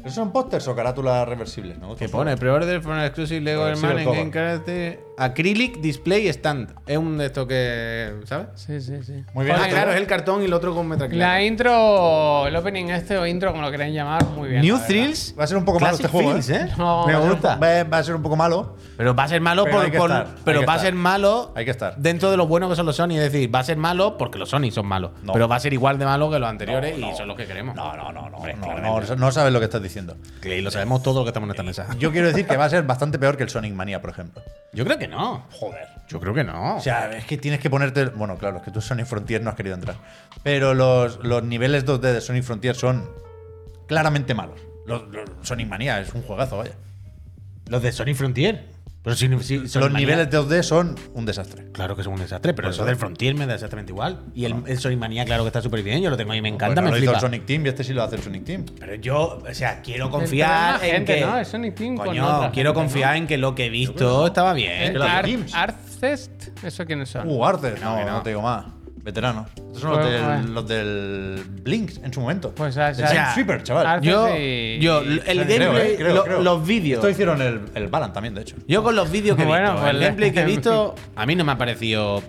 B: ¿Pero son pósters o carátulas reversibles? ¿no?
C: Que pone pre-order for an exclusive Lego
B: Bueno, sí,
C: Herman
B: el
C: en
B: cover.
C: Game Character Acrylic Display Stand. Es un de estos que. ¿Sabes?
A: Sí, sí, sí.
B: Muy bien.
C: ah,
B: esto-
C: claro, es el cartón y el otro con
A: La
C: metraquilado.
A: intro, el opening este o intro, como lo queréis llamar, muy bien. la
C: New
A: verdad.
C: Thrills.
B: Va a ser un poco malo
C: Classic
B: este juego,
C: Thrills,
B: ¿eh?
A: No,
C: Me
A: va a ser un
C: gusta.
B: Va, va a ser un poco malo.
C: Pero va a ser malo
B: Pero
C: por.
B: hay que
C: por-
B: estar, hay
C: pero
B: que
C: va a
B: estar.
C: ser malo.
B: Hay que estar.
C: Dentro de lo bueno que son los Sony. Es decir, va a ser malo porque los Sony son malos.
B: No.
C: Pero va a ser igual de malo que los anteriores y son los que queremos.
B: No, no, no, no.
C: Hombre,
B: no, no,
C: claramente.
B: no sabes lo que estás diciendo.
C: Clay, lo sabemos todo lo que estamos en esta mesa.
B: Yo quiero decir que va a ser bastante peor que el Sonic Mania, por ejemplo.
C: Yo creo que no.
B: Joder.
C: Yo creo que no.
B: O sea, es que tienes que ponerte. Bueno, claro, es que tú Sonic Frontier no has querido entrar. Pero los, los niveles 2D de Sonic Frontier son claramente malos. Los, los- Sonic Mania es un juegazo, vaya.
C: los de Sony Frontier. Pero si, si- Sony
B: los
C: Mania-
B: niveles 2D son un desastre.
C: Claro que es un desastre, pero
B: Pues
C: eso
B: no.
C: del Frontier me da exactamente igual. Y el, el Sonic Manía, claro que está súper bien, yo Ah. lo tengo ahí, me encanta,
B: Bueno,
C: me
B: lo hizo
C: flipa.
B: el Sonic Team y este sí lo hace el Sonic Team.
C: Pero yo, o sea, quiero
A: Pero
C: confiar
A: una
C: en
A: gente,
C: que.
A: ¿no? Es Sonic Team con
C: Coño,
A: otra
C: quiero
A: gente,
C: confiar en que lo que he visto estaba bien.
A: Eh,
C: que lo-
A: Ar-
B: Teams.
A: Arcest, ¿eso quiénes son?
B: Uh, Artes.
C: no,
B: No,
C: que no.
B: no te digo más. Veteranos. Estos son
A: Pues,
B: los,
A: bueno.
B: del, los del Blinks en su momento.
A: Pues, ah,
B: Del
A: ah,
B: Sonic
C: ah.
B: Sweeper, chaval.
A: Ar-
C: Yo,
A: Arcade y-
C: yo, el
B: Creo,
C: gameplay,
B: eh, creo,
C: lo-
B: creo.
C: los vídeos.
B: Esto hicieron el, el Balan también, de hecho.
C: Yo con los vídeos que he visto,
A: Bueno, pues
C: el
A: le-
C: gameplay que he [LAUGHS] visto, a mí no me ha parecido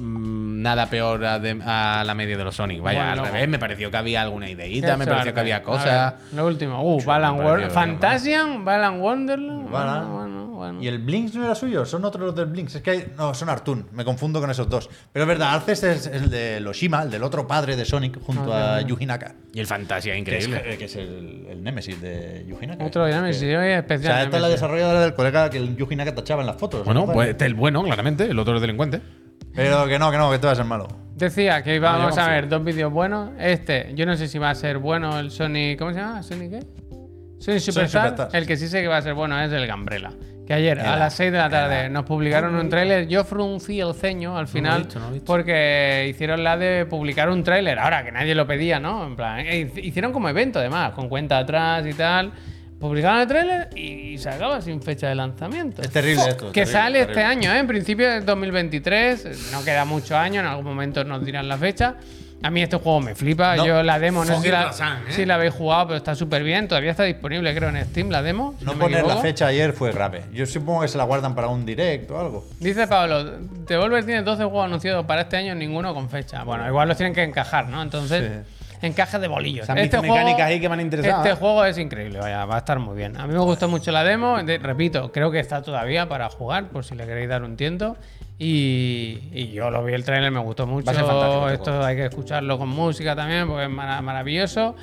C: mm, nada peor a, de- a la media de los Sonic. Vaya,
A: Bueno.
C: al revés, me pareció que había alguna ideita,
A: Eso,
C: me pareció
A: Arcest.
C: que había
A: A
C: cosas.
A: ver, Lo último. Uh,
C: Mucho,
A: Balan
C: me
A: World.
C: pareció,
A: Fantasian, Balan Wonderland.
B: Balan.
A: Bueno, bueno, Bueno.
B: ¿Y el Blinks no era suyo? Son otros del Blinks. Es que hay- No, son Artun. Me confundo con esos dos. Pero es verdad, Arces es el de Loshima, el del otro padre de Sonic junto
A: Ah,
B: a Yuji Naka.
C: Y el fantasía es
B: Que es,
C: increíble.
B: que es el, el némesis de Yuji Naka.
A: Otro
B: Es que-
A: Dynamis, sí, hoy es
B: O
A: especial.
B: sea, esta es la
A: Dynamis.
B: desarrolladora del colega que el Yuji Naka tachaba en las fotos.
C: Bueno,
B: ¿no?
C: pues este es el bueno, claramente. El otro es delincuente.
B: Pero que no, que no, que te vas a ser malo.
A: Decía que
B: yo
A: íbamos a
B: confío.
A: ver dos vídeos buenos. Este, yo no sé si va a ser bueno el Sonic. ¿Cómo se llama? ¿Sonic qué? Sonic Superstar.
B: Superstars.
A: El que sí sé que va a ser bueno es el Gambrela. Que ayer a
B: Era,
A: las 6 de la tarde nos publicaron un tráiler. Yo fruncí el ceño al final
D: visto, no lo he visto.
A: porque hicieron la de publicar un tráiler. Ahora que nadie lo pedía, ¿no? En plan, eh, hic- hicieron como evento además, con cuenta atrás y tal. Publicaron el tráiler y se acaba sin fecha de lanzamiento.
B: Es terrible esto.
A: Que
B: terrible,
A: sale este
B: terrible.
A: año, ¿eh? en principio es 2023, no queda mucho año, en algún momento nos dirán la fecha. A mí este juego me flipa,
B: No,
A: yo la demo, no sé si
C: fucking
A: la,
C: Razan, ¿eh?
A: si la habéis jugado, pero está súper bien, todavía está disponible creo en Steam la demo. si
B: No
A: me
B: poner la
A: equivoco.
B: fecha ayer fue grave. Yo supongo que se la guardan para un direct o algo.
A: Dice Pablo, Devolver tiene 12 juegos anunciados para este año, ninguno con fecha. Bueno, igual los tienen que encajar, ¿no? Entonces, encaje de bolillos.
C: Se han visto mecánicas ahí que me han interesado,
A: Este
C: ¿eh?
A: juego es increíble, vaya, va a estar muy bien. A mí me gustó mucho la demo, de- repito, creo que está todavía para jugar, por si le queréis dar un tiento. Y, y yo lo vi el trailer, me gustó mucho.
C: Va a ser fantástico este
A: Esto hay que escucharlo con música también, porque es mara- maravilloso.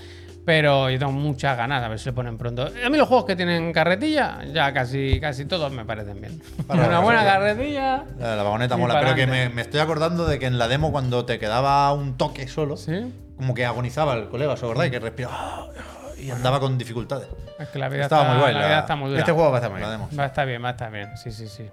A: Pero yo tengo muchas ganas, a ver si lo ponen pronto. A mí los juegos que tienen carretilla, ya casi, casi todos me parecen bien. [LAUGHS]
B: Para-
A: Una buena carretilla.
B: La de la vagoneta
A: Y
B: mola,
A: para
B: pero que me,
A: adelante.
B: me estoy acordando de que en la demo cuando te quedaba un toque solo,
A: Sí.
B: como que agonizaba el colega, ¿os acordáis? Que respiraba y andaba con dificultades.
A: Es que la vida,
B: Estaba
A: está,
B: muy guay.
A: la
B: la-
A: vida está muy dura.
B: Este juego va a estar muy bien. la demo.
A: Va a estar bien, va a estar bien. Sí, sí, sí.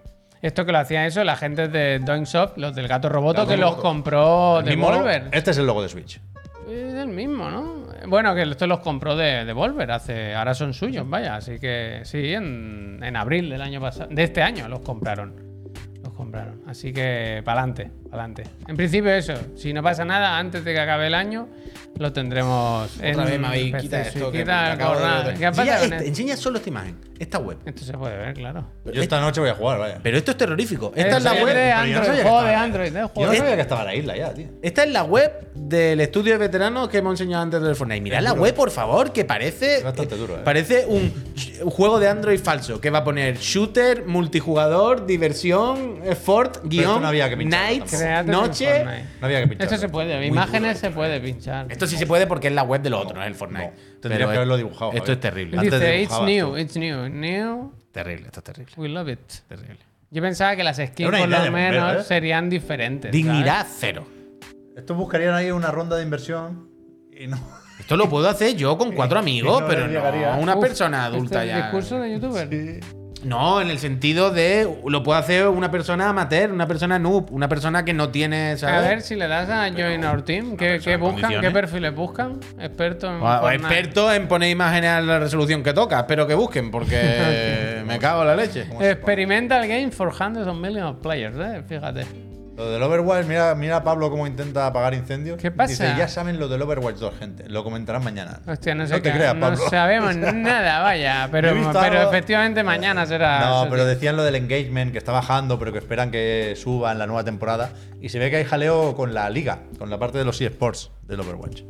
A: Esto que lo hacían eso, la gente de Doink Shop, los del gato roboto,
B: Gato
A: que los
B: Roboto.
A: compró
B: El mismo logo-
A: Devolver.
B: Este es el logo de Switch.
A: Es el mismo, ¿no? Bueno, que esto los compró de Devolver, hace, ahora son suyos, vaya. Así que sí, en, en abril del año pasado, de este año los compraron. Los compraron. Así que para adelante, para adelante. En principio eso, si no pasa nada, antes de que acabe el año, lo tendremos en
C: Otra vez me habéis
A: PC
C: quitado esto.
A: Switch.
C: que
A: Quita,
C: me acabo de-
A: corra- ¿Qué ha
C: Enseña
A: pasado con
C: este-
A: esto?
C: enseña solo esta imagen, esta web.
A: Esto se puede ver, claro.
B: Yo esta noche voy a jugar, vaya.
C: Pero esto es terrorífico. Esta es la
A: Ese
C: web.
A: de
B: pero yo no
A: Android,
B: sabía que
A: juego
B: estaba
A: de
B: ahí.
A: Android, ¿eh?
B: Yo
A: Juego
B: no
C: este-
A: de-
B: sabía que estaba la isla ya, tío.
C: Esta es la web del estudio de veteranos que hemos enseñado antes del Fortnite. Mirad la web, por favor, que parece.
B: Es bastante duro, ¿eh?
C: Parece un ch- juego de Android falso que va a poner shooter, multijugador, diversión, Fort,
B: esto
C: guión,
B: no había que pinchar,
C: nights,
A: Créate
C: noche.
A: en Fortnite.
B: No había que pinchar.
A: Esto se puede, imágenes se puede pinchar.
C: Esto sí se puede porque es la web de lo otro, no es el Fortnite.
B: No, tendrías
C: Pero
B: que
C: es-
B: haberlo dibujado,
C: Esto
B: Javier.
C: es terrible.
B: Antes
A: Dice, it's
B: dibujabas
A: new,
B: tú".
A: it's new, new,
C: Terrible, esto es terrible.
A: we love it.
C: terrible.
A: Yo pensaba que las skins,
B: una
A: por
B: idea
A: lo
B: de
A: menos,
B: bombero, ¿eh?
A: serían diferentes.
C: Dignidad cero.
B: Estos buscarían ahí una ronda de inversión y [LAUGHS] no.
C: Esto lo puedo hacer yo con
A: [LAUGHS]
C: cuatro amigos,
B: no
C: pero
B: le
C: no
B: llegaría.
C: a una persona adulta
A: el
C: ya.
A: este discurso de youtuber?
C: No, en el sentido de Eh, lo puede hacer una persona amateur, una persona noob, una persona que no tiene, ¿sabes?
A: A ver si le das a Join Our Team, ¿qué,
C: persona
A: qué
C: en
A: buscan? ¿Qué
C: condiciones.
A: perfiles buscan? Experto en
C: O- o
A: Fortnite.
C: Pues, ah, experto en poner imágenes a la resolución que toca. Espero que
A: [LAUGHS]
C: busquen, porque me cago en la leche.
A: Experimental game for hundreds of millions of players, ¿eh? Fíjate.
B: Lo del Overwatch, mira, mira a Pablo cómo intenta apagar incendios.
A: ¿Qué pasa?
B: Dice, ya saben lo del Overwatch 2, gente. Lo comentarán mañana.
A: Hostia, no sé
B: te
A: qué-
B: creas,
A: no
B: Pablo. [LAUGHS]
A: sabemos nada, vaya. Pero,
B: Yo he visto
A: pero
B: algo-
A: efectivamente mañana será.
B: No,
A: eso
B: pero
A: sí.
B: decían lo del engagement, que está bajando, pero que esperan que suba en la nueva temporada. Y se ve que hay jaleo con la liga, con la parte de los eSports del Overwatch.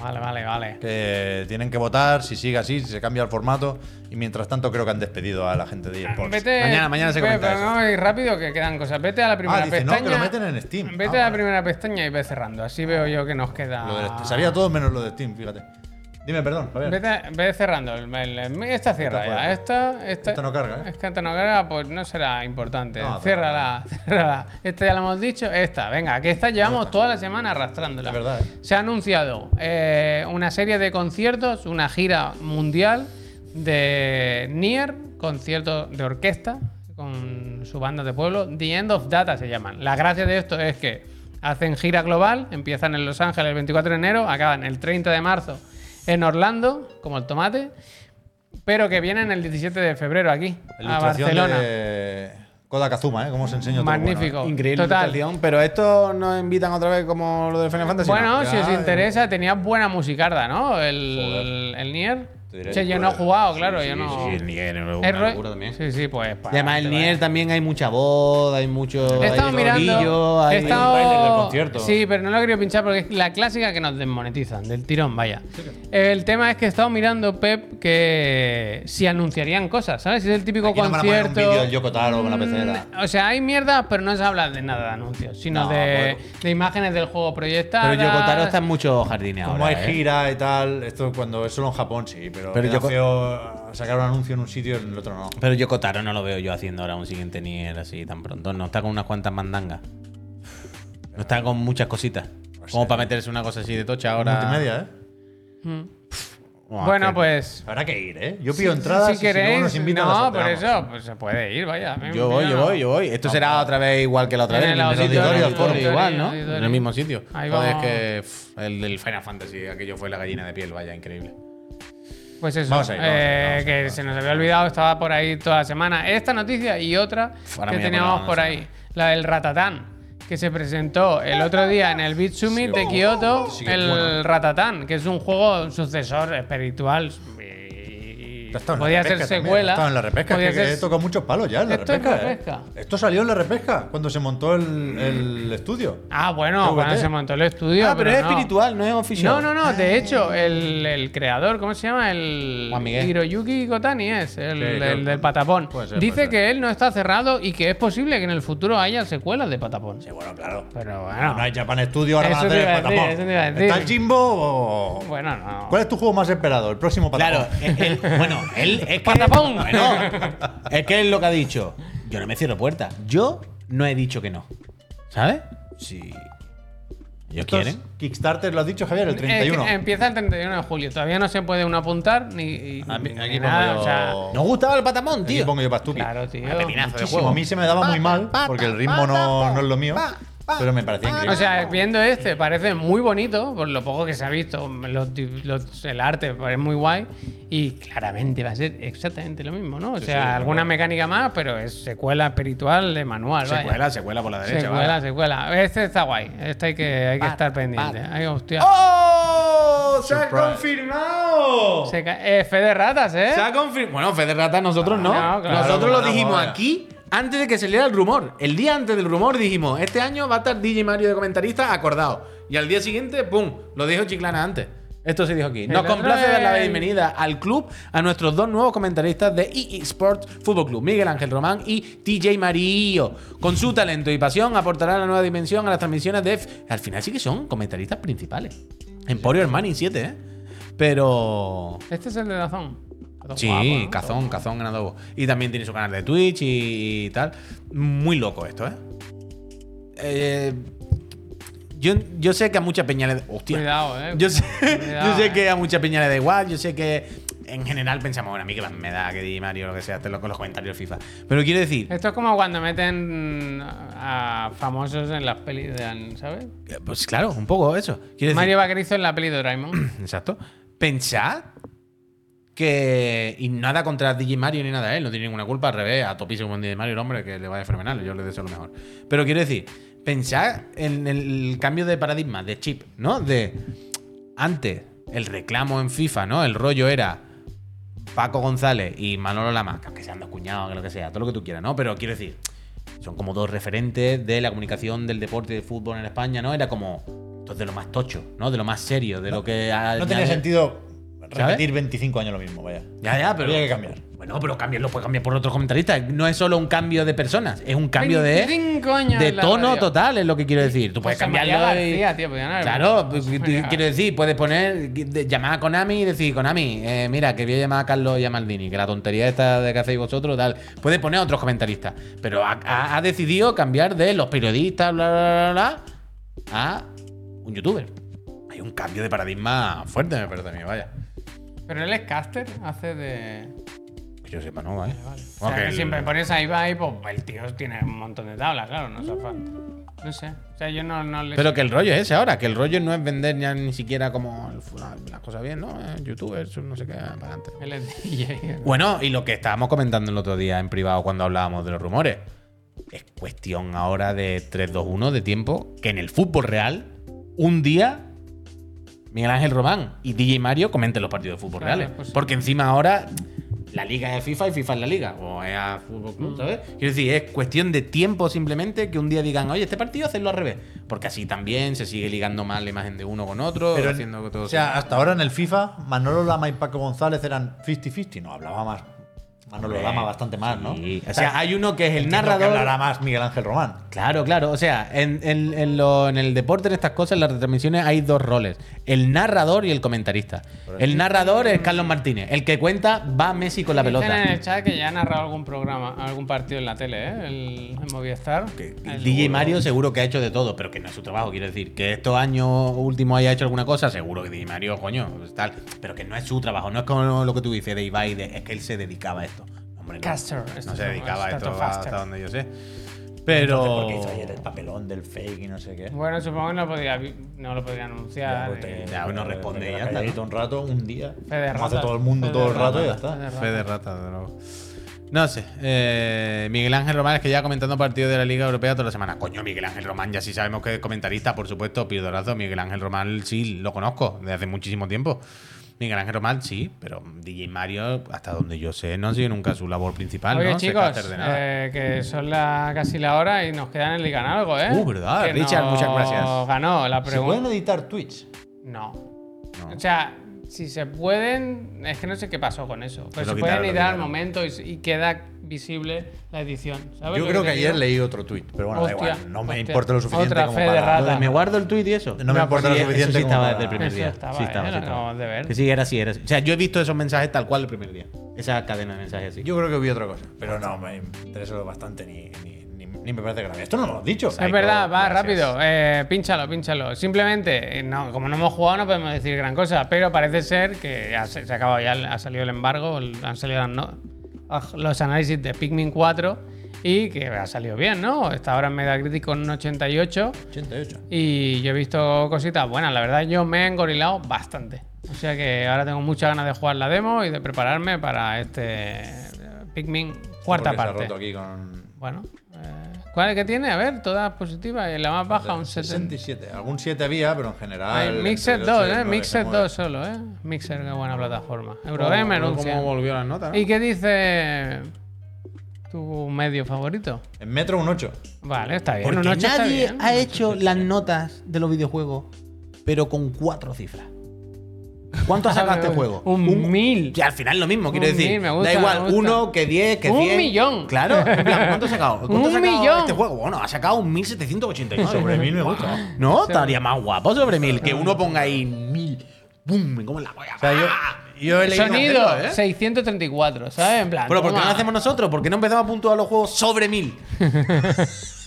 A: Vale, vale, vale.
B: Que tienen que votar si sigue así, si se cambia el formato. Y mientras tanto, creo que han despedido a la gente de eSports.
A: Vete,
C: Mañana- mañana se
A: ve-
C: comenta
A: pero
C: eso.
A: vamos a ir rápido que quedan cosas. Vete a la primera
B: Ah, dice, no,
A: pestaña.
B: que lo meten en Steam.
A: Vete
B: Ah,
A: a la
B: vale.
A: primera pestaña y ve cerrando. Así veo yo que nos queda.
B: Lo del- sabía todo menos lo de Steam, fíjate. Dime, perdón, Javier.
A: Vete, ve cerrando. el- el- esta cierra
B: Esta
A: ya.
B: fuera.
A: Esta, esta,
B: Esta no carga, ¿eh?
A: Es que esta no carga, pues no será importante.
B: No, pero-
A: ciérrala, ciérrala. Esta ya la hemos dicho. Esta, venga, que esta llevamos toda la semana arrastrándola.
B: Es verdad, ¿eh?
A: Se ha anunciado eh, una serie de conciertos, una gira mundial de Nier, concierto de orquesta con su banda de pueblo. The End of Data se llaman. La gracia de esto es que hacen gira global, empiezan en Los Ángeles el 24 de enero, acaban el 30 de marzo en Orlando, como el tomate, pero que vienen el 17 de febrero aquí, a
B: Ilustración
A: Barcelona.
B: de Koda Kazuma, ¿eh? Cómo se enseña todo bueno, ¿eh?
A: Magnífico.
C: Increíble
A: Total.
C: situación, pero esto nos invitan otra vez como lo de Final Fantasy.
A: Bueno,
C: ¿no? eh.
A: si os
B: Ya,
A: interesa, tenía buena musicarda, ¿no? El, el Nier.
B: Te diré.
A: Che, yo no he jugado, claro, yo
C: Sí,
A: no.
C: sí, el Nier es
A: ¿Es
C: una
A: Roy?
C: locura también.
A: Sí, sí, pues. pa-
C: Y además, el Nier también hay mucha voz, hay mucho.
A: He
C: hay
A: estado mirando.
C: rodillo,
A: He
C: hay-
B: trailer del
A: estado.
B: concierto.
A: Sí, pero no lo quería pinchar porque es la clásica que nos desmonetizan, del tirón, vaya. El tema es que he estado mirando, Pep, que si anunciarían cosas, ¿sabes? Si es el típico
B: Aquí no van a poner un
A: concierto.
B: vídeo del Yokotaro con la pecera.
A: Mm, O sea, hay mierdas, pero no se habla de nada de anuncios, sino
B: No,
A: de,
B: bueno.
A: de imágenes del juego proyectadas.
C: Pero Yokotaro está en muchos jardines
B: Como
C: ahora.
B: hay
C: ¿eh?
B: gira y tal, esto cuando es solo en Japón sí, pero,
C: Pero
B: pero
C: Yoko-
B: eh, sacar un anuncio en un sitio y en el otro no.
C: Pero Yokotaro no lo veo yo haciendo ahora un siguiente Nier así tan pronto. No está con unas cuantas mandangas. No está con muchas cositas. Como para meterse una cosa así de tocha ahora.
B: Multimedia, ¿eh?
C: Buah,
A: Bueno,
C: que-
A: pues.
B: Habrá que ir, ¿eh? Yo pido entradas
A: si,
B: y
A: queréis.
B: no nos invitan
A: no,
B: nos
A: por
B: enteramos.
A: eso, pues se puede ir, vaya. a mí
C: Yo
A: me
C: voy,
A: pilla
C: yo
A: no.
C: voy, yo voy. Esto será otra vez igual que la otra
A: Ah, En
C: vez.
A: el
C: el
A: auditorio,
C: auditorio, el foro
A: auditorio,
C: igual, ¿no?
A: auditorio.
C: En el mismo sitio.
A: Ahí
C: Joder, es
A: vamos.
C: que pff, el del Final Fantasy, aquello fue la gallina de piel, vaya, increíble.
A: Pues eso,
B: Vamos a ir, vamos a ir,
A: eh,
B: vamos a ir,
A: que
B: vamos a
A: se nos había olvidado, estaba por ahí toda la semana. Esta noticia y otra
C: ahora
A: que
C: me voy a
A: teníamos
C: poner
A: por
C: la
A: ahí, la del Ratatán, que se presentó el otro día en el Beat Summit de Kioto,
B: que es
A: el
B: bueno.
A: Ratatán, que es un juego un sucesor espiritual. y-
B: Ya está en la
A: Podía ser
B: repesca también,
A: secuela.
B: ya Estaba en la repesca,
A: podía
B: es que
A: ser-
B: he tocado muchos palos ya en la
A: Esto es
B: repesca. ¿eh?
A: repesca.
B: Esto salió en la repesca cuando se montó el, el estudio.
A: Ah, bueno,
B: TVT.
A: cuando se montó el estudio.
C: ah, pero, es
A: no.
C: espiritual, no es oficial.
A: No, no, no, de hecho, el, el creador, ¿cómo se llama? El
C: Juan Miguel.
A: Hiroyuki Kotani es, el,
B: Sí,
A: el
B: creo-
A: del patapón.
B: puede ser,
A: Dice
B: puede ser.
A: que él no está cerrado y que es posible que en el futuro haya secuelas de patapón.
B: Sí, bueno, claro.
A: Pero
B: No hay
A: bueno,
B: Japan Studio, ahora
A: Eso
B: van a
A: te
B: hacer
A: iba a
B: el
A: decir,
B: patapón.
A: eso te iba a decir.
B: ¿Está el Jimbo o.?
A: bueno, no.
B: ¿Cuál es tu juego más esperado? El próximo patapón.
C: [LAUGHS] Claro, es que- bueno, él es que.
A: Patapón.
C: Bueno, es que es lo que ha dicho. Yo no me cierro puertas. Yo no he dicho que no. ¿Sabes? Si. ¿Ellos
B: Estos
C: quieren?
B: Kickstarter, lo has dicho Javier, el
A: Es que
B: 31.
A: empieza el 31 de julio, todavía no se puede uno apuntar ni,
B: A mí-
A: ni
B: aquí
A: nada,
B: pongo
A: o sea,
B: yo-
C: Nos gustaba el patamón,
B: Aquí
C: tío.
B: pongo yo Pastuki.
A: claro, tío.
C: pepinazo de
B: Muchísimo.
C: juego.
B: A mí se me daba muy mal porque el ritmo no, no es lo mío, pero me parecía increíble.
A: O sea, viendo este, parece muy bonito, por lo poco que se ha visto, los di- los- el arte es muy guay, y claramente va a ser exactamente lo mismo, ¿no? O sea, alguna mecánica más, pero es secuela espiritual de manual, vaya.
C: Secuela, secuela por la derecha.
A: secuela,
C: vale.
A: secuela. Este está guay, este hay que, hay que estar pendiente. Ay, hostia.
C: ¡Oh! ¡Se ha
B: Surprise.
C: confirmado!
A: Se ca- eh, fe de ratas, ¿eh?
C: Se ha confirmado. Bueno, Fede Rata, nosotros no.
A: Ah, no, claro.
C: nosotros lo
B: Claro,
C: dijimos
B: vaya.
C: aquí antes de que saliera el rumor. El día antes del rumor dijimos, este año va a estar DJ Mario de comentarista acordado. Y al día siguiente, ¡pum! Lo dijo Chiclana antes. Esto se dijo aquí. Nos
A: El
C: complace dar la
A: rey.
C: bienvenida al club a nuestros dos nuevos comentaristas de EE Sports Fútbol Club, Miguel Ángel Román y TJ Marillo. Con su talento y pasión aportará la nueva dimensión a las transmisiones de... F- Al final sí que son comentaristas principales. Emporio Hermani 7, ¿eh? Pero...
A: Este es el de Dazón.
C: Sí,
A: Guapo, ¿no?
C: Cazón, Cazón Granado. Y también tiene su canal de Twitch y, y tal. Muy loco esto, ¿eh? Eh, yo, yo sé que a mucha peña le... Hostia.
A: Cuidado, eh.
C: Yo sé,
A: Cuidado,
C: yo sé
A: eh.
C: que a mucha peña le da igual. Yo sé que en general pensamos, bueno, a mí que me da que di Mario lo que sea, te lo con los comentarios FIFA. Pero quiero decir,
A: Esto es como cuando meten a famosos en las pelis de, ¿sabes?
C: eh, pues claro, un poco eso. Quiero decir,
A: Mario Vaquerizo en la peli de Doraemon.
C: Exacto. Pensad que. Y nada contra DJ Mario ni nada, él no tiene ninguna culpa, al revés, a topísimo con DJ Mario, el hombre, que le vaya fenomenal, yo le deseo lo mejor. Pero quiero decir, pensad en el cambio de paradigma, de chip, ¿no? De. Antes, el reclamo en FIFA, ¿no? El rollo era. Paco González y Manolo Lama, que aunque sean dos cuñados, que lo que sea, todo lo que tú quieras, ¿no? Pero quiero decir, son como dos referentes de la comunicación del deporte y del fútbol en España, ¿no? Era como, esto es de lo más tocho, ¿no? De lo más serio, de lo que...
B: no tenía sentido repetir
C: ¿Sabes?
B: 25 años lo mismo, vaya.
C: Ya, ya, pero...
B: Había que cambiar.
C: Bueno, pero cambiar lo puedes cambiar por otros comentaristas. No es solo un cambio de personas, es un cambio de...
A: 25 años
C: De
A: en la
C: tono
A: radio.
C: total, es lo que quiero decir. Tú puedes
A: José
C: cambiarlo.
A: María
C: y-
A: García, tío, podían haber-
C: Claro, pues,
A: José
C: tú-
A: María
C: quiero decir, puedes poner, de- llamar a Konami y decir, Konami, eh, mira, que voy a llamar a Carlos y a Maldini, que la tontería esta de que hacéis vosotros, tal. Puedes poner a otros comentaristas, pero ha, ha- ha decidido cambiar de los periodistas, bla, bla, bla, bla, a un youtuber. Hay un cambio de paradigma fuerte, me parece a mí, vaya.
A: Pero él es caster, hace de.
C: Que yo sepa, no, vaya.
A: O sea, que siempre pones ahí va y pues el tío tiene un montón de tablas, claro, no hace falta. No sé. O sea, yo no, no le.
C: Pero que el rollo es ese ahora, que el rollo no es vender ya ni siquiera como el fu- la- las cosas bien, ¿no? Eh, Youtubers, no sé qué, para adelante.
A: Él es [LAUGHS] DJ.
C: Bueno, y lo que estábamos comentando el otro día en privado cuando hablábamos de los rumores, es cuestión ahora de 3-2-1 de tiempo que en el fútbol real, un día Miguel Ángel Román y DJ Mario comenten los partidos de fútbol
A: Claro,
C: reales.
A: pues sí.
C: Porque encima ahora la liga es FIFA y FIFA es la liga. O es a Fútbol Club, ¿sabes?
A: ¿eh?
C: Quiero decir, es cuestión de tiempo simplemente que un día digan, oye, este partido hacerlo al revés. Porque así también se sigue ligando más la imagen de uno con otro,
B: Pero,
C: haciendo que todo
B: o sea,
C: sea-
B: hasta ahora en el FIFA, Manolo Lama y Paco González eran 50-50. No, hablaba más. Manolo
C: Hombre,
B: Lama bastante más, ¿no?
C: Sí. O sea, hay uno que es el
B: Entiendo que
C: narrador.
B: hablará más Miguel Ángel Román.
C: Claro, claro. O sea, en, en- en lo- en el deporte, en estas cosas, en las retransmisiones hay dos roles: el narrador y el comentarista. El narrador es Carlos Martínez, el que cuenta va Messi con la
A: Dicen en el
C: pelota.
A: chat que ya ha narrado algún programa, algún partido en la tele, ¿eh? El, en Movistar. El-
C: El DJ Mario seguro que ha hecho de todo, pero que no es su trabajo, quiero decir. Que estos años últimos haya hecho alguna cosa, seguro que DJ Mario, coño, pues tal. Pero que no es su trabajo, no es como lo que tú dices de Ibai, de- es que él se dedicaba a esto. Hombre, no,
A: Caster,
C: no
A: esto
C: se
A: es-
C: dedicaba a
A: esto
C: esto,
A: es
C: va-
A: faster.
C: hasta donde yo sé.
B: Entonces,
C: Pero.
B: Porque hizo ayer el papelón del fake y no sé qué.
A: Bueno, supongo que no, podía, no lo podría
C: Pues
A: anunciar. eh.
C: ya uno responde y ya está,
B: calladito un rato, un día.
A: Fede
B: Como hace
A: Ratas,
B: todo el mundo
A: Fede
B: todo el rato
A: Ratas,
B: y ya está.
A: Fede Ratas.
C: Fe de rata, de nuevo. No sé. eh, Miguel Ángel Román es que ya comentando partidos de la Liga Europea toda la semana. Coño, Miguel Ángel Román, ya sí sabemos que es comentarista, por supuesto, Pirdorazo. Miguel Ángel Román sí, lo conozco desde hace muchísimo tiempo. Miguel Ángel Román sí, pero DJ Mario, hasta donde yo sé, no ha sido nunca su labor principal.
A: Oye,
C: Ah, ¿no? Ser
A: chicos,
C: caster de nada.
A: eh, que son la, casi la hora y nos quedan en ligar algo, ¿eh?
C: Uh, verdad,
A: Que
C: Richard,
A: nos
C: muchas gracias.
A: Ganó la
B: ¿Se pueden
A: pregunta.
B: editar Twitch?
A: No.
C: No.
A: O sea, si se pueden, es que no sé qué pasó con eso. Pero
C: Lo
A: se
C: quitaron,
A: pueden
C: lo
A: editar al
C: quitaron.
A: momento y, y queda visible la edición. ¿sabes
B: Yo
A: lo
B: creo
A: te
B: que ayer
A: digo?
B: leí otro tweet, pero bueno, da
A: Hostia,
B: igual. No me
A: hostia.
B: importa lo suficiente
A: Otra
B: como
A: fe de
B: para.
A: rata.
C: Me guardo el tuit y eso.
B: No me
A: No,
B: importa lo
A: porque
B: suficiente
C: eso sí
B: como
C: estaba
B: para-
C: desde el primer
A: Eso
C: día.
A: estaba,
C: sí
A: ¿eh?
C: estaba,
A: Lo
C: sí estaba.
A: acabamos de ver.
C: Que sí, era así, era así. O sea, yo he visto esos mensajes tal cual el primer día. Esa cadena de mensajes así.
B: Yo creo que vi otra cosa, pero no me interesa lo bastante ni, ni, ni, ni me parece grave. Esto no lo hemos dicho.
A: Es verdad, va, rápido. Eh, pínchalo, pínchalo. Simplemente, eh, no, como no hemos jugado, no podemos decir gran cosa, pero parece ser que ya se, se ha acabado ya, el- ha salido el embargo, el- han salido las no- aj, los análisis de Pikmin 4 y que ha salido bien, ¿no? Está ahora en Metacritic con un 88
B: 88.
A: y yo he visto cositas buenas. La verdad, yo me he engorilado bastante. O sea que ahora tengo muchas ganas de jugar la demo y de prepararme para este eh, Pikmin cuarta
B: Porque se ha
A: parte.
B: roto aquí con
A: Bueno, eh, ¿cuál es que tiene? A ver, todas positivas. y La más baja, Ah, un 70.
B: 67. Algún 7 había, pero en general.
A: Ay,
B: entre
A: Mixer
B: el
A: 2,
B: ocho y el
A: ¿eh?
B: nueve
A: Mixer
B: se mueve.
A: 2 solo, ¿eh? Mixer, qué buena plataforma. Eurogamer, anuncia.
C: ¿Cómo volvió las notas? no?
A: ¿Y qué dice tu medio favorito?
B: En Metro un 8.
A: Vale, está bien.
C: Porque
A: un ocho está
C: nadie
A: bien.
C: ha hecho las notas de los videojuegos, pero con cuatro cifras.
A: [LAUGHS]
C: ¿Cuánto ha sacado este juego?
A: Ah, Un mil.
C: O sea, al final lo mismo, quiero
A: Un
C: decir.
A: mil, me gusta,
C: da
A: me
C: igual,
A: gusta.
C: uno que diez, que
A: Un
C: cien.
A: millón.
C: Claro.
A: [LAUGHS]
C: en plan, ¿Cuánto ha sacado? ¿Cuánto
A: Un
C: ha sacado
A: millón.
C: este juego? Bueno, ha sacado un 1789.
B: Sobre mil me gusta.
C: No, estaría más guapo sobre mil. Que uno ponga ahí mil. ¡Bum! Me como la polla.
B: O sea, yo, yo he leído.
A: Sonido,
C: ¿eh?
A: 634, ¿sabes? En plan.
C: Pero ¿por qué no
A: toma.
C: lo hacemos nosotros? ¿Por qué no empezamos a puntuar los juegos sobre mil?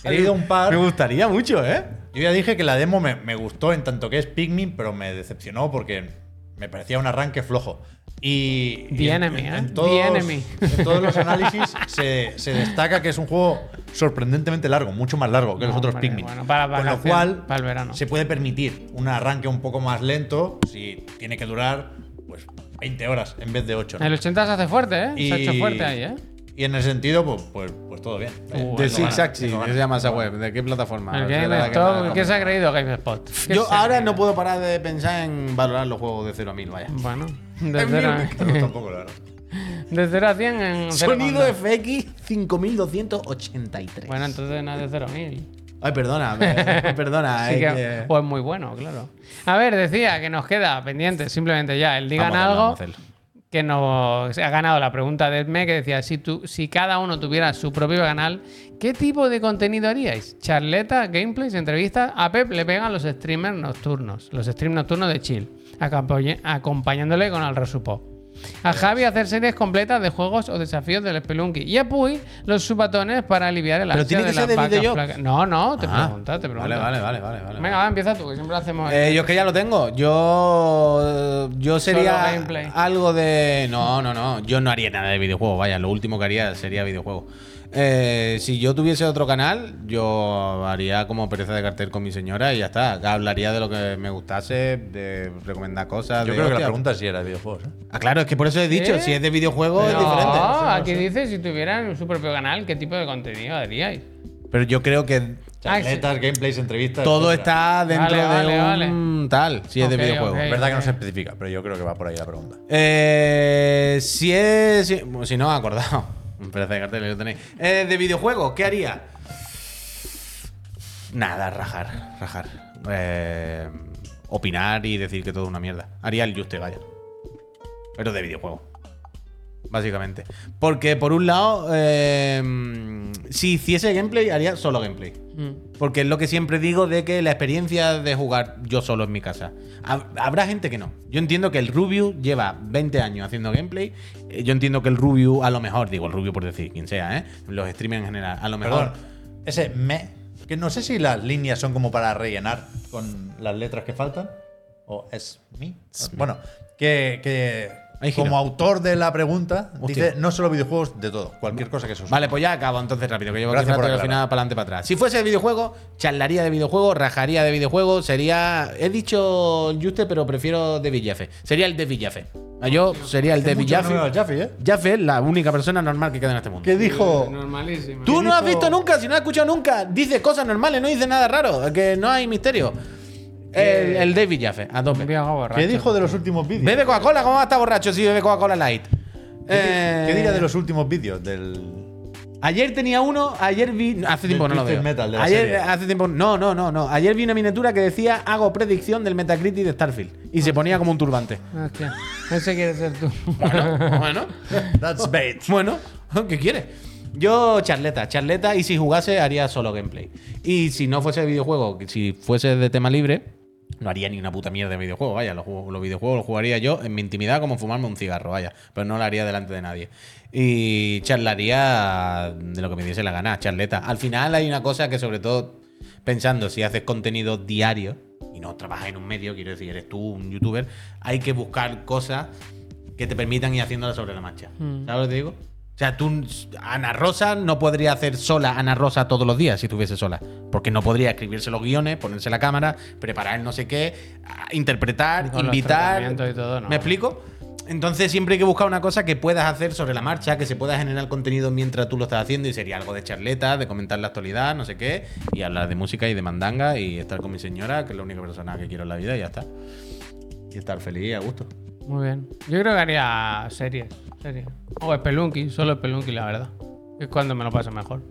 B: He leído un par.
C: Me gustaría mucho, ¿eh?
B: Yo ya dije que la demo me, me gustó en tanto que es Pikmin, pero me decepcionó porque me parecía un arranque flojo. Y, y
A: The
B: en,
A: Enemy,
B: en-
A: ¿eh?
B: en
A: The
B: todos,
A: Enemy.
B: en todos los análisis se, se destaca que es un juego sorprendentemente largo, mucho más largo que los
A: No,
B: otros
A: hombre,
B: Pikmin.
A: bueno, para
B: Con lo
A: vacaciones,
B: cual,
A: para el verano.
B: se puede permitir un arranque un poco más lento si tiene que durar pues 20 horas en vez de 8.
A: El 80 se hace fuerte, ¿eh? Se ha hecho fuerte ahí, ¿eh?
B: Y en ese sentido, pues, pues, pues todo bien.
A: Uh,
C: De
A: Bueno,
C: Six
B: bueno,
C: Axis,
B: bueno. [LAUGHS]
C: ¿qué se llama esa web? ¿De qué plataforma?
A: El
C: O sea, la que la
A: GameStop, ¿qué
C: recomienda.
A: se ha creído GameSpot? ¿Qué
C: Yo
A: se ha
C: ahora
A: creído?
C: no puedo parar de pensar en valorar los juegos de 0 a 1000, vaya. [LAUGHS]
A: Bueno,
B: Es
A: desde
B: mío,
A: la-
B: pero tampoco, la verdad.
A: De 0 a 100 en cero
C: Sonido
A: coma dos.
C: FX 5283.
A: Bueno, entonces no es de 0.000.
C: Ay, perdona, eh,
A: [LAUGHS]
C: perdona.
A: Así
C: eh,
A: que,
C: que-
A: pues muy bueno, claro. A ver, decía que nos queda pendiente simplemente ya el digan
C: Vamos a hacerlo,
A: algo
C: vamos a hacerlo.
A: que nos ha ganado la pregunta de Edme que decía si tú, si cada uno tuviera su propio canal, ¿qué tipo de contenido haríais? Charleta, gameplays, entrevistas. A Pep le pegan los streamers nocturnos, los streams nocturnos de chill, acompañ- acompañándole con el resupo. A Javi hacer series completas de juegos o desafíos del Spelunky. Y a Puy los subatones para aliviar el
C: Pero
A: ansia
C: tiene que
A: de
C: ser
A: las
C: de
A: vacas
C: videojuegos.
A: flacas. No, no, te
C: Ah,
A: preguntas, te preguntas.
C: Vale, vale, vale, vale. vale.
A: Venga, va, empieza tú, que siempre lo hacemos.
B: Ah,
C: Eh, yo es que ya lo tengo. Yo. Yo sería.
A: gameplay.
C: Algo de. No, no, no. Yo no haría nada de videojuego. Vaya, lo último que haría sería videojuego. Eh, si yo tuviese otro canal, yo haría como pereza de cartel con mi señora y ya está. Hablaría de lo que me gustase, de recomendar cosas.
B: Yo
C: de,
B: creo que la
C: hostia.
B: pregunta sí era de videojuegos. ¿eh?
C: Ah, claro, es que por eso he dicho,
A: ¿Eh?
C: si es de videojuego es
A: no,
C: diferente.
A: aquí dice si tuvieran su propio canal, ¿qué tipo de contenido haríais?
C: Pero yo creo que
A: Ah,
B: Charletas, gameplays, entrevistas.
C: Todo
B: etcétera.
C: está
A: Vale,
C: dentro de
A: vale,
C: un tal, si es de
A: Ok,
C: videojuego.
A: ok.
B: Es verdad que no se especifica, pero yo creo que va por ahí la pregunta.
C: Eh, si es. Si, bueno, si no, acordado. [LAUGHS] Un pedazo de cartel lo tenéis. Eh, de videojuego, ¿qué haría? Nada, rajar, rajar. Eh, opinar y decir que todo es una mierda. Haría el Juste, vaya. Pero de videojuego. Básicamente. Porque por un lado, eh, si hiciese gameplay, haría solo gameplay. Porque es lo que siempre digo de que la experiencia de jugar yo solo en mi casa. Ha- Habrá gente que no. Yo entiendo que el Rubius lleva 20 años haciendo gameplay. Eh, Yo entiendo que el Rubius, a lo mejor, digo el Rubius por decir quien sea, ¿eh? los streamers en general, a lo mejor.
B: Perdón, ese me, que no sé si las líneas son como para rellenar con las letras que faltan, o es mi. Bueno, que, que
C: Ahí gira.
B: como autor de la pregunta,
C: Hostia.
B: dice no solo videojuegos, de todo, cualquier cosa que se use.
C: Vale, pues ya acabo entonces rápido, que llevo aquí
B: Gracias
C: rato
B: por
C: y al
B: aclarar.
C: final para adelante para atrás. Si fuese de videojuego, charlaría de videojuego, rajaría de videojuego, sería. He dicho Juste, pero prefiero de Villafe. Sería el de Villafe. Ah, Yo sería el de
B: Mucho que no
C: Villafe.
B: veo al Jaffe, ¿eh?
C: Jaffe es la única persona normal que queda en este mundo.
B: ¿Qué dijo?
A: Normalísimo.
C: Tú no has
B: dijo-
C: visto nunca, si no has escuchado nunca, dice cosas normales, no dice nada raro, que no hay misterio. El, el David Jaffe, a
A: Un
C: tope.
A: viejo borracho.
B: ¿Qué dijo de los últimos vídeos?
C: Bebe Coca-Cola, ¿cómo va a estar borracho si bebe Coca-Cola Light?
B: ¿Qué,
C: Eh,
B: qué dirá de los últimos vídeos? Del...
C: Ayer tenía uno, ayer vi. Hace
B: Del
C: tiempo no lo
B: Twisted
C: veo.
B: Metal de la
C: ayer,
B: serie.
C: hace tiempo. No, no, no, no. Ayer vi una miniatura que decía hago predicción del Metacritic de Starfield.
B: Ah.
C: Y se ponía como un turbante.
A: Hostia, ese quiere ser tú.
C: [LAUGHS] Bueno, bueno.
A: [LAUGHS]
B: That's bait.
C: Bueno, [LAUGHS] ¿qué quieres? Yo charleta, charleta y si jugase haría solo gameplay. Y si no fuese de videojuego, si fuese de tema libre, no haría ni una puta mierda de videojuego, vaya, los, juegos- los videojuegos los jugaría yo en mi intimidad como fumarme un cigarro, vaya, pero no lo haría delante de nadie. Y charlaría de lo que me diese la gana, charleta. Al final hay una cosa que sobre todo pensando si haces contenido diario y no trabajas en un medio, quiero decir, eres tú un youtuber, hay que buscar cosas que te permitan ir haciéndolas sobre la marcha. ¿Sabes lo que te digo? O sea, tú, Ana Rosa no podría hacer sola Ana Rosa todos los días si estuviese sola. Porque no podría escribirse los guiones, ponerse la cámara, preparar el no sé qué, a- interpretar,
A: Con los
C: invitar.
A: tratamientos y todo, no.
C: ¿Me explico? Entonces siempre hay que buscar una cosa que puedas hacer sobre la marcha, que se pueda generar contenido mientras tú lo estás haciendo y sería algo de charleta, de comentar la actualidad, no sé qué, y hablar de música y de mandanga y estar con mi señora, que es la única persona que quiero en la vida y ya está. Y estar feliz y a gusto.
A: Muy bien. Yo creo que haría series. series. O Spelunky, solo Spelunky, la verdad. Es cuando me lo paso mejor.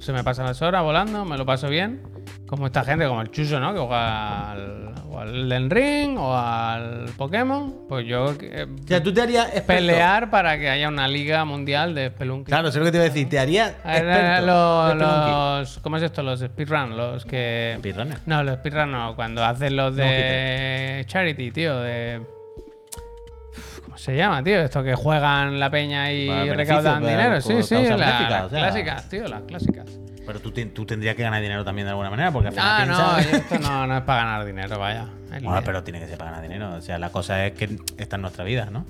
A: Se me pasan las horas volando, me lo paso bien. Como esta gente, como el Chuso, ¿no? Que juega al, o al Elden Ring o al Pokémon. Pues yo. eh,
C: O sea, tú te harías experto.
A: pelear para que haya una liga mundial de Spelunky.
C: Claro, eso es lo que te iba a decir. Te haría
A: A ver,
C: experto.
A: los,
C: Spelunky.
A: los- ¿Cómo es esto? Los speedrun, los que.
C: Speedrunner.
A: No, los speedrun no, cuando hacen los de charity, tío, de. ¿Cómo se llama, tío? Esto que juegan la peña y
C: Para beneficio,
A: recaudan
C: para-
A: dinero.
C: como
A: Sí, sí,
C: causas
A: la-
C: benéficas,
A: las
C: o sea.
A: clásicas, tío, las clásicas.
C: Pero tú, te- tú tendrías que ganar dinero también de alguna manera, porque al final
A: Ah, no,
C: piensas-
A: esto no, no es para ganar dinero, vaya. El-
C: Bueno, pero tiene que ser para ganar dinero. O sea, la cosa es que está en nuestra vida, ¿no?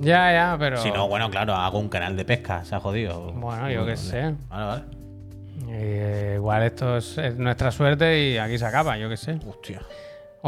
A: Ya, ya, pero.
C: Si no, bueno, claro, hago un canal de pesca, se ha jodido.
A: Bueno, yo qué
C: Vale,
A: sé.
C: Vale, vale.
A: Eh, igual esto es, es nuestra suerte y aquí se acaba, yo qué sé.
C: Hostia.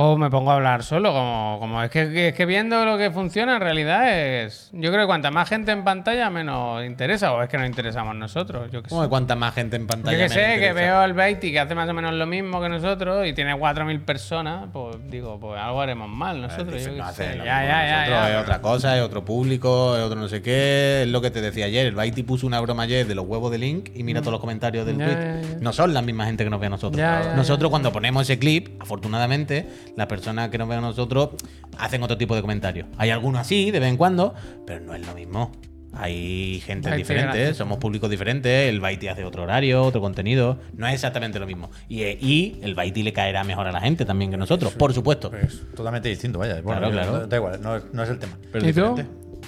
A: O me pongo a hablar solo, como, como es, que, es que viendo lo que funciona en realidad es... Yo creo que cuanta más gente en pantalla menos interesa, o es que nos interesamos nosotros, yo qué sé.
C: ¿Cómo que cuánta más gente en
A: yo
C: pantalla?
A: que
C: me
A: sé, que
C: interesa?
A: veo el Beatty que hace más o menos lo mismo que nosotros y tiene 4.000 personas, pues digo, pues algo haremos mal nosotros,
C: Dice,
A: yo qué
C: no hace
A: sé.
C: lo
A: Ya,
C: mismo
A: ya,
C: que
A: ya,
C: nosotros,
A: ya.
C: Es otra cosa, es otro público, es otro no sé qué. Es lo que te decía ayer. El Baiti puso una broma ayer de los huevos de Link y
D: Mm.
C: mira todos los comentarios del
A: Ya,
C: tweet.
A: ya, ya.
C: No son la misma gente que nos ve a nosotros.
A: Ya, ya,
C: nosotros, cuando ponemos ese clip, afortunadamente, las personas que nos ven a nosotros hacen otro tipo de comentarios. Hay algunos así, de vez en cuando, pero no es lo mismo. Hay gente
A: Baiti,
C: diferente,
A: gracias.
C: somos públicos diferentes, el Baiti hace otro horario, otro contenido, no es exactamente lo mismo. Y, eh, y el Baiti le caerá mejor a la gente también que nosotros, por supuesto.
A: Pues,
B: Es totalmente distinto, vaya.
C: Claro, claro.
B: no- Da igual, no, es- no es el tema.
A: ¿Y
D: Mm.
A: tú?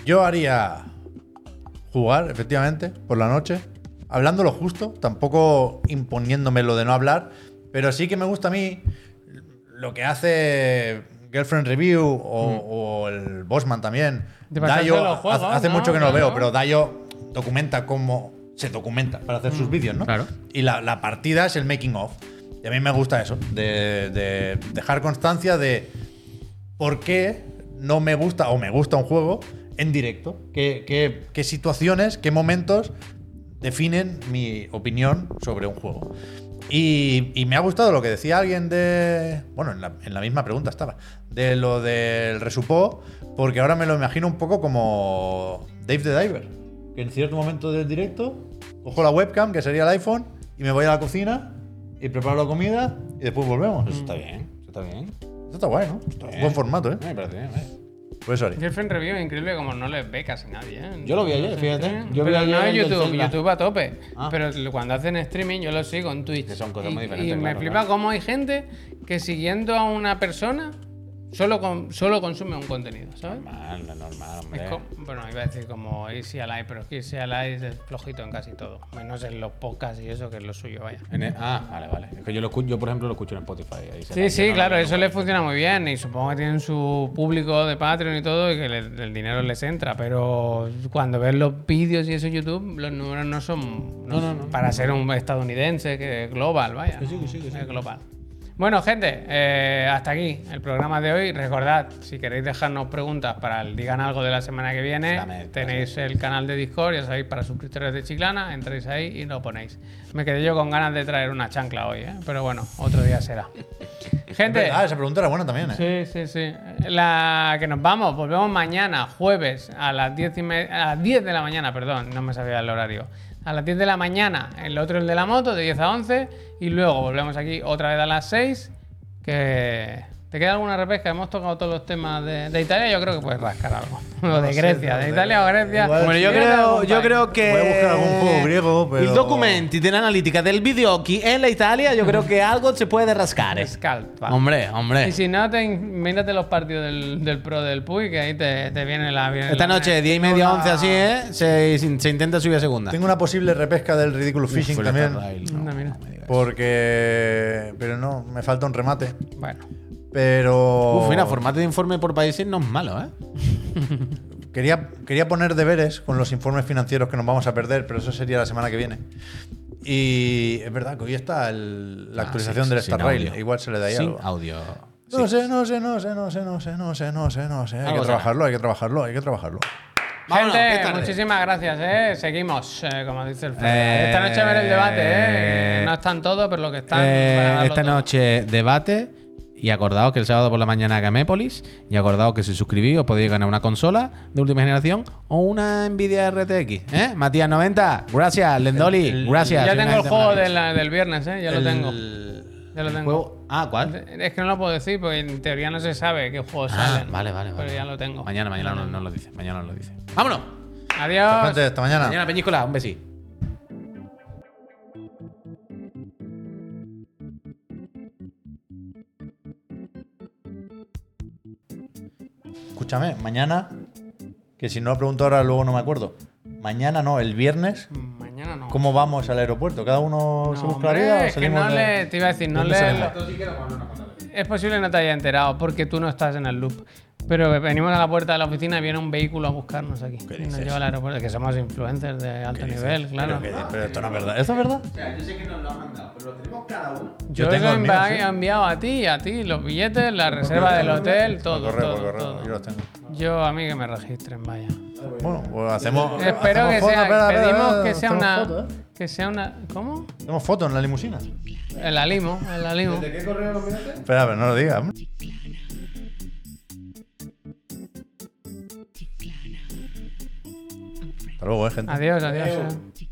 B: Yo haría jugar, efectivamente, por la noche, hablando lo justo, tampoco imponiéndome lo de no hablar, pero sí que me gusta a mí lo que hace Girlfriend Review o, o el Bossman también.
A: Mm. De pasarse
B: Dayo,
A: los juegos,
B: hace- hace
A: ¿no?
B: mucho que no lo
A: Claro.
B: veo, pero Dayo documenta cómo se documenta para hacer sus vídeos, ¿no?
C: Claro.
B: Y la, la partida es el making of. Y a mí me gusta eso, de- de dejar constancia de por qué no me gusta o me gusta un juego en directo. ¿Qué, qué- qué situaciones, qué momentos definen mi opinión sobre un juego? Y, y me ha gustado lo que decía alguien de. Bueno, en la, en la misma pregunta estaba. De lo del resupó, porque ahora me lo imagino un poco como Dave the Diver. Que en cierto momento del directo, cojo la webcam, que sería el iPhone, y me voy a la cocina y preparo la comida y después volvemos.
C: Eso está bien, eso está bien.
B: Esto está guay, ¿no? Está
C: bien.
B: Buen formato, ¿eh?
C: Me parece bien, eh.
B: Pues sorry.
A: Girlfriend Review es increíble como no les ve casi nadie. ¿eh?
C: Yo lo vi ayer,
A: Sí,
C: fíjate.
A: sí.
C: Yo vi
A: Pero
C: ayer
A: no
C: el
A: en
C: del
A: YouTube,
C: Zelda.
A: YouTube a tope.
C: Ah.
A: Pero cuando hacen streaming yo lo sigo en Twitch.
C: Que son cosas
A: y,
C: muy diferentes,
A: y me
C: claro,
A: flipa
C: claro.
A: cómo hay gente que siguiendo a una persona solo, con- solo consume un contenido, ¿sabes?
C: Normal, no es normal, hombre.
A: Es como- bueno, iba a decir como irse a la pero es que irse a la es flojito en casi todo. Menos en los podcasts y eso, que es lo suyo, vaya.
C: En el- ah, vale, vale. Es que yo, lo escucho, yo, por ejemplo, lo escucho en Spotify. ahí se
A: Sí,
C: la- yo
A: sí,
C: no
A: claro,
C: la-
A: eso les funciona muy bien y supongo que tienen su público de Patreon y todo y que le- el dinero les entra, pero cuando ves los vídeos y eso en YouTube, los números no son no son- para ser un estadounidense, que es global, vaya. ¿no? Es global. Bueno, gente, eh, hasta aquí el programa de hoy. Recordad, si queréis dejarnos preguntas para el Digan Algo de la semana que viene,
C: Dame,
A: tenéis el canal de Discord, ya sabéis, para suscriptores de Chiclana, entréis ahí y lo ponéis. Me quedé yo con ganas de traer una chancla hoy, ¿eh? pero bueno, otro día será. Gente,
B: Ah, esa pregunta era buena también, ¿eh?
A: sí, sí, sí. La que nos vamos, volvemos mañana, jueves, a las 10, y me- a las 10 de la mañana, perdón, no me sabía el horario. A las 10 de la mañana, el otro el de la moto, de 10 a 11, y luego volvemos aquí otra vez a las 6, que... ¿Te queda alguna repesca? Hemos tocado todos los temas de, de Italia, yo creo que puedes rascar algo. [LAUGHS] O de
B: sé,
A: Grecia,
B: no,
A: de
B: de-
A: Italia o Grecia.
B: igual
D: Bueno, yo
A: Tienes
D: creo,
A: algún
D: yo
A: país.
D: creo que.
B: Voy a buscar algún juego griego, pero-
D: El documenti de la analítica del videoki en la Italia, yo creo que algo se puede rascar. eh.
A: Scalpa.
D: Hombre,
A: Y
D: hombre.
A: si no, te, mírate los partidos del, del Pro del Puy, que ahí te, te viene la... viene
D: Esta
A: la-
D: noche, 10 y media,
A: Hola.
D: 11, así, ¿eh? Se, se intenta subir a segunda.
B: Tengo una posible repesca del Ridiculous Fishing
D: Fuera
B: también.
D: Terrail,
A: Anda, mira.
B: Porque. Pero no, me falta un remate.
A: Bueno.
B: Pero.
D: Uf, mira, formato de informe por países no es malo, ¿eh?
B: Quería, quería poner deberes con los informes financieros que nos vamos a perder, pero eso sería la semana que viene. Y es verdad que hoy está el-
C: Ah,
B: la actualización
D: Ah, sí,
B: del
D: sin
B: Star Rail.
D: audio.
B: Igual se le da ahí
D: Sin
B: algo.
D: audio.
B: No sé, no sé, no sé, no sé, no sé, no sé, no sé, no sé. Hay
D: Algo
B: que
D: será.
B: trabajarlo, hay que trabajarlo, hay que trabajarlo.
D: Vámonos, qué
A: Gente,
D: tarde.
A: muchísimas gracias, ¿eh? Seguimos, eh, como dice el Fran.
D: Eh,
A: Esta noche a ver el debate, ¿eh? No están todos, pero los que están.
D: Eh,
A: van a darlo
D: esta
A: todo.
D: noche, debate. Y acordaos que el sábado por la mañana a Gamépolis. Y acordaos que si suscribís os podéis ganar una consola de última generación o una Nvidia RTX. ¿Eh? Matías 90, gracias. Lendoli, gracias.
A: Ya
D: Soy una
A: tengo el
D: gente
A: juego de
D: maravillosa.
A: la- del viernes, ¿eh? Ya lo
B: El-
A: tengo. Ya lo tengo.
D: Juego- Ah, ¿cuál?
A: Es que no lo puedo decir porque en teoría no se sabe qué juego
D: Ah,
A: sale.
D: vale, vale, vale.
A: Pero ya lo tengo.
D: Mañana, mañana no, no lo dice. Mañana no lo dice. ¡Vámonos!
A: Adiós.
B: Pues, Gente, hasta mañana.
D: Mañana, Peñíscola, un besito.
B: Escúchame, mañana, que si no lo pregunto ahora, luego no me acuerdo. Mañana no, el viernes,
A: Mañana no.
B: ¿cómo vamos al aeropuerto? ¿Cada uno se
A: No,
B: busca la
A: hombre,
B: vida o
A: es que no
B: salimos de-
A: le, te iba a decir, no
B: ¿Dónde
A: le.
B: salimos?
A: Es posible que no te hayas enterado porque tú no estás en el loop. Pero venimos a la puerta de la oficina y viene un vehículo a buscarnos aquí. Y Nos
B: dices?
A: lleva al aeropuerto, que somos influencers de alto nivel, claro.
B: Pero, que- pero esto no es verdad. ¿Esto es verdad?
A: Yo,
B: Yo tengo
A: eso
B: el
A: envi-
B: mío, sí.
A: he enviado a ti, a ti, los billetes, la reserva del hotel, todo.
B: Por correo,
A: todo,
B: por correo,
A: todo.
B: yo los tengo.
A: Yo a mí que me registren, vaya.
B: Bueno, pues hacemos.
A: Espero
B: hacemos
A: que
B: foto,
A: sea,
B: espera, espera,
A: pedimos
B: espera,
A: que sea
B: hacemos
A: una,
B: foto, ¿eh?
A: que sea una, ¿cómo?
B: Hacemos foto en la limusina.
A: El alimo, el alimo.
B: Espera, pero no lo digas. hombre. Hasta luego, eh, gente.
A: Adiós, adiós. eh.